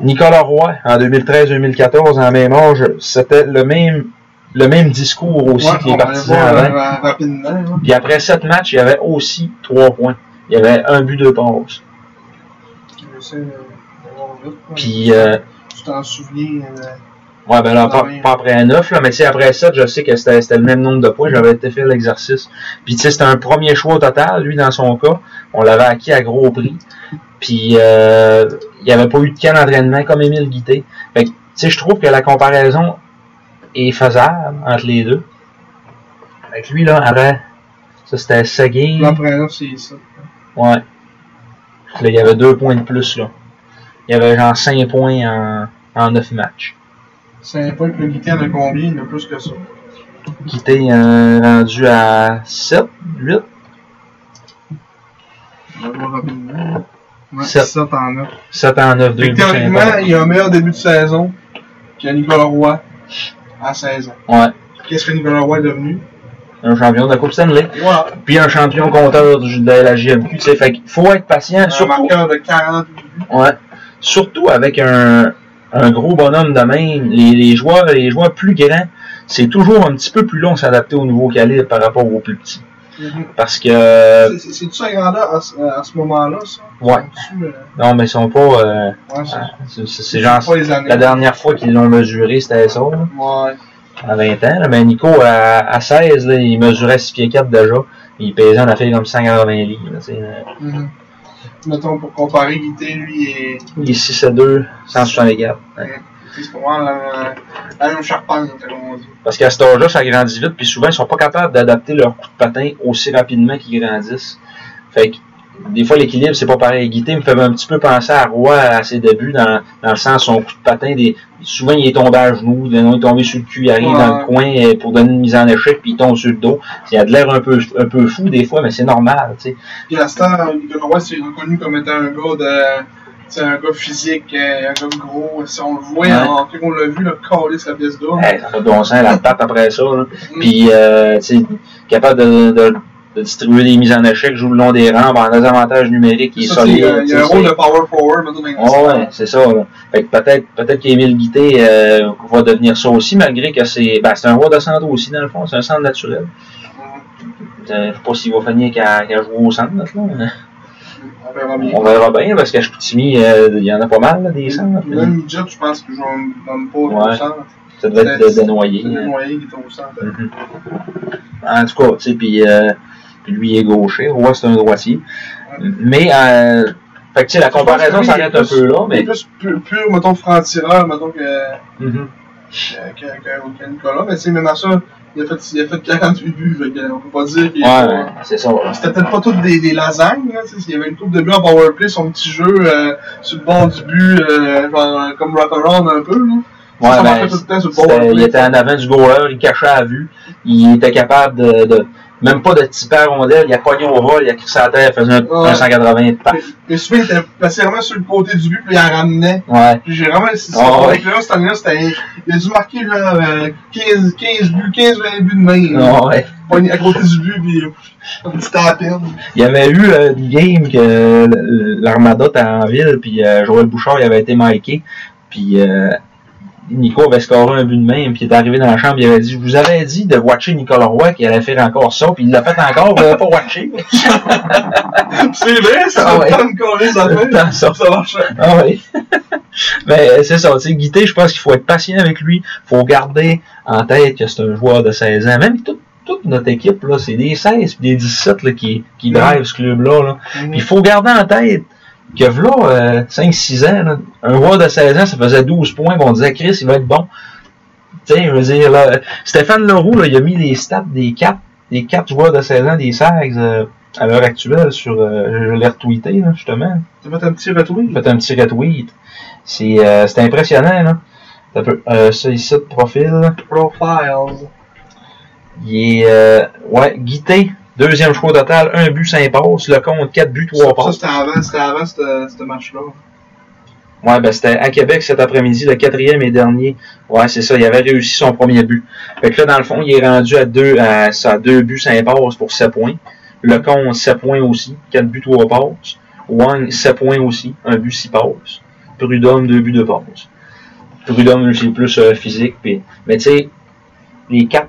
Nicolas Roy, en 2013-2014, en même âge, c'était le même, le même discours aussi
Ouais,
que
on
les
va
partisans
le voir,
avant.
euh, rapidement. là.
Puis après sept matchs, il y avait aussi trois points. Il y avait un but de passe.
Je vais essayer de- de voir vite, là.
Puis, euh,
Tu t'en souviens. euh,
ouais, ben là, pas,
Ouais.
pas après neuf, là, mais tu sais, après sept, je sais que c'était c'était le même nombre de points. J'avais été faire l'exercice. Puis, tu sais, c'était un premier choix au total, lui, dans son cas. On l'avait acquis à gros prix. Puis, euh, il n'y avait pas eu de camp d'entraînement comme Émile Guité. Fait que, tu sais, je trouve que la comparaison est faisable entre les deux. Avec lui, là, avant, ça, c'était Seguin.
L'après là, c'est ça.
Ouais. Là, il y avait deux points de plus, là. Il y avait genre 5 points en, en 9 matchs.
C'est un point que le guitar de combien, il y en a plus que ça.
Qui était euh, rendu à 7, 8.
On va le voir rapidement. Ouais,
Sept.
7 en 9.
7 en 9, 2
Fait que théoriquement, il y a un meilleur début de saison que Nicolas Roy à 16 ans.
Ouais.
Qu'est-ce que Nicolas Roy est devenu?
Un champion de la Coupe Stanley.
Voilà.
Puis un champion compteur du- de la JMQ. Tu sais, fait qu'il faut être patient.
Un
surtout,
marqueur de 40
ouais, surtout avec un, un gros bonhomme de même. Les, les joueurs, les joueurs plus grands, c'est toujours un petit peu plus long de s'adapter au nouveau calibre par rapport aux plus petits. Parce que, euh,
C'est- c'est- C'est-tu sa grandeur à, ce- à ce moment-là, ça?
ouais.
Tu, euh,
Non, mais ils sont pas. euh,
ouais, c'est-
C'est- C'est c'est genre
pas les années.
Ah, la dernière fois qu'ils l'ont mesuré, c'était ça, là,
Ouais.
à 20 ans. là. Mais Nico, à, à 16, là, il mesurait 6 pieds 4 déjà. Il pesait en affaire comme 180 livres. là, tu sais, là.
Mhm. Mettons, pour comparer, Guité, lui, est...
Il est 6 à 2, 164. ouais.
c'est pour moi la, la même charpente, comme on dit.
Parce qu'à cet âge-là, ça grandit vite, puis souvent, ils sont pas capables d'adapter leur coup de patin aussi rapidement qu'ils grandissent. Fait que, des fois, l'équilibre, c'est pas pareil. Guité me fait un petit peu penser à Roy à ses débuts, dans, dans le sens, son coup de patin, des, souvent, il est tombé à genoux, le nom est tombé sur le cul, il arrive
Ouais.
dans le coin euh, pour donner une mise en échec, puis il tombe sur le dos. Il a de l'air un peu, un peu fou, des fois, mais c'est normal, tu sais.
Puis à ce temps, Nicolas Roy s'est reconnu comme étant un gars de. C'est un gars physique, euh, un gars gros. Si on le voit,
Ouais.
en- quand on l'a vu, le coller sa pièce d'or.
Hey, ça n'a pas de bon sens, la patte après ça, là. Puis, euh, tu sais, capable de, de- de distribuer des mises en échec, joue le long des rampes, en désavantage numérique, il est
Ça, c'est-
solide.
euh, Il y a un
tu sais,
rôle
c'est-
de power forward maintenant dans les
Ah ouais, c'est ça. là. Fait que peut-être peut-être qu'Émile Guité euh, va devenir ça aussi, malgré que c'est ben, c'est un roi de centre aussi, dans le fond. C'est un centre naturel. Euh, je sais pas s'il va finir qu'à qu'à jouer au centre. Là.
On verra bien.
On verra bien, parce qu'à Chicoutimi, euh, il y en a pas mal, là, des centres.
Même Midget, je pense que je donne pas
Ouais.
au centre.
Ça devait être hein. de, de noyer.
C'est le noyer qui est au centre.
Mhm. En tout cas, tu sais, puis euh, puis lui il est gaucher, Roy c'est un droitier. Mais, euh, fait que, tu sais, la comparaison s'arrête un peu là,
Il est
mais.
plus pu- pur, mettons, franc-tireur, mettons, que,
Mhm.
que, que, que- que Nicolas. Mais tu sais, même à ça, il a fait, il a fait 48 buts. fait que on peut pas dire qu'il est-
Ouais, ouais, c'est ça. ouais.
Ah, C'était peut-être pas toutes des, des lasagnes, là, tu sais, il y avait une coupe de but en powerplay, son petit jeu euh, sur le bord du but, euh, genre euh, comme wraparound un peu. Là.
Ouais,
ça
ben,
marchait tout le temps sur le
C'était- il
powerplay.
était en avant du goaler, il cachait à vue. Il était capable de, de- même pas de typer à rondelle, il a pogné au vol, il a crissé à terre, il faisait un,
Ouais.
un 180 de paf.
Le Smith était passé vraiment sur le côté du but, puis il en ramenait.
Ouais.
Puis j'ai vraiment. C'est
Ah, ouais.
là cette année-là, c'était. Il a dû marquer genre euh, 15, 15 buts, 15-20 buts de main. là.
Non, ouais.
Pogné à côté du but, puis euh, un petit temps à peine.
Il y avait eu euh, une game que euh, l'Armada était en ville, puis euh, Joël Bouchard il avait été marqué, puis euh, Nico avait scoré un but de main, puis il est arrivé dans la chambre, il avait dit Je vous avais dit de watcher Nicolas Roy, qu'il allait faire encore ça, puis il l'a fait encore, vous l'avez pas watché.
c'est vrai, ça
Ah,
va
ouais.
pas me coller sa main.
Dans ça.
Ça marche.
Ah oui. Mais euh, c'est ça, tu sais, Guité, je pense qu'il faut être patient avec lui. faut garder en tête que c'est un joueur de 16 ans. Même toute, toute notre équipe, là, c'est des 16 puis des 17 là, qui, qui
Mm.
drivent ce club-là. Là. Puis il faut garder en tête que voilà, 5-6 ans, là, un joueur de 16 ans, ça faisait 12 points qu'on disait Chris, il va être bon. Tu sais, je veux dire, là, Stéphane Leroux, là, il a mis les stats des 4, des 4 joueurs de 16 ans, des 16 euh, à l'heure actuelle sur. euh, je l'ai retweeté, là, justement.
Tu vas un petit retour.
Faites un petit retweet. C'est euh, c'est impressionnant, là. Ça, peut, euh, ça ici, de profil.
Profiles.
Il est, euh, ouais, Guité, deuxième choix au total, un but, 5 passes, le compte, 4 buts, 3
Ça,
passes.
c'était avant, c'était avant ce ce match-là.
Ouais, ben c'était à Québec cet après-midi, le quatrième et dernier. Ouais, c'est ça, il avait réussi son premier but. Fait que là, dans le fond, il est rendu à deux, à, ça, deux buts, 5 passes pour 7 points. Le compte, 7 points aussi, 4 buts, 3 passes. Wang, 7 points aussi, un but, 6 passes. Prudhomme, 2 buts, 2 passes. Prudhomme, lui, c'est plus euh, physique. Pis... Mais tu sais, les 4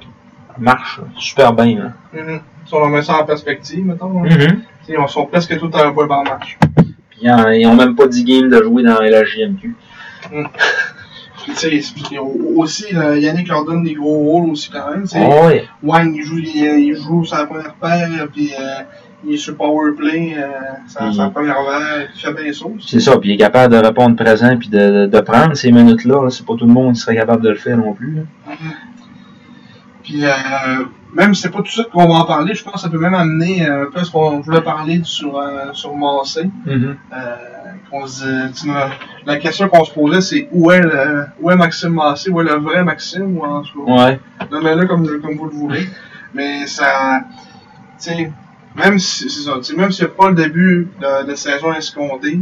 marchent super bien. hein. Là.
Mhm. Si on met ça en perspective, mettons, hein. là,
Mhm.
tu sais, ils sont presque tous à un point par match.
Puis ils en- ils ont même pas 10 games de jouer dans la JMQ.
Tu sais, c'est- puis au- aussi, là, Yannick leur donne des gros rôles aussi quand même. tu sais.
ouais.
Wang, il joue, il, euh, il joue sa première paire, puis euh, il est sur powerplay, euh, sa,
Mhm.
sa première verre, il fait bien les sauces.
C'est ça, puis il est capable de répondre présent puis de, de prendre ces minutes-là. là. C'est pas tout le monde qui serait capable de le faire non plus. là.
Mhm. Puis, euh, même si c'est pas tout de suite qu'on va en parler, je pense que ça peut même amener euh, un peu à ce qu'on voulait parler sur, euh, sur Massé. Euh, qu'on se disait- tu sais, la question qu'on se posait, c'est où est, le, où est Maxime Massé, où est le vrai Maxime, ou en tout cas,
Ouais.
nommez-le comme, comme vous le voulez. Mais ça, tu sais, même si c'est ça, tu sais, même s'il n'y a pas le début de, de saison escompté,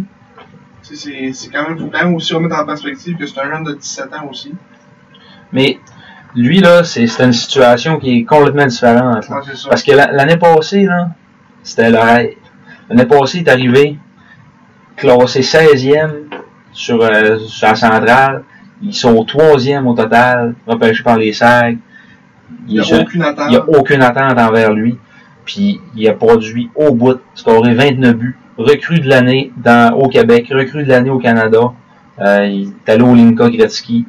tu sais, c'est c'est quand même, faut quand même aussi remettre en perspective que c'est un jeune de 17 ans aussi.
Mais lui, là, c'est c'est une situation qui est complètement différente. là.
Ouais, c'est ça.
Parce que la- l'année passée, là, c'était le rêve. L'année passée, il est arrivé classé 16e sur, euh, sur la centrale. Ils sont 3e au total, repêchés par les SAG.
Il n'y
Il est
a
jeune.
aucune attente.
Il n'y a aucune attente envers lui. Puis il a produit au bout, scoré 29 buts, recrue de l'année dans- au Québec, recrue de l'année au Canada. Euh, il est allé au Linka Gretzky.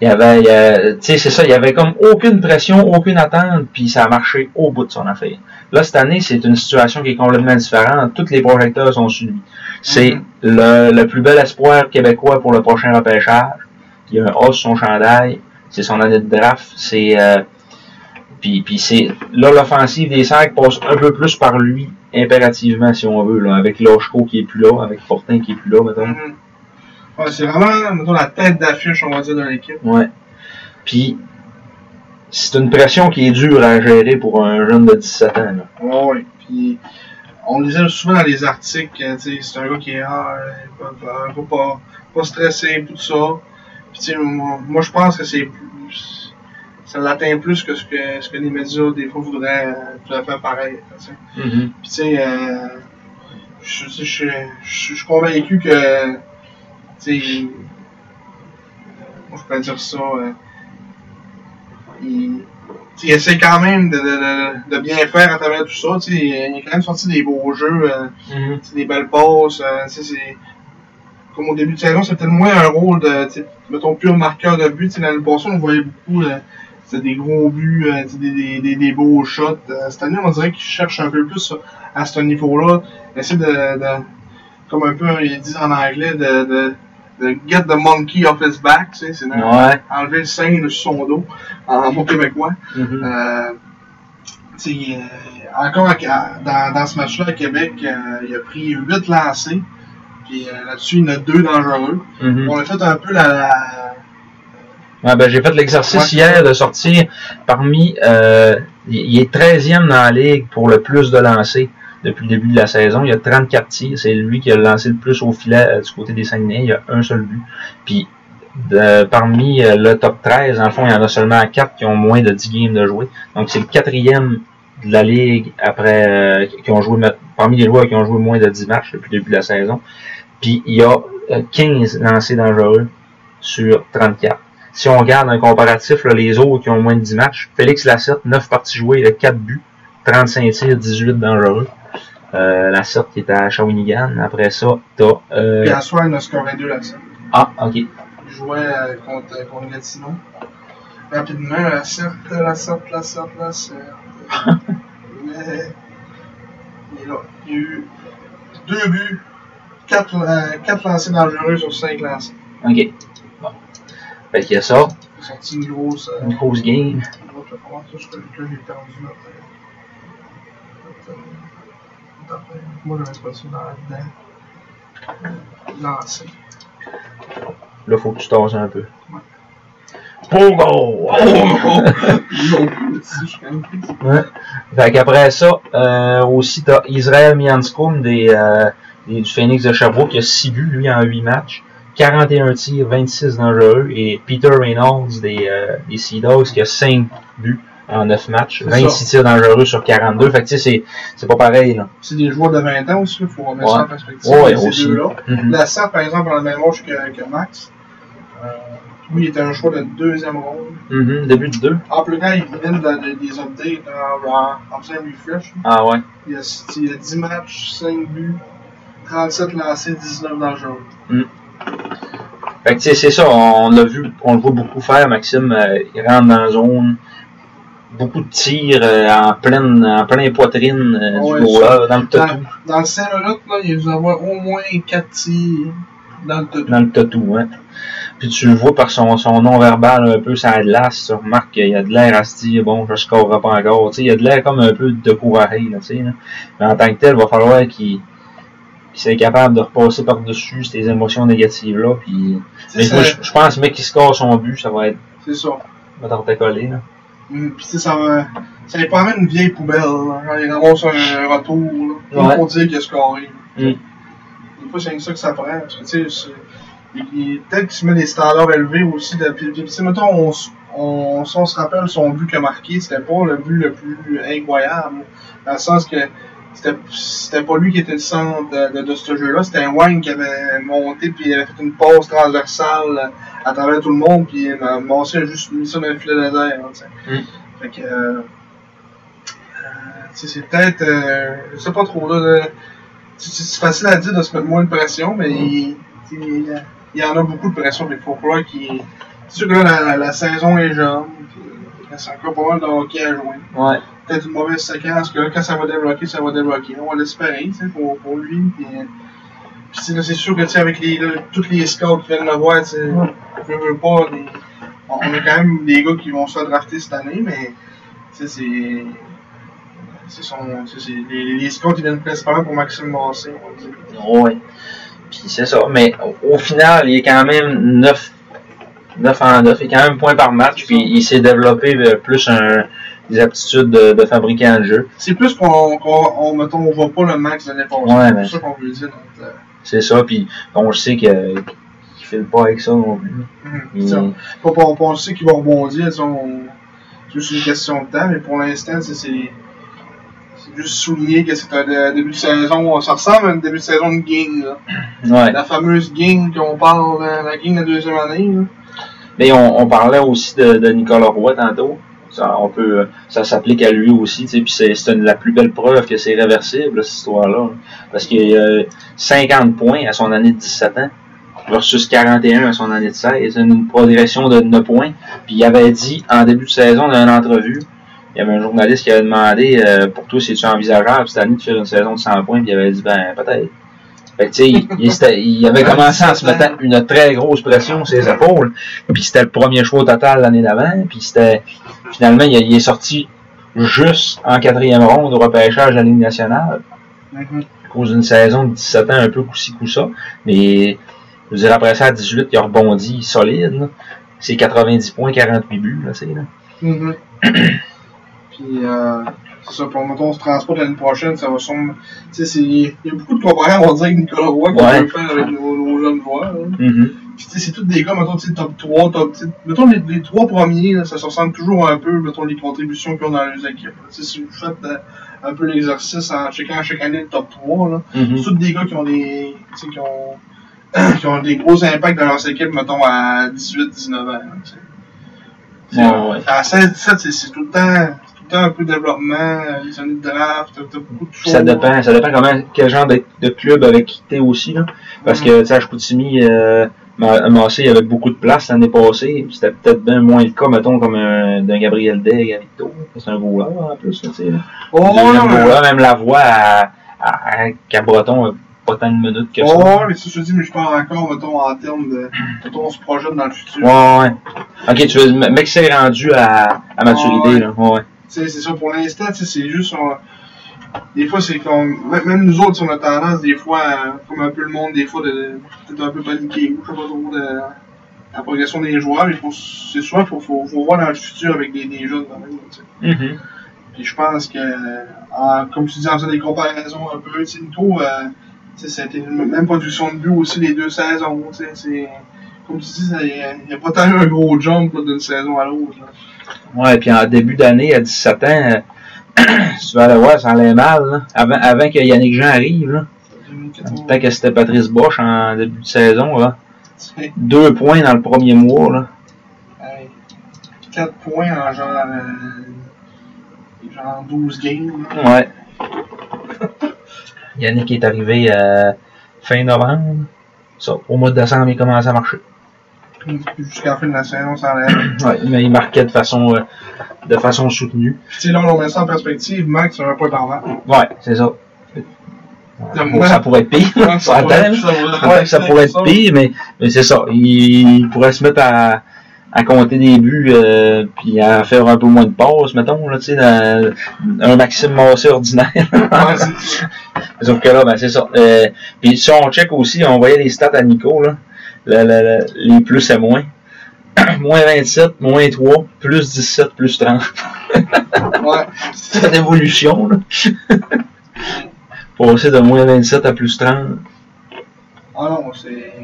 Il y avait, il y a- tu sais, c'est ça, il y avait comme aucune pression, aucune attente, puis ça a marché au bout de son affaire. Là, cette année, c'est une situation qui est complètement différente. Tous les projecteurs sont sur lui. C'est
Mhm.
le, le plus bel espoir québécois pour le prochain repêchage. Il y a un os sur son chandail. C'est son année de draft. C'est euh, puis, puis c'est là l'offensive des sacs passe un peu plus par lui impérativement si on veut là, avec Lochko qui est plus là, avec Fortin qui est plus là mettons.
Mhm. Ouais, c'est vraiment, mettons, la tête d'affiche, on va dire, de l'équipe.
Ouais. Puis c'est une pression qui est dure à gérer pour un jeune de 17 ans. Là.
Ouais, puis on lisait souvent dans les articles, que, tu sais, c'est un gars qui est ah, euh, pas, pas, pas- pas- pas stressé, tout ça. Puis tu sais, moi, moi, je pense que c'est ça l'atteint plus que ce que, ce que les médias, des fois, voudraient euh, tout à fait pareil. tu sais.
Mhm.
Puis, tu sais, euh, je je- je- je- je suis convaincu que, tu sais, euh, comment je pourrais dire ça, euh, il, tu sais, il essaie quand même de, de- de- de bien faire à travers tout ça. Tu sais, il a quand même sorti des beaux jeux, euh, tu sais, des belles passes. euh, tu sais, c'est- comme au début de saison, c'était peut-être moins un rôle de, tu sais, mettons, pur marqueur de but. Tu sais, L'année passée, on voyait beaucoup euh, c'était des gros buts, euh, tu sais, des, des, des, des beaux shots. Euh, cette année, on dirait qu'ils cherchent un peu plus à ce niveau-là. Essayer de, de- comme un peu hein, ils disent en anglais, de, de, de get the monkey off his back. Tu sais, c'est de-
Ouais.
enlever le singe sur son dos, en mot québécois.
Mhm.
Euh, tu sais, euh, encore à- à- dans, dans ce match-là à Québec, euh, il a pris 8 lancés. Puis euh, là-dessus, il y en a 2 dangereux.
Mhm.
On a fait un peu la. la-
Ouais, ben, j'ai fait l'exercice
Ouais.
hier de sortir parmi. euh, il il est 13e dans la ligue pour le plus de lancers depuis le début de la saison. Il y a 34 tirs. C'est lui qui a lancé le plus au filet euh, du côté des Saguenay. Il y a un seul but. Puis, de- parmi euh, le top 13, en fond, il y en a seulement 4 qui ont moins de 10 games de jouer. Donc, c'est le quatrième de la ligue après euh, qui ont joué ma- parmi les joueurs qui ont joué moins de 10 matchs depuis le début de la saison. Puis, il y a euh, 15 lancers dangereux sur 34 si on regarde un comparatif, là, les autres qui ont moins de 10 matchs, Félix Lassette, 9 parties jouées, il a 4 buts, 35 tirs, 18 dangereux. Euh, Lassette qui est à Shawinigan. Après ça, t'as... euh,
Puis à soir, il en a scoré 2 là-dessus.
Ah, ok.
Il jouait euh, contre, euh, contre Gatineau. Rapidement, la certe, la certe, la certe, la certe. Mais il est là. Il y a eu 2 buts, 4 lancers dangereux sur 5 lancers.
Ok. Bon. Fait qu'il y a ça,
Il a sorti une grosse. euh,
une grosse game.
une autre- comment ça, je peux- que j'ai perdu là, euh, euh, Moi, j'avais pas ça dans Euh, dedans. Lancer.
Là, faut que tu tasses un peu. Pogo!
Oh! Non plus, si je connais plus.
Fait qu'après ça, euh, aussi, t'as Israël Mianskoum des, euh, des- du Phoenix de Sherbrooke qui a 6 buts, lui, en 8 matchs. 41 tirs, 26 dangereux. Et Peter Reynolds des, euh, des Sea Dogs qui a 5 buts en 9 matchs.
C'est
26 tirs dangereux sur 42. Fait que tu sais, c'est- c'est pas pareil, là.
C'est des joueurs de 20 ans aussi, il faut remettre
Ouais.
ça en perspective.
Ouais,
ces
aussi.
deux-là.
Mhm.
La SAP, par exemple, a la même âge que, que Max. Euh, lui, il était un choix de deuxième ronde.
Mhm, Début de 2.
En plus, quand il vient dans des- des updates en, en, en faisant un refresh,
Ah ouais.
il a, il a 10 matchs, 5 buts, 37 lancés, 19 dangereux.
Fait que tu sais, c'est ça, on l'a vu, on le voit beaucoup faire, Maxime, euh, il rentre dans la zone, beaucoup de tirs euh, en pleine en plein poitrine euh,
Ouais,
du goal,
ça.
euh, dans le tatou.
Dans le 5 minutes, là, il va avoir au moins 4 tirs dans le total.
dans le tatou, hein. Puis tu le vois par son, son nom verbal un peu, ça glace, tu remarques qu'il y a de l'air à se dire, bon, je scorerai pas encore, tu sais, il y a de l'air comme un peu de Kouvaré, là, tu sais, là. Mais en tant que tel, il va falloir qu'il qu'il soit capable de repasser par-dessus ces émotions négatives-là, puis... Mais
C'est ça.
moi, je, je pense, mec, qui score son but, ça va être,
C'est ça.
va t'en coller, là.
Hum, Puis tu sais, ça va. Ça lui permet une vieille poubelle, là. Quand il ramasse un retour, là.
Ouais.
Pour dire qu'il a scoré.
Hum.
Des fois, c'est ça que ça prend. Parce que tu sais, c'est- il- il- peut-être qu'il se met des standards élevés aussi. De, puis, puis, tu sais, mettons, on, s- on, si on se rappelle son but qu'il a marqué, c'était pas le but le plus incroyable. Dans le sens que c'était c'était pas lui qui était le centre de, de, de ce jeu-là, c'était un Wayne qui avait monté puis il avait fait une pause transversale à travers tout le monde puis euh, Massé a juste mis ça dans le filet désert. Hein, tu sais.
Mm.
Fait que euh, euh, tu sais, c'est peut-être euh, je sais pas trop là. là, c'est- c'est c'est facile à dire de se mettre moins de pression, mais il, tu sais, il- il y en a beaucoup de pression, mais il faut croire qu'il. C'est sûr que là, la, la- la saison est jeune, puis il reste encore pas mal de hockey à jouer
Ouais.
peut-être une mauvaise séquence, que là, quand ça va débloquer, ça va débloquer. On va l'espérer, tu sais, pour, pour lui. Puis, euh, puis, tu sais, là, c'est sûr que, tu sais, avec les, là, tous les scouts qui viennent le voir, tu sais, je veux pas, des- on on a quand même des gars qui vont se faire drafter cette année, mais, tu sais, c'est... C'est son, tu sais, c'est- les, les scouts, ils viennent principalement pour Maxime Massé, on va dire.
Ouais. Puis c'est ça. Mais au, au final, il est quand même 9, 9 en 9. Il est quand même point par match. Puis il s'est développé euh, plus un- des aptitudes de, de fabricant de jeu.
C'est plus qu'on, qu'on, on, mettons, on voit pas le max de l'année passée.
Ouais,
c'est
mais-
ça qu'on veut dire. donc, euh,
C'est ça. Puis on le sait que- qu'il file pas avec ça non plus.
hum,
Il-
tu sais, on- pas- pas- on sait qu'il va rebondir, tu sais, on- juste une question de temps, mais pour l'instant, c'est- c'est c'est juste souligner que c'est un euh, début de saison, ça ressemble à un début de saison de gang, là.
Ouais.
La fameuse gang qu'on parle, euh, la gang de la deuxième année, là.
Mais on, on parlait aussi de, de Nicolas Roy tantôt. Ça, on peut, euh, ça s'applique à lui aussi, tu sais, puis c'est c'est une- la plus belle preuve que c'est réversible, cette histoire-là. Parce qu'il a 50 points à son année de 17 ans, versus 41 à son année de 16, une, une progression de 9 points. Puis il avait dit, en début de saison, dans une entrevue, il y avait un journaliste qui avait demandé, euh, pour toi, c'est-tu envisageable cette année de faire une saison de 100 points, puis il avait dit, ben, peut-être. Fait que, tu sais, il, il s'était- il avait commencé en se mettant une très grosse pression sur les épaules puis c'était le premier choix au total l'année d'avant, puis c'était finalement il, il est sorti juste en quatrième ronde au repêchage de la Ligue nationale, à cause d'une saison de 17 ans un peu coup-ci coup-ça, mais je veux dire, après ça, à 18, il a rebondi solide, là. c'est 90 points, 48 buts, là, c'est là. Mm-hmm.
Mhm. Puis, euh, c'est ça, pour mettons, on se transporte l'année prochaine, ça va sûrement. Tu sais, c'est- il y a beaucoup de comparaisons, on va dire, avec Nicolas Roy qu'on
Ouais.
peut faire avec nos, nos jeunes voix. là. Puis, tu sais, c'est tous des gars, mettons, tu sais, top 3, top. tu sais, Mettons, les, les trois premiers, là, ça se ressemble toujours un peu, mettons, les contributions qu'ils ont dans les équipes. là. Tu sais, si vous faites euh, un peu l'exercice en checkant chaque année le top 3, là, c'est tous des gars qui ont des. Tu sais, qui ont. qui ont des gros impacts dans leurs équipes, mettons, à 18-19 ans. là, tu sais.
Ouais, ouais.
À 16-17, c'est- c'est tout le temps. c'est tout le temps un peu de développement, euh, les années de draft, t'as t'as beaucoup de
Puis
choses.
Ça dépend, ça dépend comment, quel genre de, de club avec qui t'es aussi, là.
Mm-hmm.
Parce que, tu sais, à Chicoutimi, euh, Ma- Massé, il y avait beaucoup de place l'année passée. puis C'était peut-être bien moins le cas, mettons, comme un- d'un Gabriel Day, Gavito. C'est un voleur, en plus, là, tu sais. là.
Oh,
Deuxième
ouais, mais-
voleur, même la voix à, à, à Cabreton, euh, pas tant de minutes que ça.
oh, ouais, mais ça, je te dis, mais je parle encore, mettons, en termes de. Mettons, on se projette dans le futur.
Ouais, ouais. Ok, tu veux, mec, c'est rendu à, à maturité,
Ouais.
là. Ouais.
Tu sais, c'est ça, pour l'instant, tu sais, c'est juste. on- Des fois, c'est qu'on. Même même nous autres, on a tendance, des fois, à- comme un peu le monde, des fois, de peut-être un peu paniquer ou je sais pas trop de la progression des joueurs. Mais faut- c'est souvent, il faut, faut, faut voir dans le futur avec des, des jeunes quand même. tu sais. Mm-hmm. Puis je pense que, euh, en- comme tu dis, en faisant des comparaisons un peu, tu sais, Nico, euh, tu sais, c'était une même production de but aussi les deux saisons. tu sais, c'est- Comme tu dis, il n'y a, pas tant eu un gros jump là, d'une saison à l'autre. là.
Ouais, puis en début d'année, à 17 ans, euh, si tu vas aller voir, ça allait mal, là. Avant, avant que Yannick Jean arrive, là. Tant que c'était Patrice Bosch en début de saison, là.
C'est-
Deux points dans le premier mois, là.
hey, Quatre points en genre, euh, genre 12 games. là.
Ouais. Yannick est arrivé euh, fin novembre. Ça, au mois de décembre, il commençait à marcher.
Puis Jusqu'à la fin de la saison, ça allait.
Ouais, mais il marquait de façon, euh, de façon soutenue.
Puis, tu sais, là, on met ça en perspective. Max, c'est un point par match.
Ouais, c'est ça.
moi-
ça pourrait être pire. on
Ça
s'entend.
pourrait être- ça pourrait-
Ouais, ça pourrait être pire, mais, mais c'est ça. Il, il pourrait se mettre à, à compter des buts, euh, puis à faire un peu moins de passes, mettons, là, tu sais, dans- un maximum assez ordinaire.
Ouais, c'est-
Sauf que là, ben, c'est ça. Euh, puis si on check aussi, on voyait les stats à Nico, là, Le- le- le- les plus et moins. moins 27, moins 3, plus 17, plus 30.
ouais.
C'est une évolution, là. Passer de moins 27 à plus 30.
Ah non, c'est.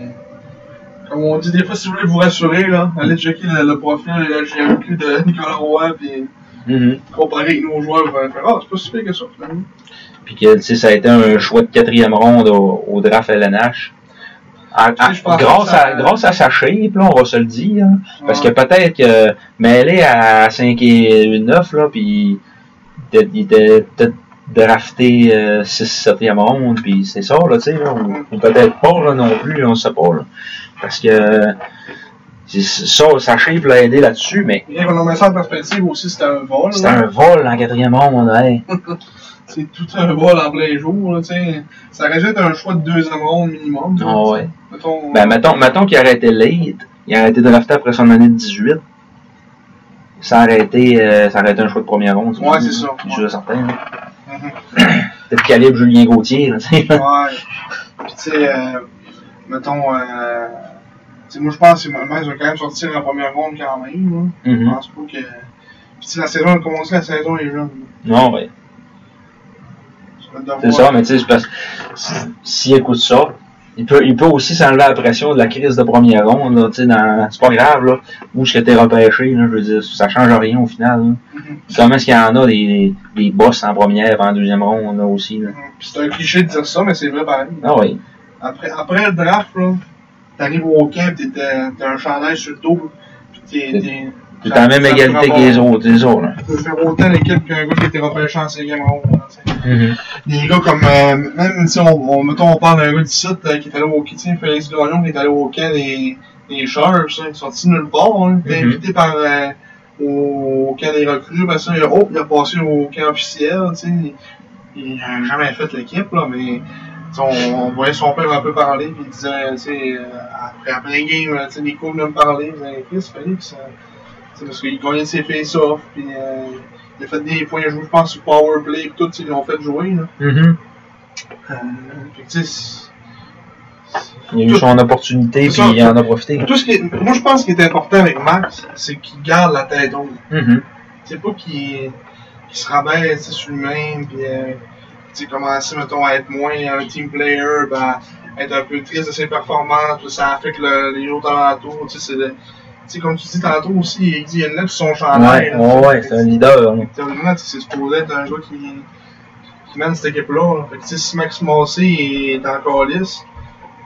Comme on dit, des fois, si vous voulez vous rassurer, là, allez checker le, le profil et la GMQ de Nicolas Roy, puis
Mm-hmm.
comparer avec nos joueurs, vous allez faire Ah, c'est pas si pire que ça, finalement.
Puis que, tu sais, ça a été un choix de quatrième ronde au, au draft LNH. En- en-
je pense
grâce,
que ça-
à, grâce à sa shape, là, on va se le dire. hein. Parce que
Ouais.
peut-être que mêlé à 5 et 9, là, puis il était- il était peut-être drafté 6-7e ronde, puis c'est ça, là, tu sais, là, ou, ou peut-être pas, là, non plus, on sait pas, là. Parce que c'est- ça, sa shape l'a aidé là-dessus, mais
Et quand on met ça en perspective aussi, c'était un vol.
c'était
là.
un vol en quatrième ronde, hein. hey.
C'est tout un vol en plein jour, là, tu sais. Ça rejette un choix de deuxième ronde minimum. là,
Ah ouais.
Mettons. euh,
Ben, mettons, mettons qu'il aurait été late, il aurait été drafté après son année de 18. Ça aurait été, euh, ça aurait été un choix de première ronde.
Ouais, c'est ça.
Je suis certain. là.
Mhm.
Peut-être calibre Julien Gauthier, là, tu sais.
Ouais. Puis, tu sais, euh, mettons, euh, tu sais, moi, je pense que maintenant, ils vont quand même sortir en première ronde quand même, là. Je
Mhm.
pense pas que. Puis, tu sais, la saison, comme on dit, la saison est jeune. là.
Non, ouais.
Ça va devoir-
C'est ça, mais tu sais, c'est parce que si- s'il écoute ça, il peut, il peut aussi s'enlever la pression de la crise de première ronde. là, tu sais, dans- C'est pas grave, là. Où est-ce que t'es repêché, là, je veux dire, ça change rien au final. là.
Mhm.
Comment est-ce qu'il y en a des, des, des boss en première, en deuxième ronde, là aussi, là?
C'est un cliché de dire ça, mais c'est vrai pareil.
Ah oui.
Après, après le draft, là, t'arrives au camp, t'es- t'as t'as un chandail sur le dos, pis t'es. t'es-
Tout en même
ça te
égalité que
rapporte.
les autres, les autres, hein. là.
Tu peux faire autant l'équipe qu'un gars qui était repêché en 5 round. là, tu sais. Des gars comme, euh, même si on, on- mettons, on parle d'un gars du site euh, qui est allé au qui tient Félix Gagnon, qui est allé au camp des, des Sharks, hein, qui sont sortis nulle part, hein, Il était
Mhm.
invité par, euh, au, camp des recrues, ben ça, il a, oh, il a passé au camp officiel, tu sais, il il a jamais fait l'équipe, là, mais, tu sais, on, on voyait son père un peu parler, puis il disait, tu sais, euh, après, après les games, euh, tu sais, les coachs venaient me parler, ils disaient, Chris, Félix, euh, tu sais, parce qu'il gagnait ses face-off, puis euh, il a fait des points, je pense, sur power play, puis tout, tu sais, ils l'ont fait jouer, là. Euh, fait que, tu sais, c'est-
Il a eu son opportunité, puis
Ça,
il en a profité.
tout ce qui est- moi, je pense qu'il est important avec Max, c'est qu'il garde la tête haute.
Mhm.
C'est pas qu'il qu'il se rabaisse tu sais, sur lui-même, puis euh, tu sais, commencer, mettons, à être moins un team player, ben, être un peu triste de ses performances, puis ça affecte le- les autres alentours. Tu sais, c'est de- tu sais, comme tu dis tantôt aussi, il dit, il y a une lettre sur son chandail.
Ouais,
là,
ouais,
tu sais,
ouais, c'est un leader, là.
Théoriquement, tu sais, c'est supposé être un gars qui, qui mène cette équipe-là. là. Fait que, tu sais, si Max Massé est en calice,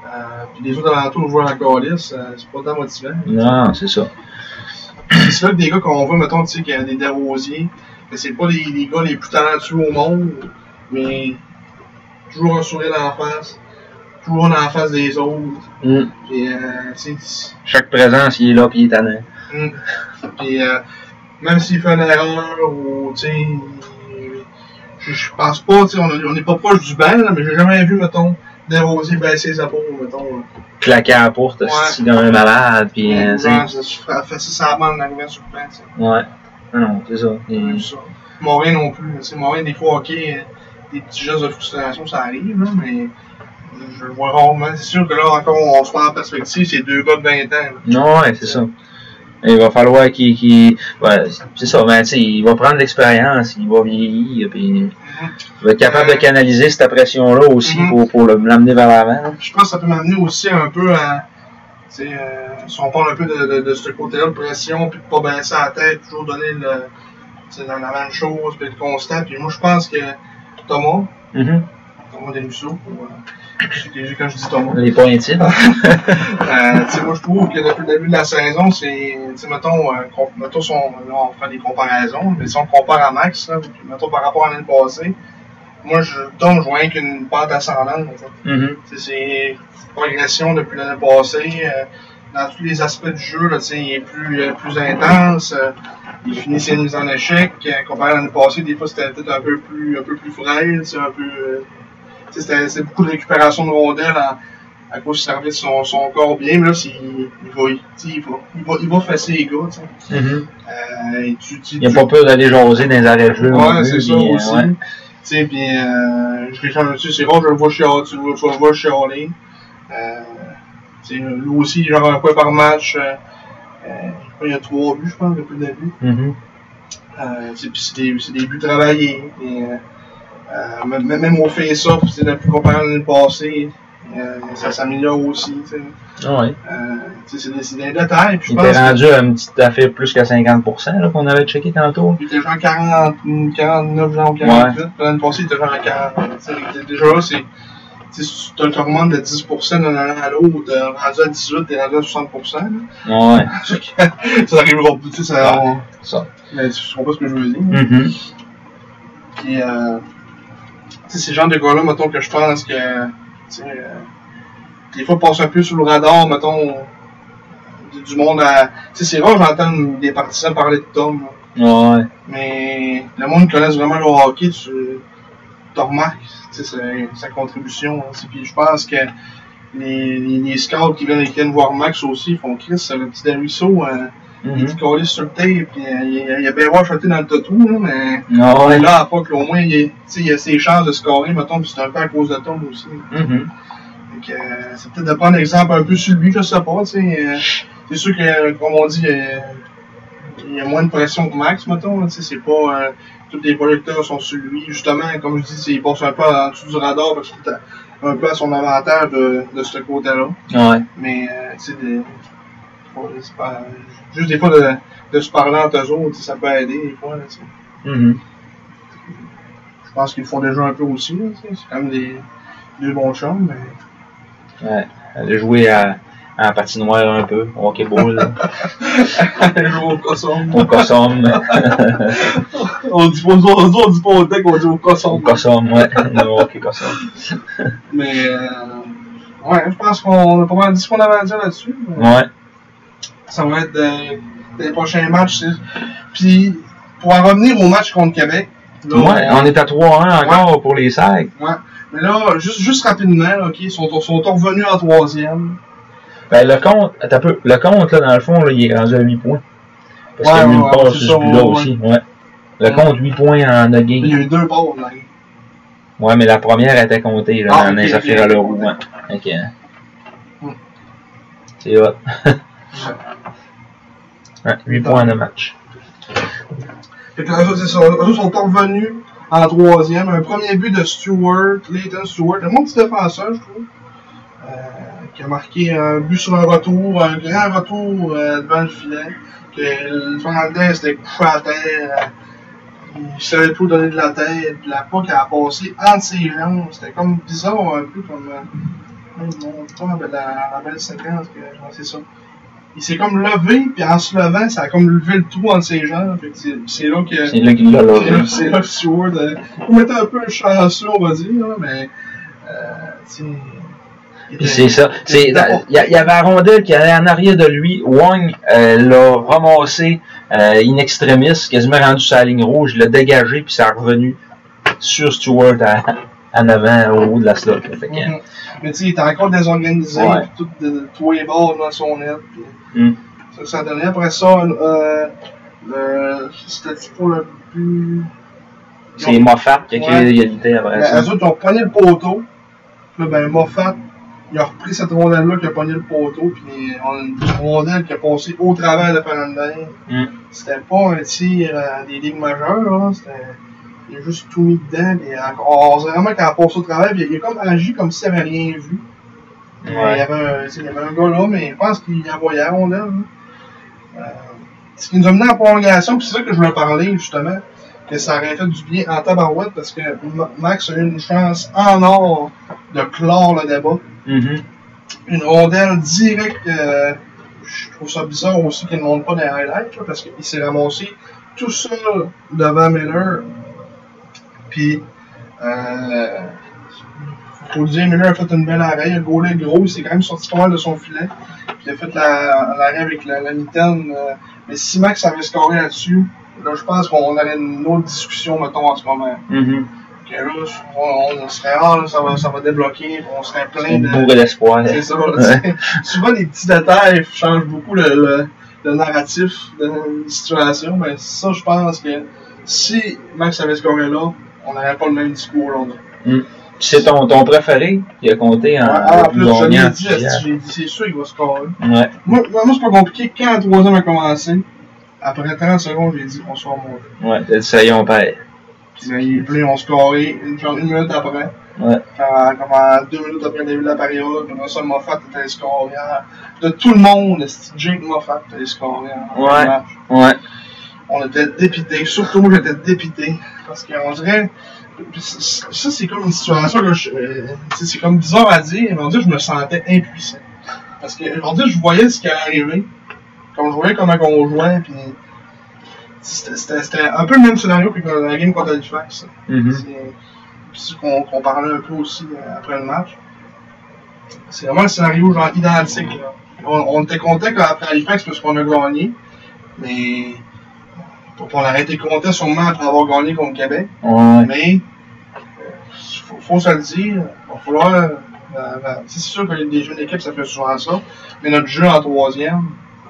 euh, puis les autres alentours jouent en calice, euh, c'est pas tant motivant.
Non, c'est ça.
C'est sûr que des gars qu'on voit, mettons, tu sais, qu'il y a des Desrosiers, que c'est pas les, les gars les plus talentueux au monde, mais toujours un sourire en face, toujours en face des autres.
Mm.
Puis, euh, tu sais,
Chaque présence, il est là, puis il est tannant.
Mm. Puis euh, même s'il fait une erreur ou tu sais, il- je, je pense pas, tu sais, on on n'est pas proche du banc, là, mais j'ai jamais vu, mettons, Desrosiers baisser sa peau, mettons. là.
Claquer à la porte,
Ouais.
c'est comme un malade, puis euh, tu sais.
Genre, ça se fait fait ça sur la bande en arrivant sur le banc, tu sais.
Ouais. Ah Non, c'est ça.
J'ai
Il-
vu ça. Morin non plus, tu sais, Morin, des fois, ok, euh, des petits gestes de frustration, ça arrive, là, mais je le vois rarement. C'est sûr que là, encore, on se met en perspective, c'est deux gars de 20 ans. là.
Non, ouais, c'est ça. Il va falloir qu'il. qu'il- ouais, c'est ça, mais tu sais, il va prendre l'expérience, il va vieillir, puis il va être capable de canaliser cette pression-là aussi
Mhm.
pour, pour le- l'amener vers l'avant. là.
je pense que ça peut m'amener aussi un peu à. tu sais, euh, si on parle un peu de, de, de ce côté-là, de pression, puis de pas baisser la tête, toujours donner le, tu sais, dans la même chose, puis être constant. Puis moi, je pense que Thomas,
Mhm.
Thomas Desmusso, pour, euh, je suis léger quand je dis Thomas,
Les points intimes.
Ah. euh, tu sais, moi, je trouve que depuis le début de la saison, c'est, tu sais, mettons, euh, qu'on- mettons si on, là, on fait des comparaisons, mais si on compare à Max, là, puis mettons par rapport à l'année passée, moi, je tombe, je vois rien qu'une pente ascendante. en fait.
Mhm.
C'est- C'est une progression depuis l'année passée. euh, dans tous les aspects du jeu, là, tu sais, il est plus, euh, plus intense. euh, il finit ses mises en échec. euh, comparé à l'année passée, des fois, c'était peut-être un peu plus, un peu plus frêle. C'est un peu. euh, tu sais, c'était- c'est beaucoup de récupération de rondelles à, à cause du service de son, son corps bien. Mais là, c'est- il, il va, tu sais, il, va, il, va, il va fesser les gars. tu sais.
Mhm.
Euh, et tu- tu-
Il n'a
tu-
pas peur d'aller jaser dans les arrêts de jeu. non
Ouais,
plus,
c'est ça
puis, euh,
aussi.
ouais.
Tu sais, puis euh, je l'ai changé dessus, c'est rare, je le vois chialer, tu le vois, je le vois chialer. Euh, tu sais, lui aussi, il genre un point par match. Euh, euh, il y a trois buts, je pense, depuis le début.
Mhm.
Euh, tu sais, puis c'est des, c'est des buts travaillés. Et, euh, euh, même, même au face-off, c'est le plus comparé à l'année passée. Euh, ça s'améliore aussi. tu sais.
Ah ouais.
Euh, tu sais, c'est des, c'est des détails. Puis je
Il
pense
était
que-
rendu à une petite affaire plus qu'à 50% là, qu'on avait checké tantôt.
Il était genre 40, 49, genre 48. Puis L'année passée, il était genre à 40. Tu sais, il était déjà là, c'est. tu sais, C'est un tourment de 10% d'un an à l'autre, de rendu à 18 et rendu à 60%. là.
Ouais,
ça arrivera plus, tu sais, ça. on-
ça.
Mais tu ne pas ce que je veux dire.
Mhm.
Puis, euh, tu sais, ces genres de gars-là, mettons, que je pense que, tu sais, euh, des fois, passent un peu sous le radar, mettons, du, du monde à. Tu sais, c'est rare, j'entends des partisans parler de Tom, là.
Ah Ouais.
Mais le monde qui connaisse vraiment le hockey, tu tu remarques tu sais, sa, sa contribution. hein. C'est- Puis je pense que les, les, les scouts qui viennent, qui viennent voir Max aussi ils font Chris, le petit Darusso, euh, il
Mhm.
est collé sur le tape, puis euh, il, il a bien voir chanter dans le tatou, là, mais
Ah Ouais.
là, à pas que au moins, il, est- tu sais, il a ses chances de scorer, mettons, puis c'est un peu à cause de Tom aussi.
Mhm.
Fait que, euh, c'est peut-être de prendre exemple un peu sur lui, je sais pas. tu sais, euh, c'est sûr que, comme on dit, euh, il y a moins de pression que Max, mettons. hein, tu sais, c'est pas. euh, tous les projecteurs sont sur lui. Justement, comme je dis, c'est- il passe un peu en dessous du radar parce que t'as- un peu à son avantage de, de ce côté-là.
Ah Ouais.
Mais, euh, tu sais, des- faut- c'est pas- juste des fois de, de se parler entre eux autres, ça peut aider des fois. là, tu sais.
Mhm.
Je pense qu'ils le font déjà un peu aussi. là, tu sais. C'est quand même des, des bons chums, mais
Ouais. Aller jouer à, à la patinoire un peu, au hockey-ball, là,
je joue au cosson.
au cossum,
On dit pas, on dit, on dit pas au deck, on dit au
au
cosson.
cossum, ouais, au hockey cossum.
Mais, euh, ouais, je pense qu'on a pas mal dit ce qu'on avait à dire là-dessus. mais
Ouais,
Ça va être euh, les prochains matchs. c'est- Puis, pour en revenir au match contre Québec, là, euh,
ouais, on est à 3-1 encore pour les sacs.
Mais là, juste, juste rapidement, là, ok, ils sont, sont revenus en troisième.
Ben, le compte, attends un peu, le compte, là, dans le fond, là, il est rendu à 8 points. Parce qu'il y a
Ouais,
eu une
ouais,
passe
c'est
sur
ça,
ce but-là
ouais.
aussi, ouais. Le
Ouais.
compte, 8 points en 9
Il y
games.
a eu deux balles, là.
Ouais, mais la première était comptée, là,
Ah,
dans
ok,
les
ok,
affaires à
ok.
l'euro, ouais. Ok. hein.
Hmm.
C'est hot. ouais, 8 points en un match.
Fait que eux autres, c'est ça, eux autres sont revenus en troisième. Un premier but de Stewart, Leighton Stewart, un bon petit défenseur, je trouve. euh, qui a marqué un but sur un retour, un grand retour euh, devant le filet. Que le Finlandais s'était couché à terre. euh, il savait tout donner de la tête. puis La POC a passé entre ses jambes. C'était comme bizarre, un peu comme. euh, on pas la, la belle séquence, que, genre, c'est ça. Il s'est comme levé, puis en se levant, ça a comme levé le tout entre ses jambes. Fait que c'est c'est là que.
C'est là qu'il l'a
C'est là-
logé.
C'est là que Stewart euh, on était un peu chanceux, on va dire, là, mais. Euh, tu sais, il
Puis
était-
c'est ça. C'est, il y, a- il y avait Arondel qui allait en arrière de lui. Wong euh, l'a ramassé euh, in extremis, quasiment rendu sa ligne rouge, l'a dégagé, puis ça a revenu sur Stewart à, en avant, au haut de la slot. là. Fait que,
Mhm. Mais tu sais, il était encore désorganisé,
Ouais.
puis tout de, tous les bords dans son net. puis
Mm.
Ça, ça donnait. Après ça, euh, le- c'était-tu pour le but.
c'est Moffat qui a créé
Mm-hmm. Ouais.
l'égalité après
Ben,
ça.
eux autres, ils ont pogné le poteau. Puis là, ben, Moffat, il a repris cette rondelle-là qui a pogné le poteau. Puis on a une rondelle qui a passé au travers de Fernandez.
Mm.
C'était pas un tir euh, des ligues majeures, là. C'était. Il a juste tout mis dedans. Puis on, on dirait vraiment qu'il a passé au travers. Puis il a comme agi comme s'il avait rien vu. Mais Euh, Il, y
Ouais.
avait un, tu sais, il y avait un gars là, mais je pense qu'il a voyé la rondelle. hein. Euh, ce qui nous a mené en prolongation, puis c'est ça que je voulais parler justement, que ça aurait fait du bien en tabarouette parce que Ma- Max a eu une chance en or de clore le débat.
Mhm.
Une rondelle directe, euh, je trouve ça bizarre aussi qu'il ne monte pas dans les highlights là, parce qu'il s'est ramassé tout seul devant Miller. Puis, euh, faut le dire, Miller a fait une belle arrêt. Il a gaulé le gros. Il s'est quand même sorti pas mal de son filet. Puis il a fait la- l'arrêt avec la, la mitaine. euh, mais si Max avait scoré là-dessus, là, je pense qu'on aurait une autre discussion, mettons, en ce moment.
Mhm.
Que là, je- on, on serait ah, là, ça va, ça va débloquer. On serait plein
Une
de.
bourrée d'espoir.
ben, C'est ça. là, tu sais. Souvent, les petits détails changent beaucoup le, le- le narratif de la situation. Mais ça, je pense que si Max avait scoré là, on n'aurait pas le même discours. Là,
Puis c'est ton, ton préféré qui a compté en,
ah, en
le
plus, je l'ai
gagnant.
dit, esti, j'ai dit, c'est sûr qu'il va scorer.
Ouais.
Moi, moi moi, c'est pas compliqué. Quand la troisième a commencé, après 30 secondes, j'ai dit, on sort mon jeu.
Ouais. T'as dit, Ça y est, on perd.
Puis là, ils puis ils ont scoré une, genre une minute après.
Ouais.
Quand, comme à deux minutes après le début de la période, puis là, ça, Moffat était scoré. hein. De tout le monde, esti, Jake Moffat était scoré. hein.
Ouais. Ouais.
on était dépité. Surtout moi, j'étais dépité. Parce qu'on dirait. puis c- c- Ça, c'est comme une situation que je. euh, tu sais, c'est comme bizarre à dire, mais on dirait que je me sentais impuissant. Parce que, on dirait que je voyais ce qui allait arriver. Comme je voyais comment on jouait, puis. C'était c'était- c'était un peu le même scénario que la game contre Halifax. ça.
Mhm.
C'est- Puis ce qu'on qu'on parlait un peu aussi euh, après le match. C'est vraiment un scénario genre identique. là. On, on était content qu'après Halifax parce qu'on a gagné, mais euh, pour, pour l'arrêter content sûrement après avoir gagné contre Québec.
Ouais.
Mais euh, faut, faut se le dire, il va falloir. euh, euh, c'est sûr que les jeux d'équipe ça fait souvent ça, mais notre jeu en troisième,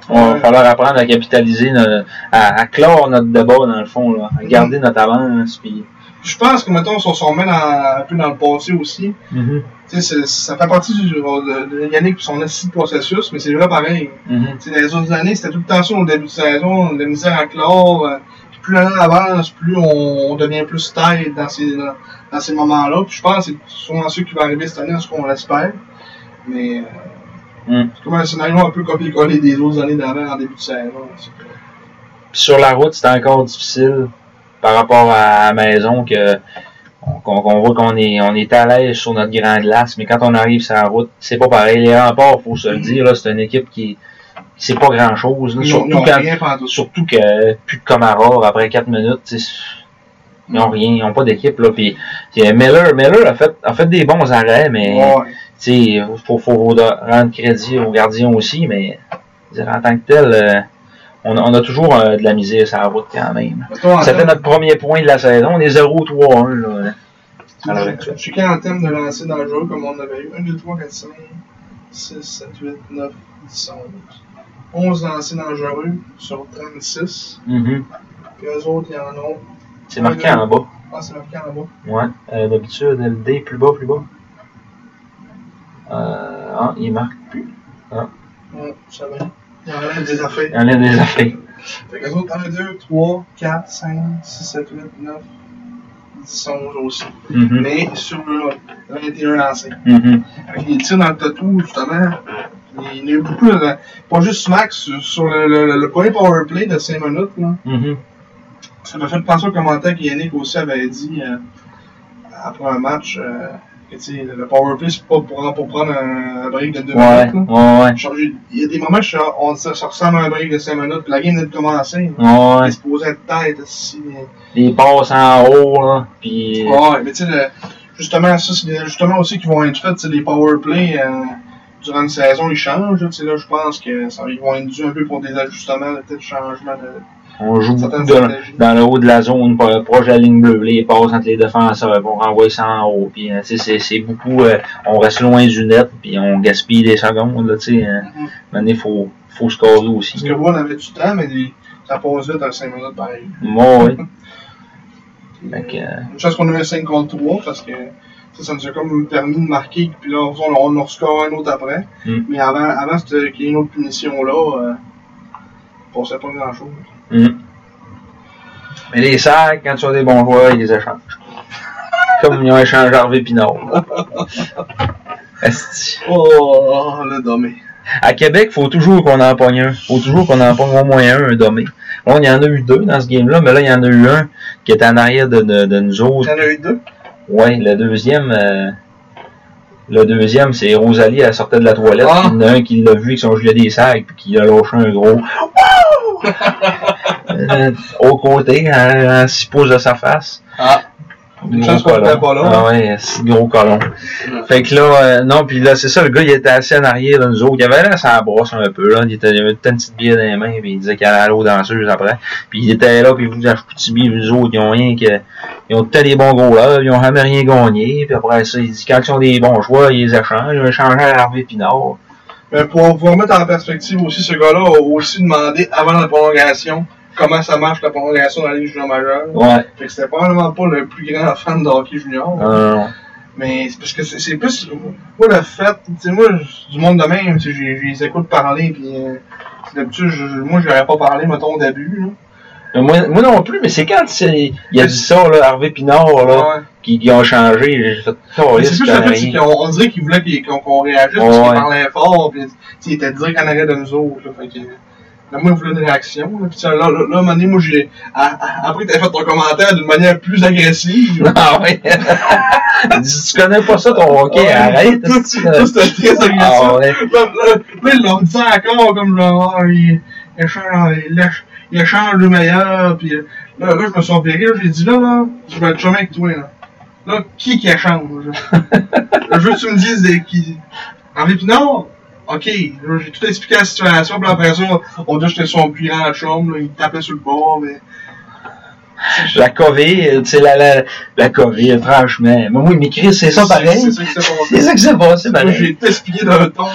On va
Ouais.
falloir apprendre à capitaliser, no- à, à clore notre débat dans le fond, là, à garder notre avance. Puis...
je pense que mettons si on se remet dans- un peu dans le passé aussi, Tu sais, c'est- ça fait partie du, de, de Yannick et son assis de processus, mais c'est vrai pareil.
Mhm.
Tu sais, dans les autres années, c'était tout le temps ça au début de saison, de la misère à clore, euh, puis plus l'année avance, plus on, on devient plus tight dans ces, dans, dans ces moments-là. Puis je pense que c'est sûrement ce qui va arriver cette année, en ce qu'on l'espère. Mais euh,
Mm.
c'est comme un scénario un peu copier-coller des autres années d'avant en début de saison. C'est que-
Puis sur la route, c'est encore difficile par rapport à la maison que qu'on qu'on voit qu'on est on est à l'aise sur notre grand glace, mais quand on arrive sur la route, c'est pas pareil. Les remparts, faut se le dire, là, c'est une équipe qui c'est pas grand chose.
Ils ont- ils
Surtout
ont
quand
rien pendant tout.
surtout que plus de Camara après 4 minutes, tu sais, ils n'ont rien, ils n'ont pas d'équipe. Là, puis, puis euh, Miller, Miller a, fait, a fait des bons arrêts, mais
Ouais.
il faut, faut rendre crédit aux gardiens aussi. Mais je dirais, en tant que tel, euh, on, a- on a toujours euh, de la misère sur la route quand même.
Mettons, en
C'était
termes-
notre premier point de la saison, on est 0-3-1. là. à l'heure
Je
actuelle.
suis quand en thème de lancer dans le jeu, comme on avait eu 1, 2, 3, 4, 5, 6, 7, 8, 9, 10, 11. 11 lancés dangereux sur 36.
Mhm.
Puis eux autres, il y en a.
C'est marqué en bas.
Ah, c'est marqué en bas.
Ouais, euh, d'habitude, le dé plus bas, plus bas. Euh, ah, il marque.
Ouais, ça va. Il y en a des affaires.
Il enlève des affaires.
Fait qu'eux autres, 1, 2, 3, 4, 5, 6, 7, 8, 9, 10, 11 aussi.
Mhm.
Mais sur le 21 lancés.
Mhm.
Fait qu'il tire dans le tatou, justement. Il y en a eu beaucoup, là, pas juste Max, sur, sur le, le, le, le premier powerplay de 5 minutes, là.
Mhm.
Ça m'a fait penser au commentaire qu'Yannick aussi avait dit euh, après un match euh, que tu sais, le powerplay, c'est pas pour, pour prendre un, un break de 2
Ouais,
minutes.
ouais, ouais.
là. Changer- Il y a des moments où je, suis- on, ça, ça ressemble à un break de 5 minutes, puis la game vient de commencer. là.
Ouais,
Il se posait de tête. Si...
les passes en haut, là, puis
Ouais, mais tu sais, le- justement, ça, c'est des ajustements aussi qui vont être faits. tu sais, Les powerplays, euh, durant une saison, ils changent. Là, tu sais, là je pense que ça, ils vont être dus un peu pour des ajustements, là, peut-être changement de
on joue beaucoup
certaines
de-
stratégies.
dans le haut de la zone, pro- proche de la ligne bleue, les passes entre les défenseurs, on renvoie ça en haut, puis hein, tu sais, c'est c'est beaucoup, euh, on reste loin du net, puis on gaspille des secondes, là, tu sais, hein.
Mhm.
Maintenant, il faut, faut scorer aussi.
Parce que moi, on avait du temps, mais des- ça pose vite à 5 minutes pareil.
Ouais, ouais. Fait que, euh,
Une chance qu'on a eu un 5 contre 3 parce que ça, ça nous a comme permis de marquer. Puis là, on, on en rescore un autre après.
Mm.
Mais avant, avant c'était- qu'il y ait une autre punition-là, euh, on passait pas grand-chose.
mm. mais les sacs, quand tu as des bons joueurs, ils les échangent. Comme ils ont échangé Harvey Pinard. là. Asti.
Oh, le dommé.
À Québec, faut toujours qu'on en pogne un. faut toujours qu'on en pogne au moins un, un dommé. Là, il y en a eu deux dans ce game-là, mais là, il y en a eu un qui était en arrière de, de, de nous autres.
T'en as eu deux?
Ouais, le deuxième, euh, le deuxième, c'est Rosalie, elle sortait de la toilette.
Ah.
puis Il y en a un qui l'a vu avec son gilet des sacs, puis qui a lâché un gros. Wouh! Euh, au côté, à, à six pouces de sa face.
Ah. Une chance qu'on était pas là.
Ah ouais, six gros colon. Fait que là, euh, non, puis là, c'est ça, le gars, il était assis en arrière de nous autres. Il avait l'air sans brosse un peu, là. Il, était, il avait une petite bière dans les mains, puis il disait qu'il allait à l'eau danseuse après. Puis il était là, puis vous, à Chicoutimi, vous autres, ils ont rien que. Ils ont tous des bons gros là, ils ont jamais rien gagné. Puis après ça, il dit, quand ils ont des bons joueurs, ils les échangent. Ils ont échangé à Harvey Pinard.
Mais pour vous remettre en perspective aussi, ce gars-là a aussi demandé avant la prolongation comment ça marche la prolongation dans la Ligue junior majeure.
Ouais.
Fait que c'était probablement pas le plus grand fan de hockey junior.
Euh,
Mais c'est parce que c'est c'est plus. Moi, le fait. Tu sais, moi, je- du monde de même, tu sais, je je les écoute parler, puis euh, d'habitude, je- je- moi, je leur ai pas parlé, mettons, au début.
mais moi, moi non plus, mais c'est quand c'est- il a dit ça, là, Harvey Pinard,
Là.
là, qui, qui ont changé. J'ai fait,
Mais
Caliste,
c'est plus
t'as
le fait, c'est
rien.
qu'on on dirait qu'ils voulaient qu'ils- qu'on qu'on réagisse, parce
Ouais.
qu'ils parlaient fort, puis tu sais, ils étaient direct en arrêt de nous autres. Là, fait que. Là, moi, ils voulaient une réaction. Là, puis ça, là, là, là, à un moment donné, moi, j'ai. à- à- Après, t'as fait ton commentaire d'une manière plus agressive.
Ah ouais. Il dit, tu connais pas ça ton hockey,
Ouais,
arrête.
tout-
esti,
tout, c'était très agressif.
Ah ouais.
Là, là, euh, là, ils l'ont dit encore, comme genre, ah, il, il, change, il, lâche- il change le meilleur, puis euh, là, là, je me suis opéré, là, j'ai dit, là, là, je vais être chumé avec toi, là. Là, qui qui change, là? Là, je veux que tu me dises des, qui... Henri Pinard? Ok, là, j'ai tout expliqué la situation, puis après ça, on dit que j'étais son plus grand chum, là, il tapait sur le bord, mais...
La COVID, c'est la, la, la COVID, franchement. Mais oui, mais Chris, c'est ça
C'est
pareil.
ça qui s'est passé.
C'est ça que c'est passé,
Moi,
pareil.
J'ai tout expliqué d'un ton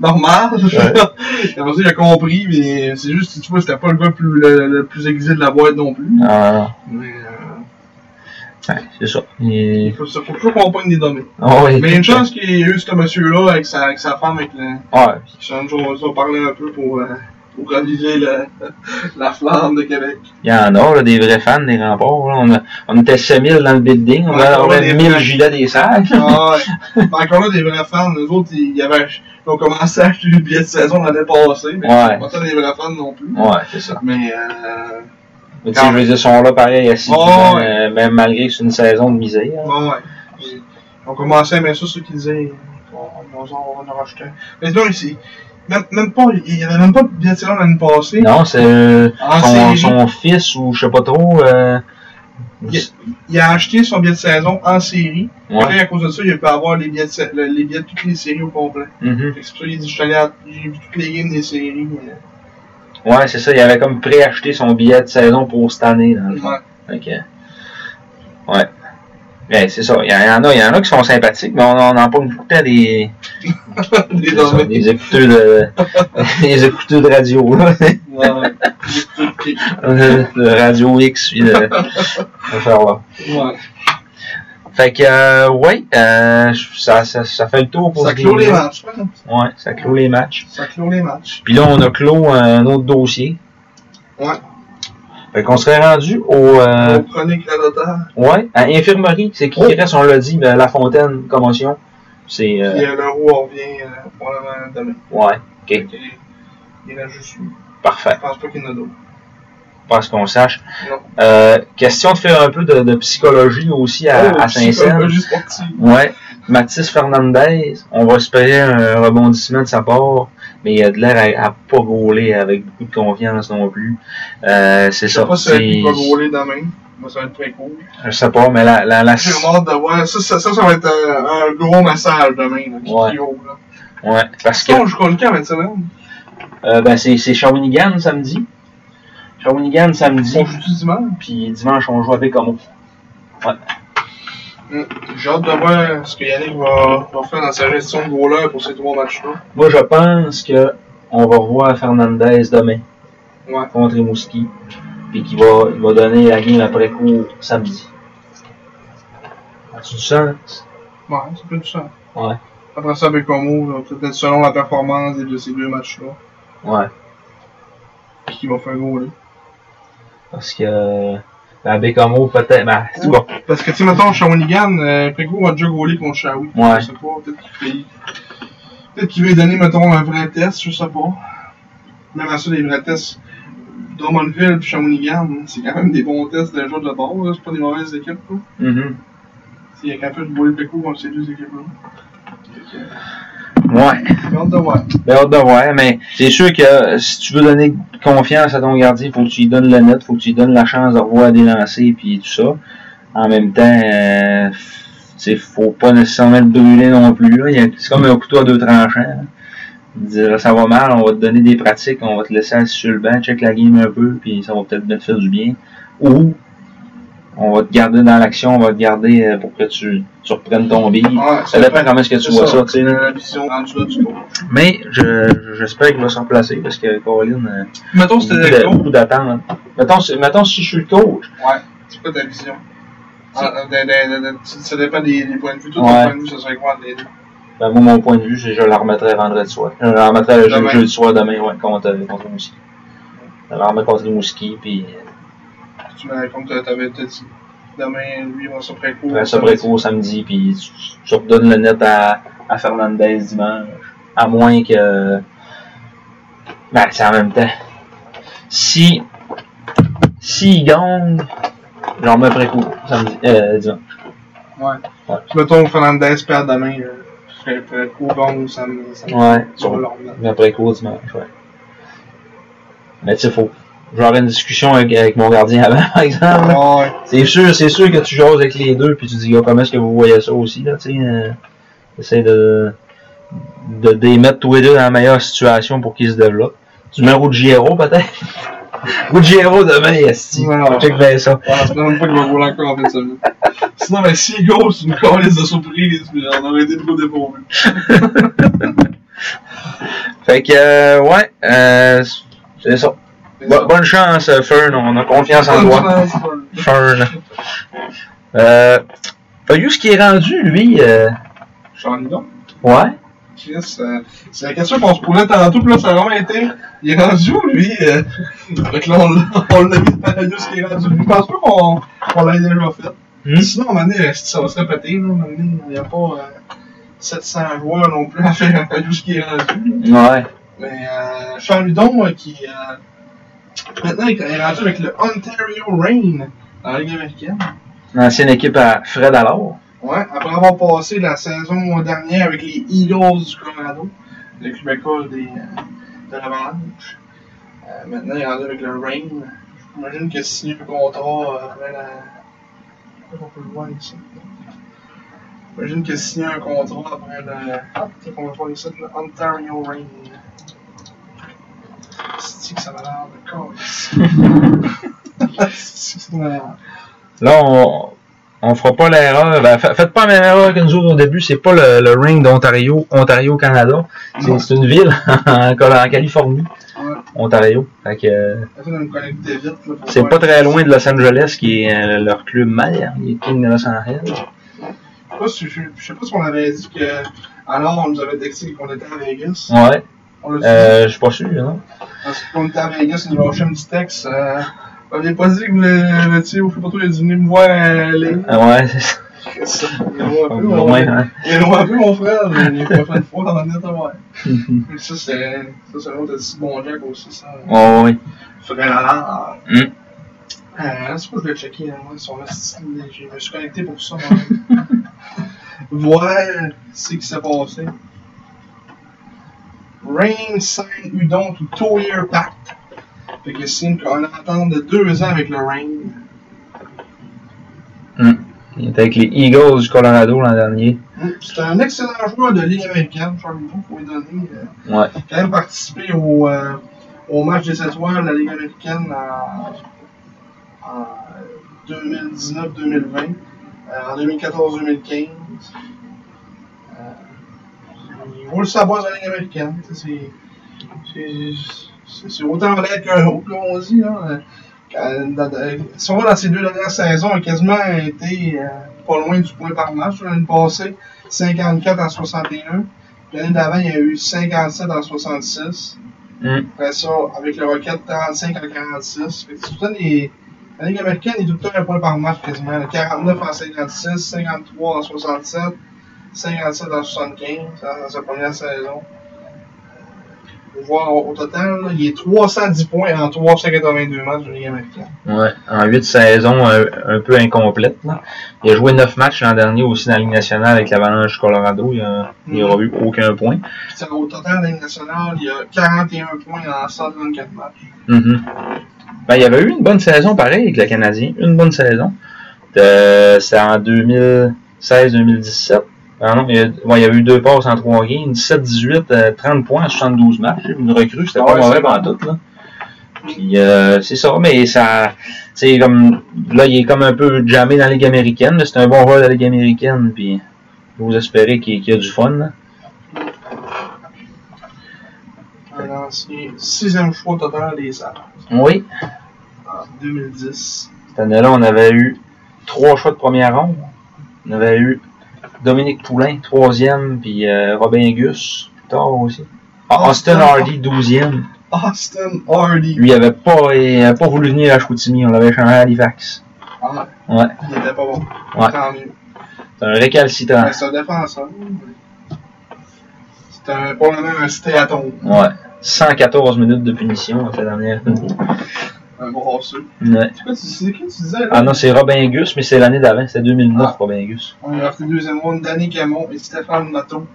normal. Après ça, il a compris, mais c'est juste, que, tu vois, c'était pas le gars plus, le, le plus aiguisé de la boîte non plus.
Ah,
Mais, euh,
ouais, c'est ça. Et-
il faut, ça, faut toujours qu'on pogne des domaines.
Ah ouais.
Mais une chance qu'il y ait eu ce monsieur-là avec sa, avec sa femme, avec, le,
Ouais.
avec son- son- ils ont parlé un peu pour euh, pour raviver la, la flamme de Québec.
Il y en a, là, des vrais fans des remports. là. On, a- on était 7000 dans le building, on
Ouais,
avait, on
on
avait
est
1000
vrais.
gilets des sacs.
Ah ouais. Mais encore là, des vrais fans, nous autres, ils, ils avaient, ach- ils ont commencé à acheter les billets de saison l'année passée. Mais
Ouais.
Pas tant des vrais fans non plus.
Ouais, c'est ça.
Mais euh,
Mais tu sais, je veux dire, ils sont là pareil, assis,
Oh, ouais.
euh, même malgré que c'est une saison de misère.
bon, ouais. Puis, Ils ont commencé à aimer ça, ceux qui disaient on, on, on en a racheté. Mais non, ici, même, même pas, il n'y avait même pas de billets de saison l'année passée.
Non, c'est euh,
Ah,
son,
c'est-
son fils ou je sais pas trop. euh,
Yeah. Il a acheté son billet de saison en série. Et
Ouais.
là, à cause de ça, il a pu avoir les billets de, sa- le- les billets de toutes les séries au complet.
mhm.
Fait que C'est pour ça qu'il dit, je suis allé à- j'ai vu toutes les games des séries. euh,
Ouais, c'est ça. Il avait comme préacheté son billet de saison pour cette année, dans le fond.
ouais.
Fait que- Ouais. Ouais, c'est ça. Il y, en- il y en a, il y en a qui sont sympathiques, mais on, on en parle beaucoup de temps des,
Les
c'est ça,
dormais.
des écouteurs de, des écouteurs de radio, là.
Ouais. J'ai tout kick.
de Radio X, puis de, de faire là.
Ouais.
Fait que, euh, ouais, euh, ça, ça, ça fait le tour pour
Ça
ce
clôt les
game-là.
matchs, par exemple.
Ouais, ça clôt les matchs.
Ça clôt les matchs.
Puis là, on a clos un autre dossier.
Ouais.
Fait qu'on serait rendu au, euh,
On prenait que la notaire.
ouais, à infirmerie. C'est qui qui reste, on l'a dit, ben, La Fontaine, commotion. C'est,
Puis
euh,
euh, le roux, on revient euh, probablement demain.
ouais,
Fait que, Il y en a juste lui.
parfait.
Je pense pas qu'il y en a d'autres.
Parce qu'on sache.
Non.
Euh, question de faire un peu de, de psychologie aussi à, Ah, à Saint-Saëns.
Psychologie sportive.
Ouais, Mathis Fernandez, on va espérer un rebondissement de sa part, mais il a de l'air à, à pas gauler avec beaucoup de confiance non plus. Euh, c'est
Je sais
ça.
pas si il va
c'est-
rouler demain. Moi, ça va être très cool.
Je sais pas, mais la, la, la-
J'ai hâte de voir. Ça, ça, ça, ça va être euh, un gros massage demain. Là, qui,
Ouais.
qui roule, là.
ouais, parce que
Sinon, on joue contre le camp, cette semaine.
euh, ben c'est c'est Shawinigan samedi. Shawinigan samedi,
On joue du dimanche.
puis dimanche on joue avec Como.
J'ai hâte de voir ce que Yannick va, va faire dans sa gestion de goaler pour ces trois matchs-là.
Moi je pense que on va revoir Fernandez demain
Ouais.
contre Rimouski, puis qu'il va, il va donner la game après coup samedi. As-tu du sens?
Ouais, c'est peu du sens.
Ouais.
Après ça, Bécomo, là, peut-être selon la performance des- de ces deux matchs-là,
Ouais.
puis qui va faire goaler.
Parce que. Ben, Bécamo, peut-être. Ben, c'est bon.
Parce que, tu sais, mettons, Shawinigan, euh, Préco va déjà goaler contre Shawi.
Ouais.
Je sais pas, peut-être qu'il fait- peut-être qu'il veut donner, mettons, un vrai test, je sais pas. Même à ça, les vrais tests, Drummondville et Shawinigan, c'est quand même des bons tests d'un jour de la base, là, c'est pas des mauvaises équipes, là.
Mm-hmm.
Tu sais, Il y a qu'à faire de goaler Préco contre ces deux équipes-là. Fait que, euh,
Ouais.
j'ai hâte de voir.
Ben, hâte de voir, mais c'est sûr que euh, si tu veux donner confiance à ton gardien, faut que tu lui donnes la note, faut que tu lui donnes la chance de revoir des lancers puis tout ça. En même temps, euh, ne faut pas nécessairement le brûler non plus. là. Il y a- C'est comme un couteau à deux tranchants. là. Dire ça va mal, on va te donner des pratiques, on va te laisser assis sur le banc, check la game un peu, puis ça va peut-être te faire du bien. Ou on va te garder dans l'action, on va te garder euh, pour que tu, tu reprennes ton bille.
Ouais,
Ça dépend comment est-ce que tu
C'est
vois
ça.
ça, tu sais. là.
La vision en dessous du cours.
Mais je- je- j'espère qu'il va s'en placer parce que Colin, euh,
Mettons,
beaucoup
c'était
de-
Préco.
beaucoup d'attente. Mettons, si- mettons si je suis le coach,
C'est quoi ta vision? Ah, euh, de- de- de- de- ça dépend des, des points de vue. Toi,
Ouais.
ton point de vue, ça serait quoi? Les,
ben, moi, mon point de vue, c'est que je la remettrai vendredi soir. Je la remettrai le jeu-
Demain.
jeudi soir demain, ouais, contre, euh, contre le Mouski. Je la remets contre le Mouski, puis
tu me comme tu avais dit. Demain, lui, on se préco.
après ça, Bréco samedi, puis tu, tu redonnes le net à, à Fernandez dimanche. À moins que. Ben, c'est en même temps. Si. S'il gagne, je remets Bréco samedi, euh, dimanche.
Ouais.
Ouais.
Puis mettons, Fernandez perd demain. euh, Pré- Préco, bon, ça me. ça me-
Ouais,
ça va leur mettre.
Mais après cours dimanche, ouais. Mais tu sais, faut. J'aurai une discussion avec, avec mon gardien avant, par exemple. là.
Ouais.
C'est sûr, c'est sûr que tu jases avec les deux, puis tu dis, Ah, comment est-ce que vous voyez ça aussi, là, tu sais. euh, essaie de. de de les mettre tous les deux dans la meilleure situation pour qu'ils se développent. Tu mets Ruggiero, peut-être Ruggiero demain, Esti.
Ouais, ouais.
Check bien ça.
Ouais, je sais même pas qu'il va rouler encore en fin de semaine. Sinon, ben, si go, c'est une calice de surprise, mais on aurait été trop dépourvu.
Fait que, euh, ouais, euh, c'est ça. Bo- bonne chance, euh, Fern, on a confiance en toi. Fern. Euh, Fayus qui est rendu, lui, euh,
Charlie, donc.
ouais,
Chris, euh, c'est la question qu'on se posait tantôt, puis là, ça a vraiment été. Il est rendu où, lui euh, Fait que là, on l'a- on l'a mis de paradieu ce qu'il est rendu. Je pense pas qu'on qu'on l'ait déjà fait.
Hmm?
Sinon, à un moment donné, esti, ça va se répéter. Là, à un moment donné, il n'y a pas euh, 700 joueurs non plus à faire un paradieu ce qu'il est rendu. là.
Ouais.
Mais euh, Charles Ludon, euh, qui euh, maintenant il est rendu avec le Ontario Reign dans la Ligue américaine.
L'ancienne équipe à Fred alors.
Ouais, après avoir passé la saison dernière avec les Eagles du Colorado, le Québécois des, euh, de l'Avalanche. Euh, maintenant, il est rendu avec le Rain. J'imagine qu'il a signé un contrat euh, après la. On peut le voir ici. J'imagine qu'il a signé un contrat après le. Ah, peut-être qu'on va voir ici, le Ontario Rain. cest que ça m'a l'air de corps? cest que ça m'a l'air.
Là, on, on fera pas l'erreur. Ben, fa- faites pas la même erreur que nous autres au début. C'est pas le, le ring d'Ontario, Ontario, Canada. C'est, c'est une ville en, Col- en Californie,
Ouais,
Ontario. Fait que, euh,
ça fait de me connecter vite. là, pour
c'est
voir
pas très loin de Los Angeles qui est euh, leur club mère. Il est King de Los Angeles.
Je sais pas si- je je sais pas si on avait dit que. Alors, on nous avait texté qu'on était à Vegas.
Ouais.
On l'a dit.
Euh, je suis pas sûr, non?
Parce qu'on était à Vegas, on nous lâchait un petit texte. Euh, on avait pas dit que le, le tir au foot il est venu me voir euh, les.
Ah ouais, c'est ça.
Il est loin un peu,
Au
mon-
moins, hein.
il est loin un peu, mon frère. mais Il est pas fait de fois dans le ouais. Mais ça, c'est. Ça, c'est l'autre petit bon Jack aussi, ça.
Ouais, ouais.
Faudrait la langue.
Hum.
Euh, c'est quoi je vais checker, hein, moi, son esti, mais Je me suis connecté pour ça, moi. Voir ce qui s'est passé. Rain sign Udon to two-year pact. Fait que signe qu'on attend de deux ans avec le Rain.
Il était avec les Eagles du Colorado l'an dernier.
Hum, C'est un excellent joueur de Ligue américaine, Charles Udon, faut lui donner. euh,
Ouais.
quand même participé au, euh, au match des étoiles de la Ligue américaine en, en 2019-2020, euh, en 2014-2015. Euh, il roule sa base de la Ligue américaine. tu sais, c'est- C'est c'est autant vrai qu'un autre, comme on dit. Là. Euh, quand- dans- dans- Si on va dans ces deux dernières saisons, il a quasiment été euh, pas loin du point par match. L'année passée, 54 à 61. L'année d'avant, il y a eu 57 en 66.
Mm.
Après ça, avec le Rocket, 35 en 46. Fait que c'est tout le temps des... La Ligue américaine est tout le temps un point par match quasiment. Le 49 en 56, 53 en 67, 57 en 75 dans dans sa première saison. Faut Voir au au total, là, il est 310 points en 382 matchs de Ligue américaine.
Ouais, en huit saisons un, un peu incomplètes. là. Il a joué neuf matchs l'an dernier aussi dans la Ligue nationale avec l'Avalanche du Colorado. Il a- il n'aura eu aucun point.
Puis, tu sais, Au total, la Ligue nationale, il y a 41 points en 134 matchs.
Mhm. Ben, il y avait eu une bonne saison pareil avec le Canadien. Une bonne saison. De- C'était en 2016-2017. Ah non, il y, a, ouais, il y a eu deux passes en trois games, 17-18, euh, 30 points en 72 matchs. Une recrue, c'était
Ah
pas
ouais,
mauvais
c'est
pendant tout. Là. Puis, euh, c'est ça, mais ça. C'est comme. Là, il est comme un peu jammé dans la Ligue américaine. mais C'est un bon rôle de la Ligue américaine. Puis, vous espérez qu'il qu'il y a du fun. Là.
Un ancien sixième choix au total des Sabres.
Oui.
en 2010.
Cette année-là, on avait eu trois choix de première ronde. On avait eu Dominique Poulain, troisième, puis euh, Robin Gus, plus tard aussi. Ah, Austin Hardy, douzième.
Austin Hardy.
Lui, il avait pas, il avait pas voulu venir à Chicoutimi, on l'avait changé à Halifax.
Ah,
Ouais.
il était pas bon.
Ouais.
Tant mieux.
C'est un récalcitrant.
Mais c'est un défenseur. C'est un, probablement un stéatome.
Ouais. 114 minutes de punition cette dernière.
Un brasseux.
Ouais.
C'est quoi, tu, c'est qui tu disais là
Ah non, c'est Robin Gus, mais c'est l'année d'avant, c'était 2009,
Ah.
Robin Gus.
On a drafté deuxième round, Danny Camon et Stéphane Nato.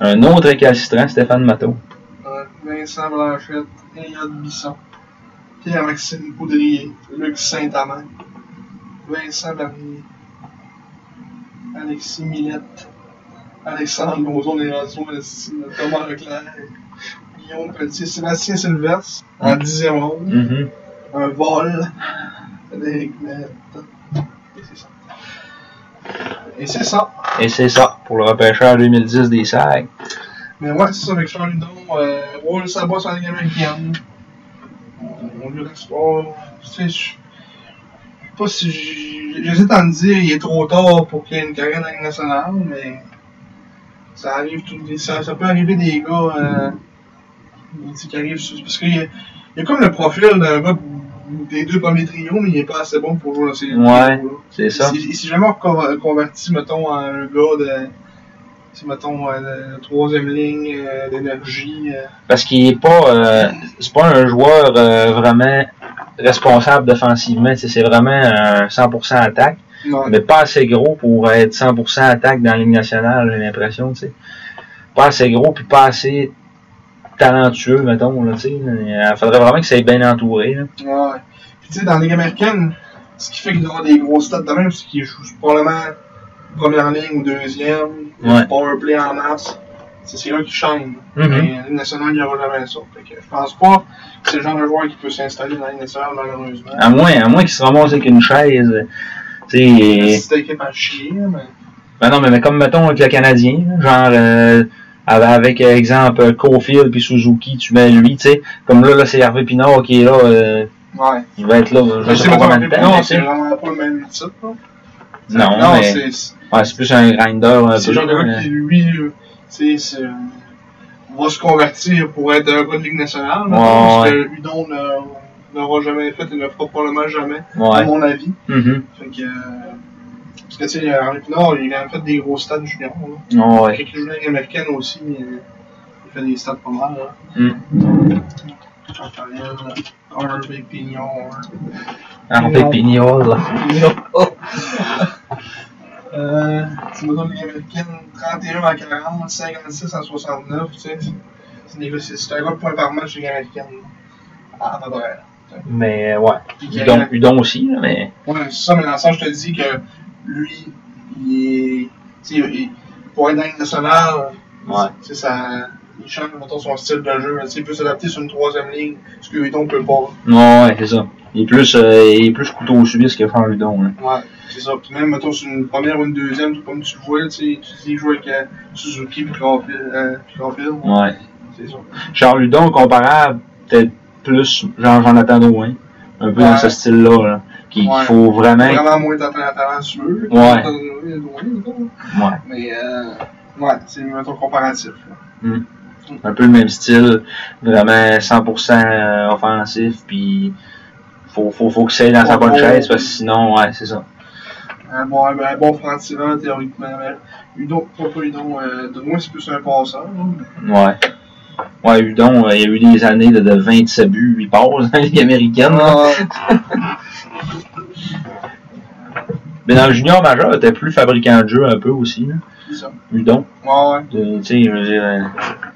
Un autre récalcitrant, Stéphane Matteau.
Euh, Vincent Blanchette, Elliot Bisson, Pierre-Maxime Coudrier, Luc Saint-Amand, Vincent Bernier, Alexis Millette, Alexandre Gauzon et Thomas Leclerc, Guillaume Petit, Sébastien Sylvestre, en dixième ronde,
Mhm.
un vol, Frédéric Millette. Et c'est ça. Et c'est ça.
Et c'est ça, pour le repêcheur 2010 des Sacs.
Mais ouais, c'est ça, avec Charles Ludon, euh, roule sa bosse en Ligue américaine. On- On lui reste pas. Tu sais, je je sais pas si. j'- J'hésite à me dire, il est trop tard pour qu'il y ait une carrière dans la Ligue nationale, mais. Ça arrive tout des- ça, ça peut arriver des gars euh, tu sais, qui arrivent sur- parce qu'il y, a- il y a comme le profil d'un gars des deux premiers trios, mais il est pas assez bon pour jouer dans ces
Ouais.
trios-là.
C'est ça.
Il s'est- Il s'est jamais reco- converti, mettons, en un gars de. c'est, mettons, euh, de troisième ligne, euh, d'énergie. euh.
Parce qu'il est pas. euh, c'est pas un joueur euh, vraiment responsable défensivement. Tu sais, C'est vraiment un 100% attaque.
Non,
mais pas assez gros pour être 100% attaque dans la Ligue nationale, j'ai l'impression, tu sais. Pas assez gros, puis pas assez talentueux, mettons, là, tu sais. Il faudrait vraiment que ça ait bien entouré, là.
Ouais. Puis tu sais, dans la Ligue américaine, ce qui fait qu'il aura des gros stats de même, c'est qu'il joue probablement première ligne ou deuxième,
Ouais.
powerplay en masse. C'est ces gars qui chaînent.
Mhm.
Mais la Ligue nationale, il n'y aura jamais ça. Fait que je pense pas que c'est le genre de joueur qui peut s'installer dans la Ligue nationale, malheureusement.
À moins, à moins qu'il se ramasse avec une chaise, euh, tu sais.
Si t'es capable de chier, mais.
Ben non, mais, mais comme, mettons, avec le Canadien, là, genre... euh, avec, avec, exemple, Cofield puis Suzuki, tu mets lui, tu sais. Comme là, là c'est Hervé Pinard qui est là, euh,
Ouais.
il va être là, je
Mais
sais
c'est
pas
pas
combien de temps. mais
Non,
tu sais.
c'est vraiment pas le même type, là.
Non,
Non,
mais
c'est. c'est-
ouais, c'est plus un grinder. un
C'est
peu,
le genre de
là,
gars qui, lui, euh, tu sais, c'est, euh, va se convertir pour être un gars de Ligue nationale.
Ouais,
mettons, parce
ouais.
que Hudon ne- n'aura jamais fait et ne le fera probablement jamais, à
Ouais.
mon avis.
Mhm.
Fait que, euh, parce que, tu sais, Henri Pinard, il a fait des gros stades juniors. là.
Ouais.
Quand il joue dans la Ligue américaine aussi, il, il fait des stades pas mal. Là.
Mm.
Chantarelle, Harvey Pignon.
Ah, Hervé Pignol.
Pignon. Euh, tu me donnes l'américaine 31 à 40, 56 à 69, tu sais. c'est- C'est des gars- c'est- c'est un gars de points par match, les américaines. Ah, pas vrai.
Mais ouais.
Puis qu'il y a-
Udon, Udon aussi, là, mais.
Ouais, c'est ça, mais dans le sens, je te dis que lui, il est. Tu sais, il- pour être dans le national,
Ouais.
tu sais, ça. Il change, mettons, son style de jeu. là, Tu sais, il peut s'adapter sur une troisième ligne, ce que Hudon peut pas.
Ouais, ouais, c'est ça. Il est plus, euh, il est plus couteau suisse que Franck Udon. Là.
Ouais, c'est ça. Puis même, mettons, sur une première ou une deuxième, tout comme tu le vois, tu sais, tu dis jouer avec euh, Suzuki puis Caulfield. euh, puis Caulfield,
Ouais.
c'est ça.
Charles Udon, comparable, peut-être plus genre Jonathan Drouin. Un peu
Ouais.
dans ce style-là. Là, qu'il qu'il
Ouais.
faut vraiment.
Vraiment moins d'atteint à talent sur eux.
Ouais. Ouais.
Mais, euh, ouais, c'est, mettons, comparatif. là.
Un peu le même style. Vraiment 100% euh, offensif. Puis. Faut, faut, faut que ça aille dans sa
Ouais,
bonne
ouais.
chaise. Parce que sinon, ouais, c'est ça.
Un bon, un, ben, un bon franc-tirant, théoriquement. Mais Udon, pas pas Udon, euh, de moins, c'est plus un passeur. hein.
Ouais. Ouais, Udon, euh, il y a eu des années là, de 27 buts, 8 passes dans la Ligue américaine. là.
Ah.
Mais dans le junior majeur, t'es plus fabricant de jeu un peu aussi, là.
c'est ça.
Udon.
Ouais, ouais.
Euh, Tu sais, je veux dire, euh,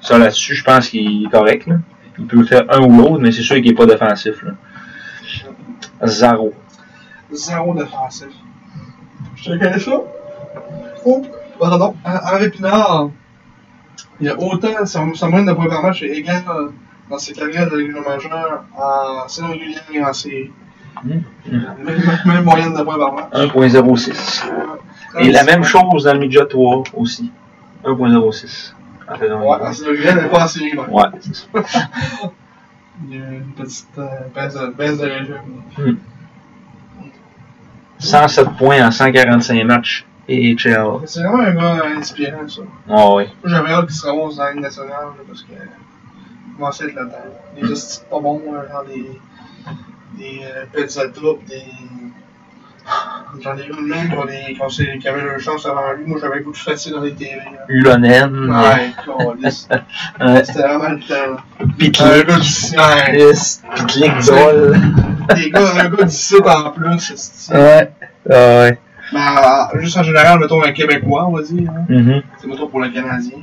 ça là-dessus, je pense qu'il est correct, là. Il peut faire un ou l'autre, mais c'est sûr qu'il est pas défensif, là. Zaro.
Zéro défensif. Je te connais ça? Oh, pardon. Henri Pinard, il y a autant, son, son moyenne de premier match est égal euh, dans ses carrières de Ligue majeure en saison régulière et en série.
Mm.
Même, même moyenne de points par match.
1.06. Et la même chose dans le midget 3 aussi. 1.06. En fait,
Ouais, en
on-
saison régulière, mais pas en série. ouais.
Ouais, c'est ça.
Il y a une petite euh, baisse, de, baisse de régime.
107 points en 145 matchs. Et HL.
C'est vraiment un gars inspirant, ça.
Ouais, ouais.
J'avais hâte qu'il se ramasse dans la Ligue nationale là, parce que il commençait à être là-dedans. Les
Mm.
hosties de pas bons, là, genre des, des euh, Pezzatta, pis des. J'en ai eu le même qui ont des- qui ont- qui avaient leur chance avant lui. Moi, j'avais le goût de fesser dans les TV. là.
Ulonen. Euh,
Ouais, câlisse.
Mm. Ouais.
C'était vraiment le temps. là. Un
Pitlick.
gars du sien.
Pitlick Zoll.
Des gars, un gars du site en plus. hostie.
Ouais. Ah Ouais.
Mais euh, juste en général, mettons un Québécois, on va dire. hein.
Mhm.
C'est mettons pour le Canadien.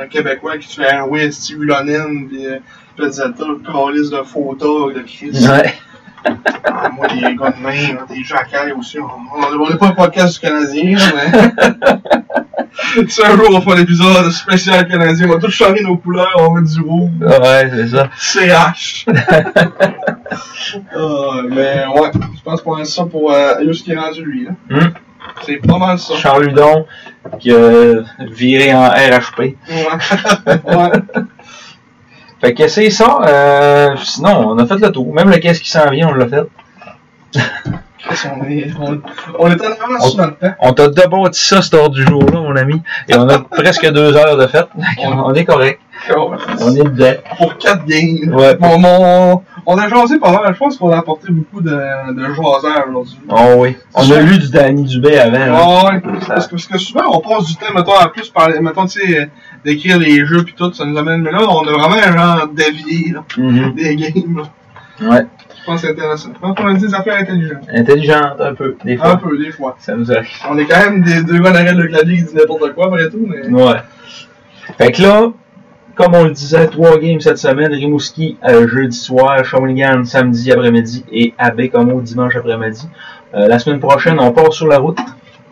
Un Québécois qui fait un oui, Steve Ulonen, pis euh, Pezzetta, le calice de photos de Chris.
Ouais.
Ah, moi, des gars de main, là, des jacailles aussi. On on- on n'est pas un podcast du Canadien, là, mais. tu sais, un jour, on va faire l'épisode spécial Canadien. On va tous changer nos couleurs, on va mettre du rouge.
Ouais, c'est ça.
CH. Ah, mais ouais, je pense qu'on a ça pour euh, Ayus qui est rendu lui. Là.
Hum.
C'est pas mal ça.
Charles Hudon, qui a viré en RHP.
Ouais. ouais.
Fait que c'est ça. euh, sinon, on a fait le tour. Même le caisse qui s'en vient, on l'a fait.
Chris, on est, on, on est en avance sur notre temps.
On t'a débattu ça, cette heure du jour-là, mon ami. Et on a presque deux heures de fête. On est correct. On est dedans.
Pour 4 games.
Ouais.
Bon, mon- on a jasé pas mal. Je pense qu'on a apporté beaucoup de, de jaseurs aujourd'hui.
Oh oui. On a eu du Danny Dubé avant. hein. là.
Ouais, parce que, parce que souvent on passe du temps, mettons, à plus parler, mettons, tu sais, euh, d'écrire les jeux pis tout, ça nous amène, mais là, on a vraiment un genre d'avis, là,
Mhm.
des games, là.
Ouais.
Je pense que c'est intéressant. Je pense qu'on a des affaires intelligentes.
Intelligente un peu, des
Un
fois.
peu, des fois.
Ça nous arrive.
On est quand même des deux gars derrière le clavier qui disent n'importe quoi, après tout, mais.
Ouais. Fait que là, comme on le disait, trois games cette semaine. Rimouski euh, jeudi soir, Shawinigan samedi après-midi et AB Como dimanche après-midi. Euh, la semaine prochaine, on part sur la route.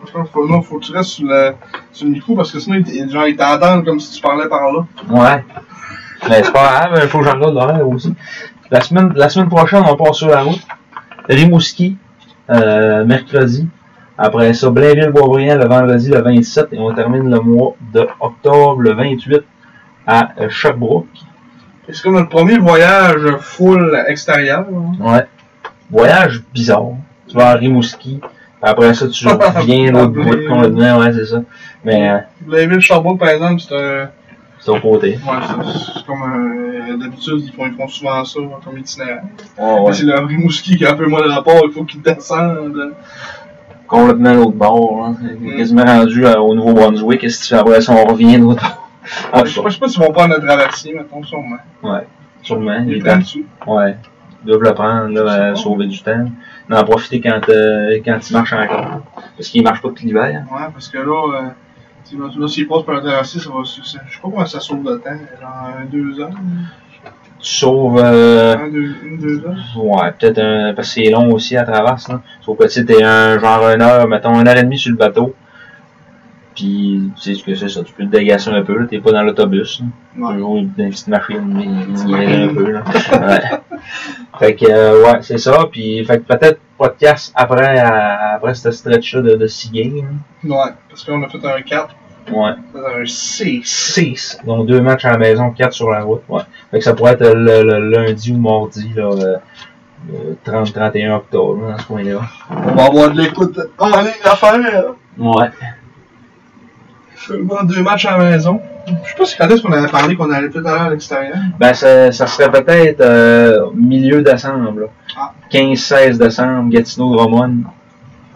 Je pense que non, faut que tu restes sur le, sur le micro parce que sinon, il, il- genre, il t'entend comme si tu parlais par là.
Ouais. Mais c'est pas grave, il faut que je regarde l'horaire aussi. La semaine, la semaine prochaine, on part sur la route. Rimouski, euh, mercredi. Après ça, Blainville-Boisbriand le vendredi le 27 et on termine le mois de octobre le 28 à euh, Sherbrooke.
Et C'est comme notre premier voyage full extérieur. hein.
Ouais. Voyage bizarre. Tu vas à Rimouski, après ça tu
Ah,
reviens l'autre bout de complètement, ouais c'est ça. Mais euh,
Vous l'avez vu, le charbon, par exemple, c'est un.
c'est au côté.
Ouais, c'est- c'est comme euh, d'habitude, ils font, ils font souvent ça hein, comme itinéraire.
Ah, Ouais,
Mais C'est le Rimouski qui a un peu moins de rapport, il faut qu'il descende.
complètement à l'autre bord. Hein.
Mm.
Quasiment rendu à- au Nouveau-Brunswick. Qu'est-ce que tu fais après ça? On revient de l'autre bord. Ah,
je, sais pas, je sais pas s'ils vont prendre le traversier, mettons, sûrement.
sûrement.
Il
Il
est
est temps.
là-dessus.
Ouais. Ils doivent le prendre, là,
C'est
euh,
bon.
sauver du temps. N'en profiter quand, euh, quand il marche encore. Parce qu'il marche pas tout l'hiver.
Ouais, parce que là, euh, si- là s'ils passent par le traversier, ça va. ça- ça- Je sais pas comment ça sauve le temps, genre un, deux heures.
Tu sauves. euh,
Un, deux, une, deux heures.
Ouais, peut-être un. Parce que c'est long aussi à traverse, là. Sauf que tu sais, t'es un genre une heure, mettons une heure et demie sur le bateau. Puis tu sais ce que c'est ça, tu peux te dégasser un peu, là, t'es pas dans l'autobus. là.
Ouais.
Toujours une petite machine, mais
Petite
mais un
machine.
peu là. Ouais. fait que euh, ouais, c'est ça. Puis fait que peut-être podcast après à- après cette stretch-là de, de six games.
Ouais, parce qu'on a fait un 4,
Ouais.
on a fait un 6.
6. Donc deux matchs à la maison, quatre sur la route. Ouais. Fait que ça pourrait être le, le lundi ou mardi, là. euh, euh, 30-31 octobre, là, dans ce coin-là.
On va avoir de l'écoute en ligne à faire.
Ouais.
Seulement deux matchs à la maison. Je sais pas si quand est-ce qu'on avait parlé qu'on allait peut-être aller à l'extérieur.
Ben, ça, ça serait peut-être euh, milieu décembre. là.
Ah.
15-16 décembre, Gatineau-Drummond.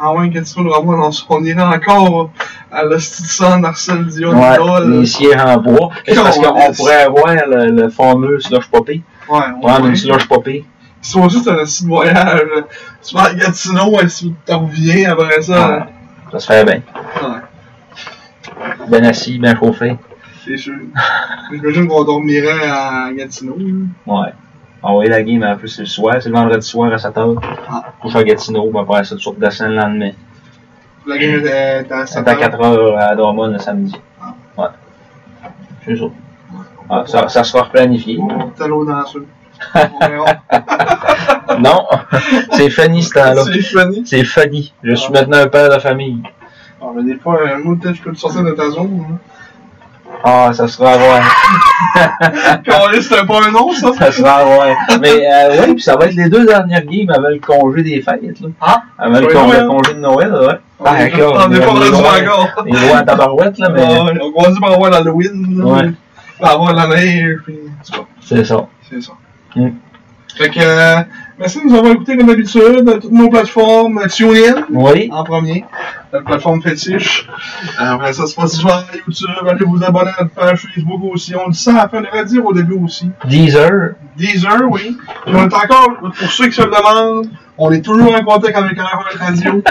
Ah ouais, Gatineau de Ramon, on, s- on est là encore à l'Ostitsan d'Arcel Dion
Ouais,
Idole.
les sièges en bois. C'est parce
Colin.
qu'on pourrait avoir le, le fameux slush poppy.
Ouais,
Prendre
on
une
est
slush poppy.
Ils sont juste un petit voyage. Tu vas à Gatineau et tu t'en reviens après ça.
Ça se fait bien.
Ouais,
Bien assis, bien chauffé.
c'est sûr. J'imagine qu'on dormirait à Gatineau. là.
Ouais. Ah oui, la game, en plus, c'est le soir. C'est le vendredi soir à 7h.
Ah.
Couche à Gatineau, ben, après ça, tu redescends le lendemain.
La game était était à
C'est à
7h.
4h à Drummond le samedi.
Ah.
Ouais. C'est ça. Ah, ça, ça sera replanifié.
T'as l'eau dans la soupe. On verra.
Non, c'est Fanny ce temps-là.
C'est funny.
C'est Fanny. Je suis
Ah.
maintenant un père de famille.
Ah, mais des fois, un mot, peut-être, je peux te sortir de ta zone.
Ah, ça sera vrai.
hein. Carlis, c'est pas un nom, ça?
Ça sera vrai. Mais euh, oui, puis ça va être les deux dernières games avant le congé des fêtes. Là.
Ah,
Avant le,
joyeux
con-
Noël.
le congé de Noël, ouais.
On est
Ah, d'accord,
on est
mais
pas
on est
rendu
loin.
encore.
Les lois à tabarouette, là, mais
Ah, On croise par avoir l'Halloween. là.
Ouais.
Par avoir la neige, puis c'est ça.
c'est ça.
C'est ça.
Mm.
Fait que, euh, merci de nous avoir écoutés comme d'habitude, euh, toutes nos plateformes, euh, TuneIn
Oui,
en premier, notre plateforme fétiche. Après ça, Spotify, YouTube, allez vous abonner à notre page Facebook aussi. On le sent à la fin, on va dire au début aussi.
Deezer.
Deezer, oui. Puis on est encore, pour ceux qui se le demandent, on est toujours en contact avec la radio.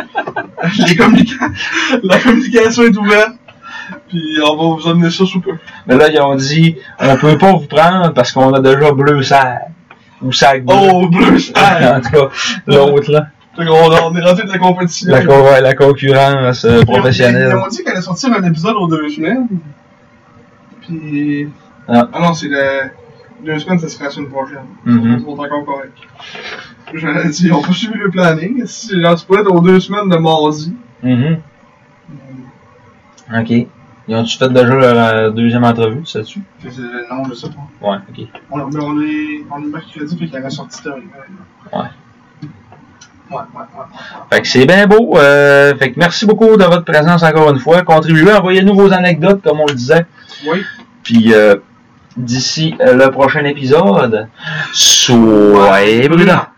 Les communica- la communication est ouverte. Puis on va vous amener ça sous peu.
Mais là, ils ont dit, on peut pas vous prendre parce qu'on a déjà bleu sac. Ou sac bleu.
Oh, bleu star!
En tout cas, l'autre, là.
Fait qu'on- on est rendu de la compétition.
La, co- ouais, la concurrence euh,
Ils
professionnelle.
m'ont dit qu'elle allait sortir un épisode aux deux semaines. Puis.
Ah.
non, c'est le. Deux semaines, ça sera la semaine prochaine.
Mhm.
Ils sont encore corrects. J'avais dit, on peut suivre le planning. Si là, tu pourrais être aux deux semaines de mardi.
Mhm. Ok. Ils ont-tu fait déjà leur euh, deuxième entrevue, tu sais-tu?
Fait que, euh, Non, je sais pas.
Ouais, ok.
On, mais on est, on est mercredi, fait qu'il y avait sorti théoriquement.
Ouais.
Ouais, ouais, ouais.
Fait que c'est bien beau. euh, fait que merci beaucoup de votre présence encore une fois. Contribuez, envoyez-nous vos anecdotes, comme on le disait.
Oui.
Puis euh, d'ici euh, le prochain épisode, soyez brûlants.